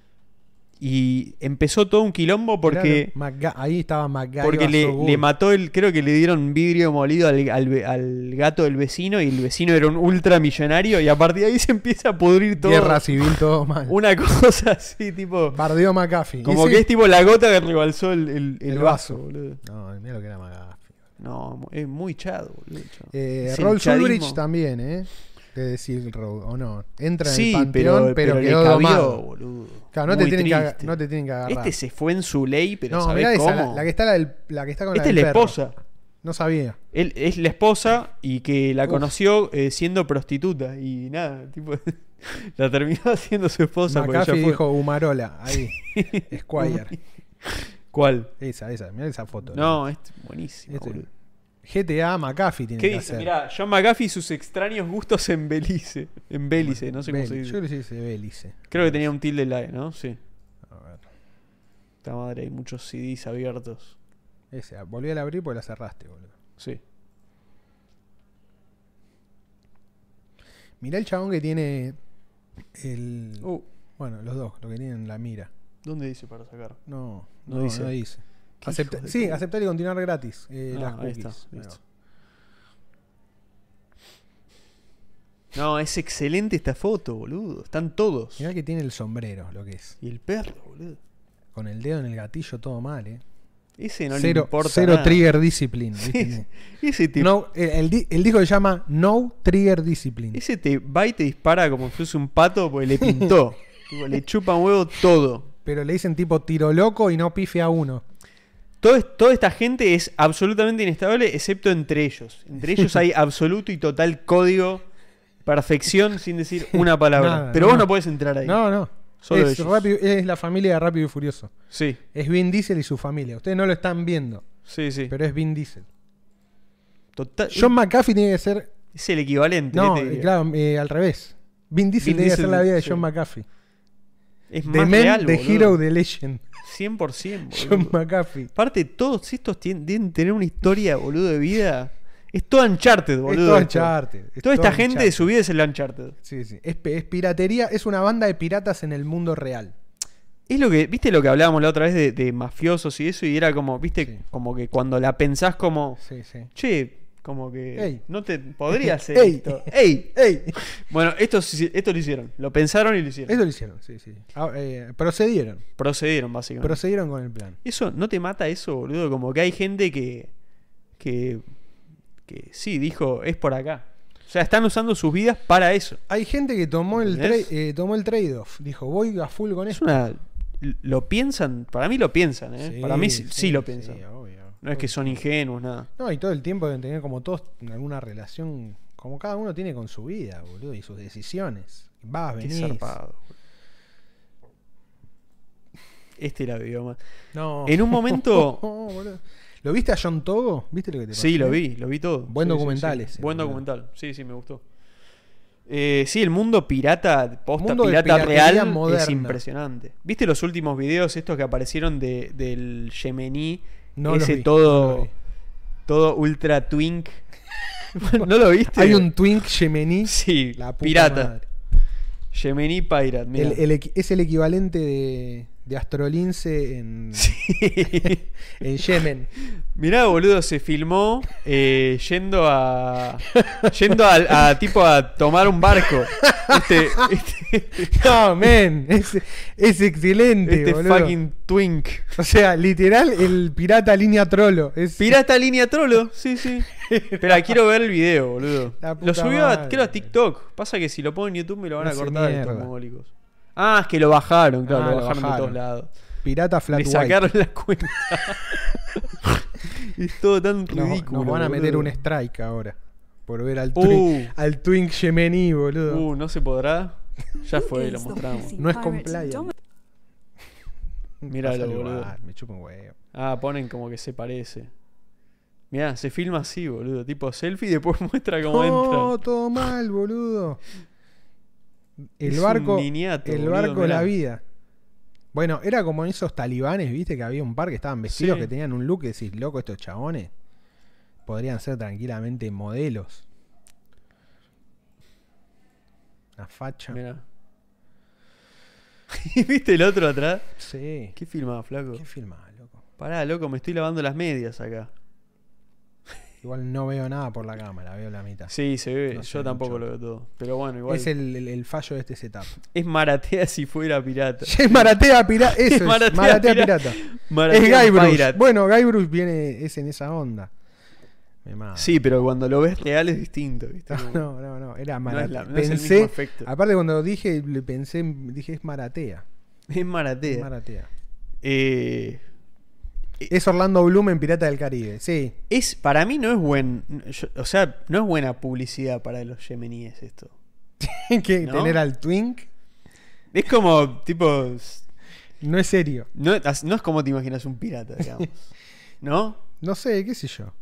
Y empezó todo un quilombo porque,
Claro, Maga- ahí estaba MacGyver.
porque le,
so good.
le mató el. Creo que le dieron vidrio molido al, al ve- al gato del vecino y el vecino era un ultramillonario. Y a partir de ahí se empieza a pudrir todo.
Guerra civil,
*laughs*
todo mal.
Una cosa así, tipo.
Bardeó McAfee.
Como
Y
que este
sí.
es tipo la gota que rebalsó el, el- el
El
vaso,
vaso.
boludo.
No, mirá lo que era McAfee.
No, mu- es muy chado, boludo. chao.
Eh,
Es el
Rolls
chadismo.
Ulrich también, ¿eh? De decir, Ro- o no. Entra en
Sí,
el panteón, pero,
pero, pero le
quedó
cabió,
domado.
boludo.
Claro, no te,
Muy
tienen que, aga-
triste.
no te tienen que agarrar.
Este se fue en su ley, pero
no,
¿sabés
mirá esa,
cómo?
la, la que está, la del- la que está con
Esta
la
es
del
la
perro.
esposa.
No sabía.
Él es la esposa y que la
Uf.
conoció eh, siendo prostituta y nada, tipo *laughs* la terminó *laughs* haciendo su esposa porque
McAfee
ya fue.
dijo Humarola,
*laughs*
ahí. Squire.
¿Cuál?
Esa, esa, mirá esa foto.
No, es buenísimo,
Este-
boludo.
GTA McAfee tiene
¿Qué
que
dice?
hacer.
Mirá, John McAfee y sus extraños gustos en Belice. En Belice, no sé cómo
Bel-
se dice.
Yo creo que se dice Belice.
Creo que tenía un tilde en la E, ¿no? Sí.
A ver.
Esta madre, hay muchos CDs abiertos.
Ese, ah, volví a abrir porque la cerraste, boludo.
Sí.
Mirá el chabón que tiene el.
Uh,
Bueno, los dos, lo que tienen la mira.
¿Dónde dice para sacar?
No,
No
no,
dice.
dice. No dice. Acepta- sí, aceptar y continuar gratis. eh,
Ah,
las
ahí
cookies.
está,
Bueno.
listo. No, es excelente esta foto, boludo. Están todos.
Mirá que tiene el sombrero, lo que es.
Y el perro, boludo.
Con el dedo en el gatillo, todo mal, ¿eh?
Ese no le
cero
importa.
cero
nada.
trigger discipline.
*laughs* Sí,
¿viste?
Ese te,
No, el, el di- el disco se llama No Trigger Discipline.
ese te va y te dispara como si fuese un pato porque
*laughs*
le pintó. Tipo, le chupa un huevo todo.
Pero le dicen tipo tiro loco y no pife a uno.
Todo es- toda esta gente es absolutamente inestable, excepto entre ellos.
*laughs*
Entre ellos hay absoluto y total código, perfección, sin decir
*laughs*
una palabra.
Nada,
Pero
no,
vos no
no.
podés entrar ahí.
No, no.
Solo
es,
ellos.
rápido- es la familia de Rápido y Furioso.
Sí,
Es Vin Diesel y su familia. Ustedes no lo están viendo,
sí, sí.
pero es Vin Diesel.
Total-
John McAfee tiene que ser.
es el equivalente.
No,
¿qué te diría?
claro, eh, al revés. Vin Diesel
Vin
tiene que ser
Diesel,
la vida de
sí.
John McAfee.
Es
The
más
Man,
real,
The
boludo.
Hero, The Legend.
100%, *laughs* boludo.
John McAfee.
Aparte, todos estos tienen, deben tener una historia, boludo, de vida. Es todo Uncharted, boludo.
es todo
esto.
Uncharted. es
Toda
todo
esta gente de
Uncharted.
su vida es el Uncharted.
Sí, sí. Es, pe- es piratería, es una banda de piratas en el mundo real.
Es lo que, viste lo que hablábamos la otra vez de, de mafiosos y eso, y era como, viste,
Sí.
como que cuando la pensás como,
Sí, sí.
che, como que
Ey.
no
*laughs*
te podría hacer
Ey.
esto. ¡Ey!
¡Ey!
Bueno, esto, sí- esto lo hicieron, lo pensaron y lo hicieron.
Eso lo hicieron, sí, sí. Ah, eh, procedieron.
Procedieron, básicamente.
Procedieron con el plan.
eso, ¿no te mata eso, boludo? Como que hay gente que, que, que sí, dijo, es por acá. O sea, están usando sus vidas para eso.
Hay gente que tomó el,
¿Entendés?
tra- eh, tomó el trade-off. Dijo, voy a full con
Es
eso.
una Lo piensan, para mí lo piensan, ¿eh? para mí sí, sí lo piensan.
sí, obvio.
no es que son ingenuos, nada.
No, y todo el tiempo deben tener como todos alguna relación, como cada uno tiene con su vida, boludo, y sus decisiones. Vas,
Qué
venís.
zarpado. boludo. Este era bioma.
No.
En
*laughs*
un momento-
Boludo. ¿Lo viste a John Togo? ¿Viste lo que te
Sí,
pasé?
lo vi, lo vi todo.
Buen
Sí, sí,
documental
sí.
ese,
Buen
boludo.
documental, sí, sí, me gustó. Eh, sí, el mundo pirata, posta
Mundo de
pirata
piratería
real es
moderna.
impresionante. ¿Viste los últimos videos estos que aparecieron de- del Yemení?
No los
ese
vi, no
todo,
los vi.
todo ultra twink. *laughs* ¿No lo viste?
Hay un Twink Yemení.
Sí,
La puta
pirata.
madre.
Yemení pirate, mirá.
El- el equi- es el equivalente de, de Astrolince en,
*laughs* Sí.
en
*laughs*
Yemen.
Mirá, boludo, se filmó eh, yendo a. yendo a, a, tipo a tomar un barco. Este, este,
No, men. Es, es excelente,
este
boludo.
fucking twink.
O sea, literal, el pirata línea trolo. Es,
Pirata línea trolo, sí, sí.
*laughs*
Espera, quiero ver el video, boludo.
La puta
Lo subió a,
madre.
creo a TikTok. Pasa que si lo pongo en YouTube me lo van a
Hace
cortar estos
mierda.
mogólicos. Ah, es que lo bajaron, claro,
Ah,
lo
lo
bajaron, de
bajaron.
todos lados.
pirata flat
Le
white.
sacaron la cuenta. *laughs* es todo tan
No,
ridículo.
nos van a meter
boludo.
un strike ahora. Por ver al,
Uh.
twink, al Twink Yemení, boludo.
Uh, no se podrá. Ya fue, lo mostramos.
No es compliant.
Mirá
Pásalo
lo, boludo.
igual, Me chupa un huevo.
Ah, ponen como que se parece. Mirá, se filma así, boludo. Tipo selfie y después *laughs* muestra cómo
No,
entra.
todo mal, boludo. El
Es un
barco.
niñato,
el
boludo,
barco de la
mirá.
vida. Bueno, era como en esos talibanes, viste, que había un par que estaban vestidos,
Sí.
que tenían un look que decís, loco, estos chabones podrían ser tranquilamente modelos. Una facha.
Mirá. *laughs* ¿Viste el otro atrás?
Sí.
¿Qué filmaba, flaco?
¿Qué filmás, loco?
Pará, loco, me estoy lavando las medias acá.
Igual no veo nada por la cámara, veo la mitad.
Sí, se ve.
No sé
Yo tampoco
mucho.
lo veo todo. Pero bueno, igual.
Es el, el- el fallo de este
*laughs*
setup. *laughs*
es maratea si fuera pirata.
Es Maratea Pirata. Eso es,
Maratea
Maratea
Pirata.
Pirata. Es
Maratea
Guybrush.
pirata.
Bueno, Guybrush viene, es en esa onda. Me mata.
Sí, pero cuando lo ves real es distinto, ¿viste? Como-
*laughs* No, no, no. Era
No es la-
Maratea.
no es el mismo
pensé.
efecto.
aparte, cuando lo dije, le pensé, dije es Maratea.
Es maratea.
Es Maratea.
Eh,
Es Orlando Bloom en Pirata del Caribe. Sí. *laughs*
es, para mí no es buen. yo- o sea, no es buena publicidad para los yemeníes esto.
que
¿No?
tener al Twink
Es como, tipo. s-
no es serio.
No, as- no es como te imaginas un pirata,
*laughs*
digamos. ¿No?
No sé, qué sé yo.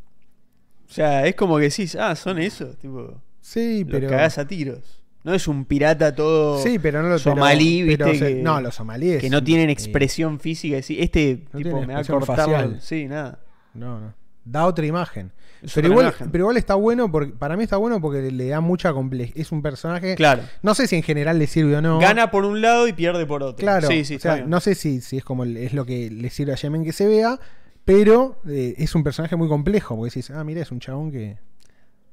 O sea, es como que decís, ah, son esos, tipo.
Sí,
Los
pero.
cagás a tiros. No es un pirata todo.
Sí, pero no lo pero-
somalí,
pero
viste,
se-
que-
No, los somalíes.
que no tienen
sí.
expresión física. decís, este
No
tipo
tienen
me va a
expresión
cortar. la-
facial.
Sí, nada.
No, no. Da otra imagen.
Es
Pero
otra
igual,
imagen.
pero igual está bueno, porque, para mí está bueno porque le, le da mucha complejidad. Es un personaje.
Claro.
No sé si en general le sirve o no.
Gana por un lado y pierde por otro.
Claro.
Sí, sí,
o
está
sea,
bien.
no sé si, si es como el- es lo que le sirve a Yemen que se vea, pero eh, es un personaje muy complejo. Porque decís, ah, mira, es un chabón que.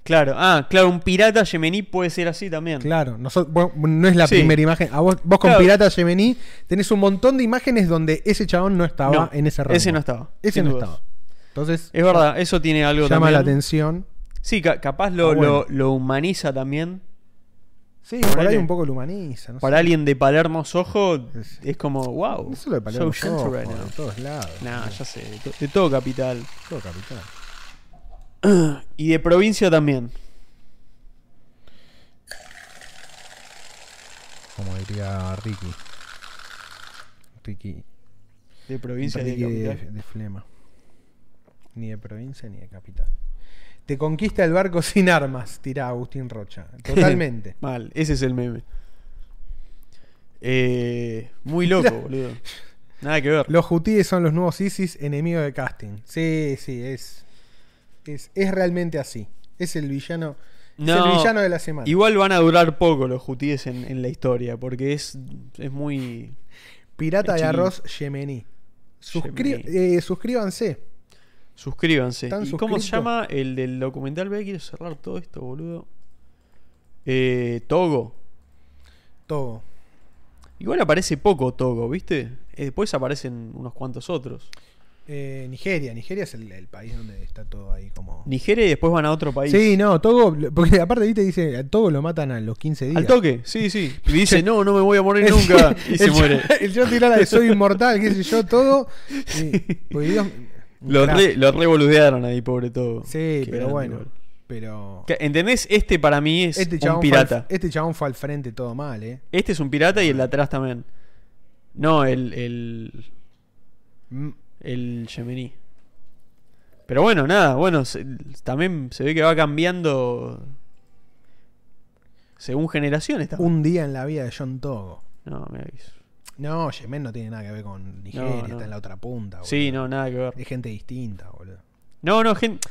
Claro, ah, claro, un pirata yemení puede ser así también.
Claro, noso- bueno, no es la
Sí.
primera imagen. A vos, vos con
Claro.
Pirata Yemení tenés un montón de imágenes donde ese chabón no estaba
No,
en ese rango.
ese no estaba,
Ese
sin
no
dudas.
estaba. Entonces,
Es verdad, eso tiene algo
llama
también.
la atención.
Sí, ca- capaz lo,
Ah, bueno.
lo- lo humaniza también.
Sí, por ahí
Ponele.
un poco lo humaniza. No sé.
Para alguien de Palermo Sojo,
Es-
es como, wow.
No solo de Palermo,
so gentle
Soho,
right now.
de todos lados.
Nah, ya sé, de, to- de todo capital.
Todo capital.
Y de provincia también.
Como diría Ricky. Ricky.
De provincia y de
Ricky de,
capital.
de Flema. Ni de provincia ni de capital. Te conquista el barco sin armas, tira Agustín
*laughs*
Rocha. Totalmente.
Mal, ese es el meme. Eh,
*laughs*
muy loco, boludo. Nada que ver.
los hutíes son los nuevos ISIS enemigos de casting. Sí, sí, es. Es, es realmente así. Es el villano. es el
No,
villano de la semana.
Igual van a durar poco los jutíes en, en la historia, porque es, es muy.
Pirata de
Chilín.
arroz yemení. Suscri-
Yemení.
eh, suscríbanse.
Suscríbanse.
¿Están
¿Y cómo se
suscritos?
llama el del documental? Ve, quiero cerrar todo esto, boludo. Eh, Togo.
Todo.
Igual aparece poco Togo, ¿viste? Eh, después aparecen unos cuantos otros.
Eh, Nigeria, Nigeria es el, el país donde está todo ahí como.
Nigeria y después van a otro país.
Sí, no, Togo, porque aparte, viste, dice, a Togo lo matan a los 15 días.
Al toque, sí, sí. Y dice,
Sí.
no, no me voy
*laughs*
a morir nunca. Y se
el,
muere.
*laughs* El yo tirar la de soy inmortal, qué sé yo, todo. Y, porque
*laughs*
Dios-
Lo,
Crack.
re, lo revoludearon ahí, pobre todo.
Sí,
Qué
pero
grande,
bueno.
boludo.
Pero.
Que- ¿Entendés? Este para mí es
Este
un
chabón, Fue al,
pirata.
este chabón fue al frente todo mal, ¿eh?
Este es un pirata y el de atrás también. No, el. el.
Mm,
el Yemení. Pero bueno, nada, bueno, se- también se ve que va cambiando. Según generaciones también.
Un día en la vida de John Togo.
No, me aviso.
No, Yemen no tiene nada que ver con Nigeria,
No, no.
está en la otra punta, boludo.
Sí, no, nada que ver.
Es gente distinta, boludo.
No, no, gente.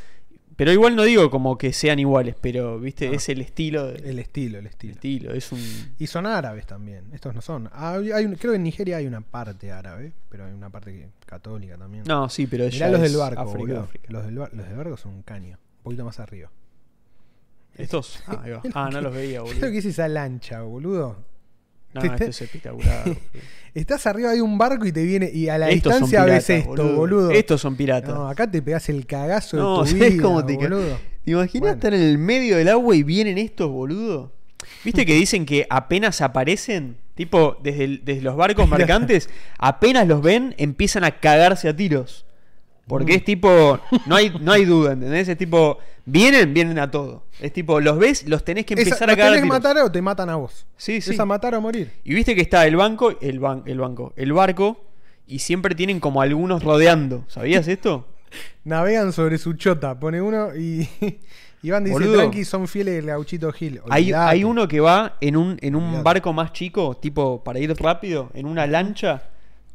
Pero igual no digo como que sean iguales, pero, viste,
No.
es el estilo. de-
Ah. El estilo, el
el
estilo.
estilo, es un.
Y son árabes también. Estos no son. Hay, hay un- creo que en Nigeria hay una parte árabe, pero hay una parte que- católica también.
No, sí, pero
Mirá
ya
los
es
del barco,
África,
boludo.
África.
Los, del, bar- los del barco son un caño. Un poquito más arriba.
Estos. Ah, ahí va.
*laughs*
Ah, no los veía,
Creo
boludo.
que es esa lancha, boludo.
No, no, esto es
*laughs*
espectacular. boludo.
Estás arriba de un barco y te viene. Y a la
Estos son
distancia
piratas,
ves esto, boludo.
Estos son piratas.
no, acá te pegás el cagazo
No,
de tu
*laughs* ¿sabés
vida,
cómo te ca-
boludo.
¿Te imaginas
Bueno.
estar en el medio del agua y vienen estos, boludo? ¿Viste que dicen que apenas aparecen? Tipo, desde, el- desde
*laughs*
los barcos mercantes, apenas los ven, empiezan a cagarse a tiros. Porque
Mm.
es tipo, no hay, no hay duda, ¿entendés? Es tipo, vienen, vienen a todo. Es tipo, los ves, los tenés que
Esa-
empezar
¿los
a cagar a
tenés que
tiros.
matar o te matan a vos?
Sí, sí.
Es a matar o morir.
Y viste que está el banco, el, ban- el banco, el barco, y siempre tienen como algunos rodeando. ¿Sabías esto?
Navegan sobre su chota, pone uno y. *laughs* Iván dice:
Boludo.
Tranqui, son fieles del gauchito Gil.
Hay,
Olvidate.
hay uno que va en un, en un
Olvidate.
barco más chico, tipo para ir rápido, en una lancha,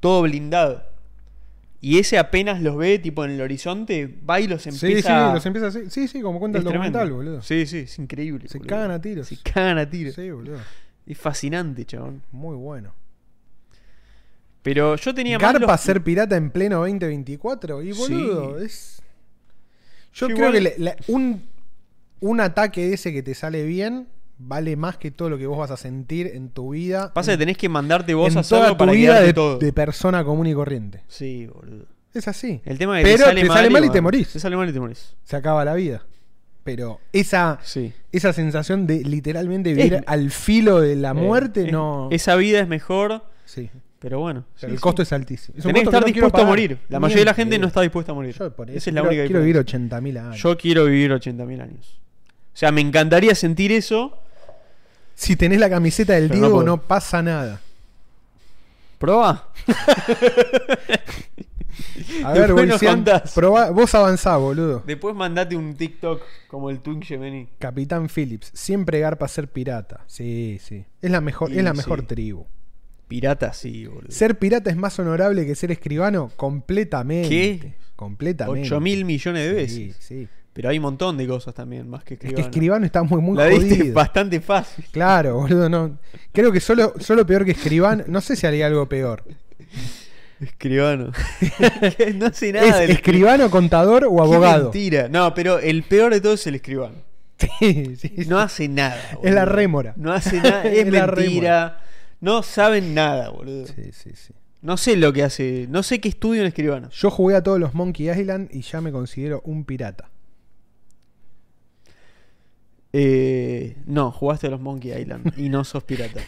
todo blindado. Y ese apenas los ve, tipo en el horizonte, va y los
Sí,
empieza.
sí, los empieza así. Sí, sí, como cuenta
Es
el
tremendo.
documental, boludo.
Sí, sí, es increíble.
Se
boludo.
cagan a tiros.
Se cagan a tiros.
Sí, boludo.
Es fascinante, chabón.
Muy bueno.
Pero yo tenía más.
Garpa
los-
ser pirata en pleno 2024. Y boludo,
Sí.
es. Yo
Yo
creo
igual-
que la- la- un, un ataque de ese que te sale bien vale más que todo lo que vos vas a sentir en tu vida.
Pasa que
en,
tenés que mandarte vos
en
a
toda
hacerlo
tu
para
vida
quedarte
de,
todo.
de persona común y corriente.
Sí, boludo.
Es así.
El tema es que
Pero
te sale
te
mal,
sale mal y
bueno,
te morís.
Te sale mal y te morís.
Se acaba la vida. Pero esa,
Sí.
esa sensación de literalmente vivir
Es-
al filo de la muerte,
Eh, es-
no.
Esa vida es mejor,
sí.
pero bueno.
Pero
sí,
el
sí.
costo es altísimo. Es un
Tenés que
costo
estar
no quiero
dispuesto a
pagar.
morir. La mayoría de la gente
Bien,
no está dispuesta a morir.
yo por eso
Esa es la
quiero,
única
quiero vivir
diferencia.
80.000 años.
Yo quiero vivir 80.000 años. O sea, me encantaría sentir eso.
Si tenés la camiseta del
Pero no
Diego,
puedo.
no, pasa nada. *laughs*
Proba.
A
Después
ver,
nos
Bolsian,
contás.
probá- vos avanzá, boludo.
Después mandate un TikTok como el Twin Gemini.
Capitán Phillips, siempre garpa ser pirata. Sí, sí. Es la mejor,
Y
es la
sí.
mejor tribu.
Pirata, sí, boludo.
Ser pirata es más honorable que ser escribano completamente.
¿Qué?
Completamente.
8 mil millones de
Sí,
veces.
sí.
Pero hay un montón de cosas también, más que
Es
escribano.
que escribano está muy, muy
la diste
jodido. *laughs*
bastante fácil.
Claro, boludo, no. Creo que solo, solo peor que escribano. No sé si haría algo peor.
Escribano. *laughs* no hace nada.
¿Es
del-
escribano, contador o
Qué
abogado?
Mentira. No, pero el peor de todo es el escribano.
*laughs* Sí, sí, *laughs* sí.
No hace nada.
Es la
boludo.
rémora.
No hace
*laughs*
nada. Es,
Es la
mentira. No saben nada, boludo.
Sí, sí, sí.
No sé lo que hace. No sé qué estudio en escribano.
Yo jugué a todos los Monkey Island y ya me considero un pirata.
Eh, no, jugaste a los Monkey Island y no
*laughs*
sos pirata.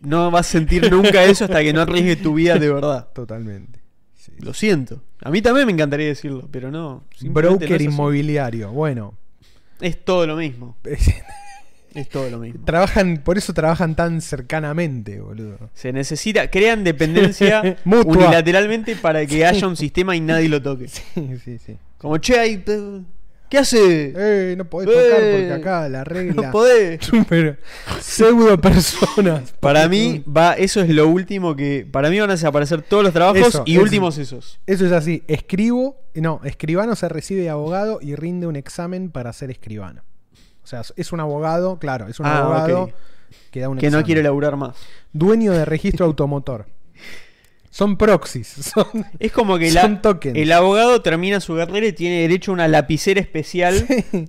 No vas a sentir nunca eso hasta que no arriesgues tu vida de verdad.
Totalmente. Sí.
Lo siento. A mí también me encantaría decirlo, pero no. simplemente
Broker
no es así.
inmobiliario. Bueno. *laughs*
Es todo lo mismo. Es todo lo mismo.
trabajan, por eso trabajan tan cercanamente,
*laughs*
boludo.
Se necesita, crean dependencia
*laughs* Mutua.
unilateralmente para que haya un sistema y nadie lo toque.
Sí, sí, sí.
Como, che, ahí, pe- ¿qué hace?
Eh, no podés
Eh.
tocar porque acá la regla. *laughs*
*laughs* No podés.
Pero pseudo personas.
Para mí, va, eso es lo último que. Para mí van a desaparecer todos los trabajos
Eso,
y
eso.
últimos esos.
Eso es así. Escribo. No, escribano se recibe de abogado y rinde un examen para ser escribano. O sea, es un abogado, claro, es un
Ah,
abogado
ok.
que da un
Que no
examen.
quiere laburar más.
Dueño de registro automotor. Son proxies. *laughs* Son...
Es como que
Son
la-
tokens.
el abogado termina su carrera y tiene derecho a una lapicera especial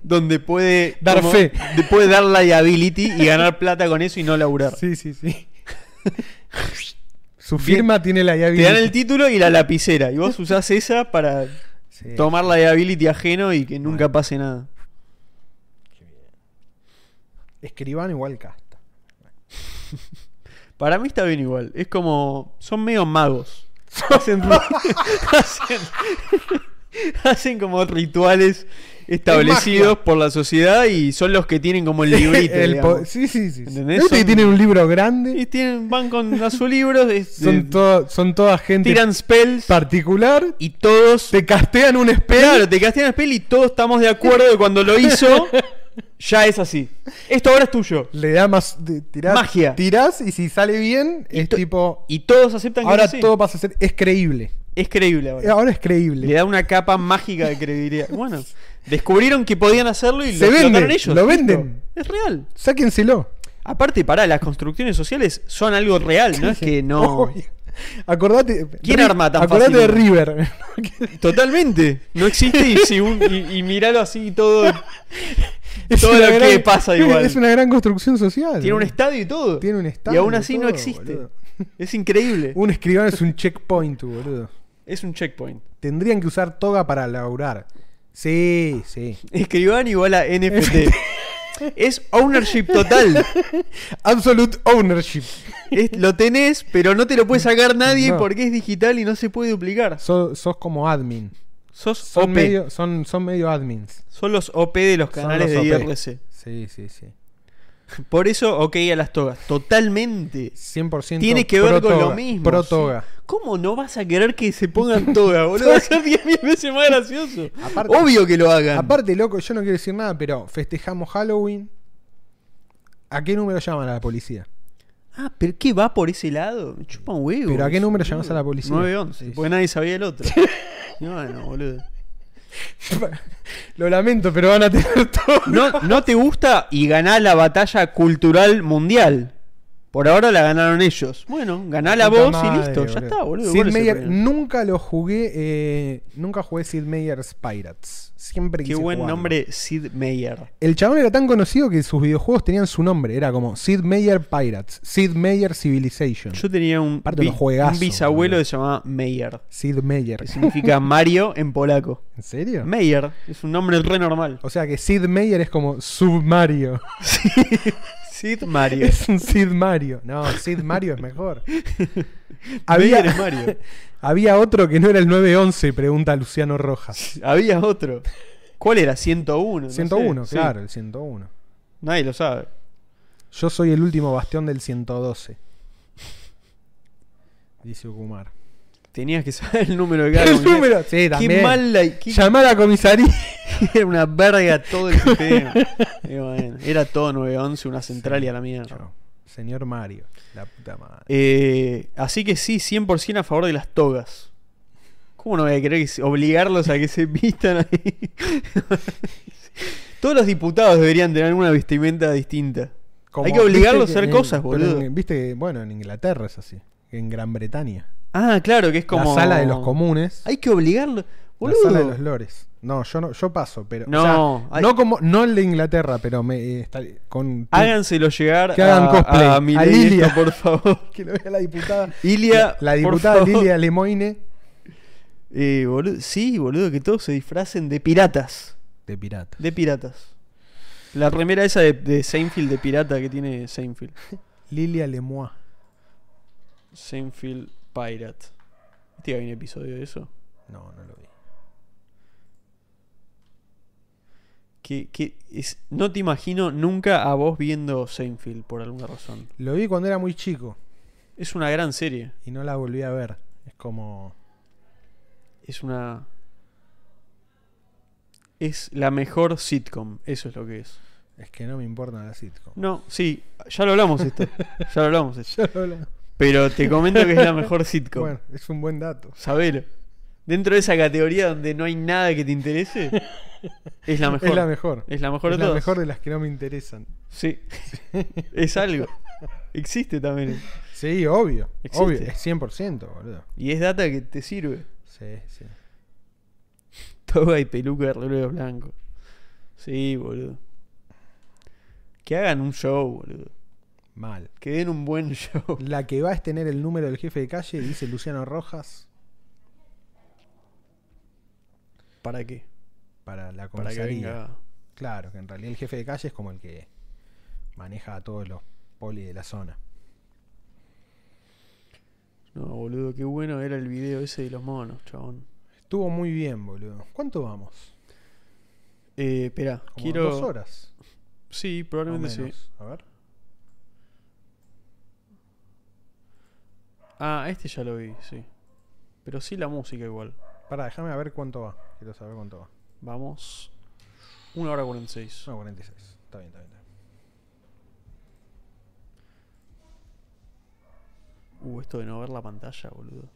donde puede
Dar fe.
de- puede
*laughs*
dar liability y ganar plata con eso y no laburar.
Sí, sí, sí. *laughs* Su firma tiene la
Te
liability.
dan el título y la lapicera. Y vos usás esa para
Sí.
tomar la liability ajeno y que nunca pase nada.
Escribano igual casta.
Para mí está bien igual. Es como. Son medio magos.
*laughs*
Hacen, hacen, *laughs* hacen como rituales establecidos por la sociedad y son los que tienen como el
*laughs*
librito.
El po-
digamos.
sí, sí, sí. sí.
¿Entendés?
¿Viste que
Son-
tienen un libro
y
grande?
tienen, van con a su libro, es- eh,
Son, todo- son toda gente
tiran spells
particular.
y todos.
Te castean un spell.
Claro, te castigan spell y todos estamos de acuerdo que cuando
*laughs*
lo hizo, ya es así. Esto ahora es tuyo.
Le da más. de- tirás,
Magia.
Tirás y si sale bien, es
to-
tipo.
Y todos aceptan que
Ahora
es así.
todo pasa a ser. Es creíble.
Es creíble ahora.
Ahora es
Le
creíble.
da una capa mágica de credibilidad. Bueno, descubrieron que podían hacerlo y
Se
lo
vende,
explotaron ellos.
lo
listo.
venden.
Es real.
Sáquenselo.
Aparte, pará, las construcciones sociales son algo real, no
*laughs*
es que no.
Obvio. Acordate.
¿Quién
Ri-
arma tan
Acordate
fácil
de
uno?
River. *laughs*
Totalmente. No existe y, si un- y, y miralo
*laughs*
así todo.
Es
todo
una
lo que pasa igual.
Es una gran construcción social.
Tiene un
boludo.
estadio y todo.
Tiene un
y
estadio,
aún así no
todo,
existe.
boludo.
*laughs* Es increíble.
Un escribano es un checkpoint, boludo.
Es un checkpoint.
Tendrían que usar toga para laburar. Sí, sí.
Escriban igual a NFT. es ownership total.
Absolute ownership.
Es- lo tenés, pero no te lo puede sacar nadie
No.
porque es digital y no se puede duplicar.
So- sos como admin.
Sos
Son
OP.
medio, son, son medio admins.
Son los OP de los
Son
canales
los
de
OP.
IRC.
Sí, sí, sí.
Por eso, ok a las togas. Totalmente.
100%
Tiene que ver con lo
pro-toga,
mismo.
pro-toga.
sí. ¿Cómo no vas a querer que se pongan toga,
*laughs*
boludo? Va a ser 10.000 veces más gracioso.
Aparte-
Obvio que lo hagan.
Aparte, loco, yo no quiero decir nada, pero festejamos Halloween. ¿A qué número llaman a la policía?
Ah, ¿pero qué va por ese lado? Me chupa un huevo.
¿Pero a qué número llamás a la policía?
911.
Sí, sí.
Porque nadie sabía
*laughs*
el otro. no, no, boludo.
lo lamento, pero van a tener *laughs* todo.
No, no te gusta y ganás la batalla cultural mundial. Por ahora la ganaron ellos. Bueno, ganá la
Puta
voz y
madre,
listo. Ya está, boludo.
Sid
¿Cuál es el
Meier,
problema?
nunca lo jugué. eh, nunca jugué Sid Meier's Pirates. Siempre
Qué
quise
buen
jugarlo.
nombre Sid Meier.
El chabón era tan conocido que sus videojuegos tenían su nombre. Era como Sid Meier Pirates, Sid Meier Civilization,
Yo tenía un,
Aparte unos juegazos,
un bisabuelo
boludo.
que se llamaba Meyer.
Sid Meier. *laughs*
Que significa Mario en polaco.
¿En serio?
Meyer es un nombre re normal.
O sea que Sid Meier es como Sub Mario.
*laughs* Sí. Sid Mario.
Es un Sid Mario. No, Sid Mario es
*laughs*
mejor.
Meyer
había,
es Mario.
*laughs* había otro que no era el 911, pregunta Luciano Rojas.
Había otro. ¿Cuál era? 101. no sé.
101,
Sí.
claro, el 101.
Nadie lo sabe.
Yo soy el último bastión del 112. Dice
*laughs*
Kumar.
Tenías que saber el número
*laughs*
de cada
El
muñeco.
número, sí,
Qué
también.
mal la-
*laughs*
qué-
Llamar a la comisaría.
*laughs* Era una verga todo
*laughs*
el sistema. Y bueno, era todo 911, una central y a la mierda.
Chao. Señor Mario, la puta madre.
Eh, así que sí, 100% a favor de las togas. ¿Cómo no voy a querer que se- obligarlos a que se vistan ahí? *laughs* Todos los diputados deberían tener una vestimenta distinta. hay que obligarlos
viste
a
que
hacer
en-
cosas,
pero
boludo.
en- viste que, bueno, en Inglaterra es así. En Gran Bretaña.
Ah, claro, que es como.
La sala de los comunes.
Hay que obligarlos.
La sala de los
Boludo.
lores. No, yo no, yo paso, pero. o
No,
sea,
hay-
no como, no el de Inglaterra, pero me eh, está- con
Háganselo llegar
Que hagan
a,
cosplay.
a Milei
A Lilia.
esto, *laughs* por favor.
*laughs* que lo vea la diputada.
Ilia,
la
por
diputada
favor.
Lilia Lemoine
Eh, boludo, sí, boludo, que todos se disfracen de piratas.
de pirata.
De piratas. La remera esa de, de Seinfeld de pirata que tiene Seinfeld.
Lilia Lemoine.
Seinfeld Pirate. ¿Viste que había un episodio de eso?
No, no lo vi.
Que, que es, no te imagino nunca a vos viendo Seinfeld por alguna razón.
Lo vi cuando era muy chico
Es una gran serie.
y no la volví a ver. Es como
Es una. Es la mejor sitcom. Eso es lo que es.
es que no me importa la sitcom. *laughs*
No, sí, ya lo hablamos esto. ya lo hablamos esto.
Ya lo hablamos.
Pero te comento que es la mejor sitcom.
Bueno, es un buen dato.
Sabelo. Dentro de esa categoría donde no hay nada que te interese, es la mejor.
Es la mejor.
Es la mejor
Es
de
la
todas.
mejor de las que no me interesan. *laughs*
Sí. es algo. Existe también.
Sí, obvio.
Existe.
Obvio, es 100%, boludo.
Y es data que te sirve.
Sí, sí.
Toga y peluca de reloj blanco. Sí, boludo. Que hagan un show, boludo.
Mal.
Que den un buen *laughs* show.
*laughs* La que va es tener el número del jefe de calle, dice Luciano Rojas,
¿Para qué?
para la
Para que
comisaría.
venga.
Claro, que en realidad el jefe de calle es como el que maneja a todos los poli de la zona.
No, boludo, qué bueno era el video ese de los monos, chabón.
Estuvo muy bien, boludo. ¿Cuánto vamos?
Eh, espera,
Como
quiero.
dos horas.
Sí,
o
probablemente sí.
menos. A ver.
Ah, este ya lo vi, sí. Pero sí la música igual.
Pará, déjame a ver cuánto va. Quiero saber cuánto va.
Vamos. 1 hora 46.
No, 46. Está bien, está bien. está bien.
Uh, esto de no ver la pantalla, boludo.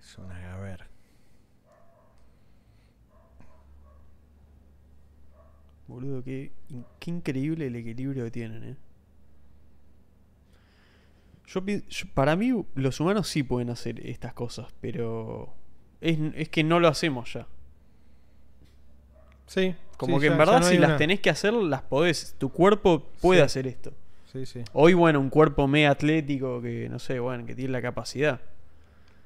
Es una a ver.
Boludo, qué, in- qué increíble el equilibrio que tienen, eh. Yo, pi- yo- para mí, los humanos sí pueden hacer estas cosas, pero. Es, es que no lo hacemos ya.
Sí.
Como
sí,
que
ya-
en
ya
verdad,
no
si
hay
las
una-
tenés que hacer, las podés. Tu cuerpo puede
Sí.
hacer esto.
Sí, sí.
Hoy, bueno, un cuerpo medio atlético que, no sé, bueno, que tiene la capacidad.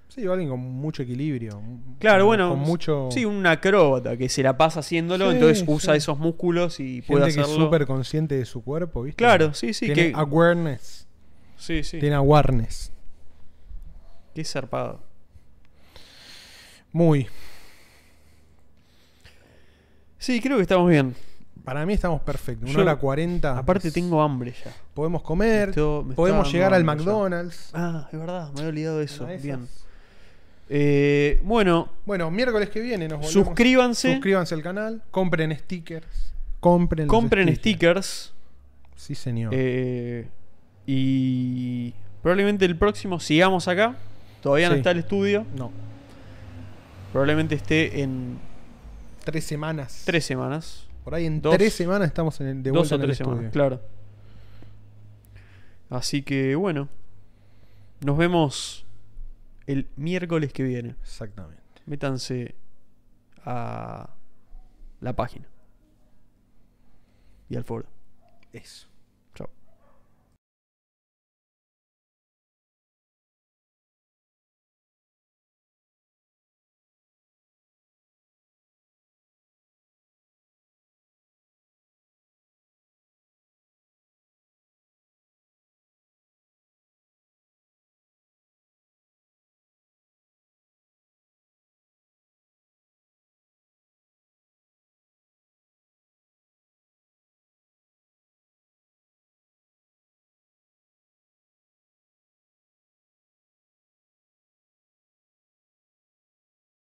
Sí, o alguien con mucho equilibrio. un-
Claro,
con-
bueno.
Con mucho.
Sí, un acróbata que se la pasa haciéndolo,
Sí,
entonces usa
sí.
esos músculos y puede
gente que es
hacerlo.
súper consciente de su cuerpo, ¿viste?
Claro, sí, sí.
Tiene
Que,
awareness.
sí, sí.
Tiene awareness.
Qué zarpado.
Muy.
Sí, creo que estamos bien.
Para mí estamos perfectos. Una
Yo-
hora 40.
Aparte, tengo hambre ya.
Podemos comer.
Esto me está
podemos
dando
llegar al
hambre ya.
McDonald's.
Ah, es verdad, me había olvidado de eso.
Una de esas.
Bien. Eh, bueno,
Bueno, miércoles que viene nos volvemos.
suscríbanse,
Suscríbanse al canal. Compren stickers. Compren, los
compren stickers.
Sí, señor.
eh, y probablemente el próximo sigamos acá. Todavía no
Sí.
está el estudio.
no.
Probablemente esté en
Tres semanas.
tres semanas.
Por ahí en
Dos.
tres semanas estamos en el, de
dos
vuelta
o
en el
tres semanas,
estudio.
claro. Así que bueno. Nos vemos el miércoles que viene.
Exactamente.
métanse a la página y al foro.
Eso.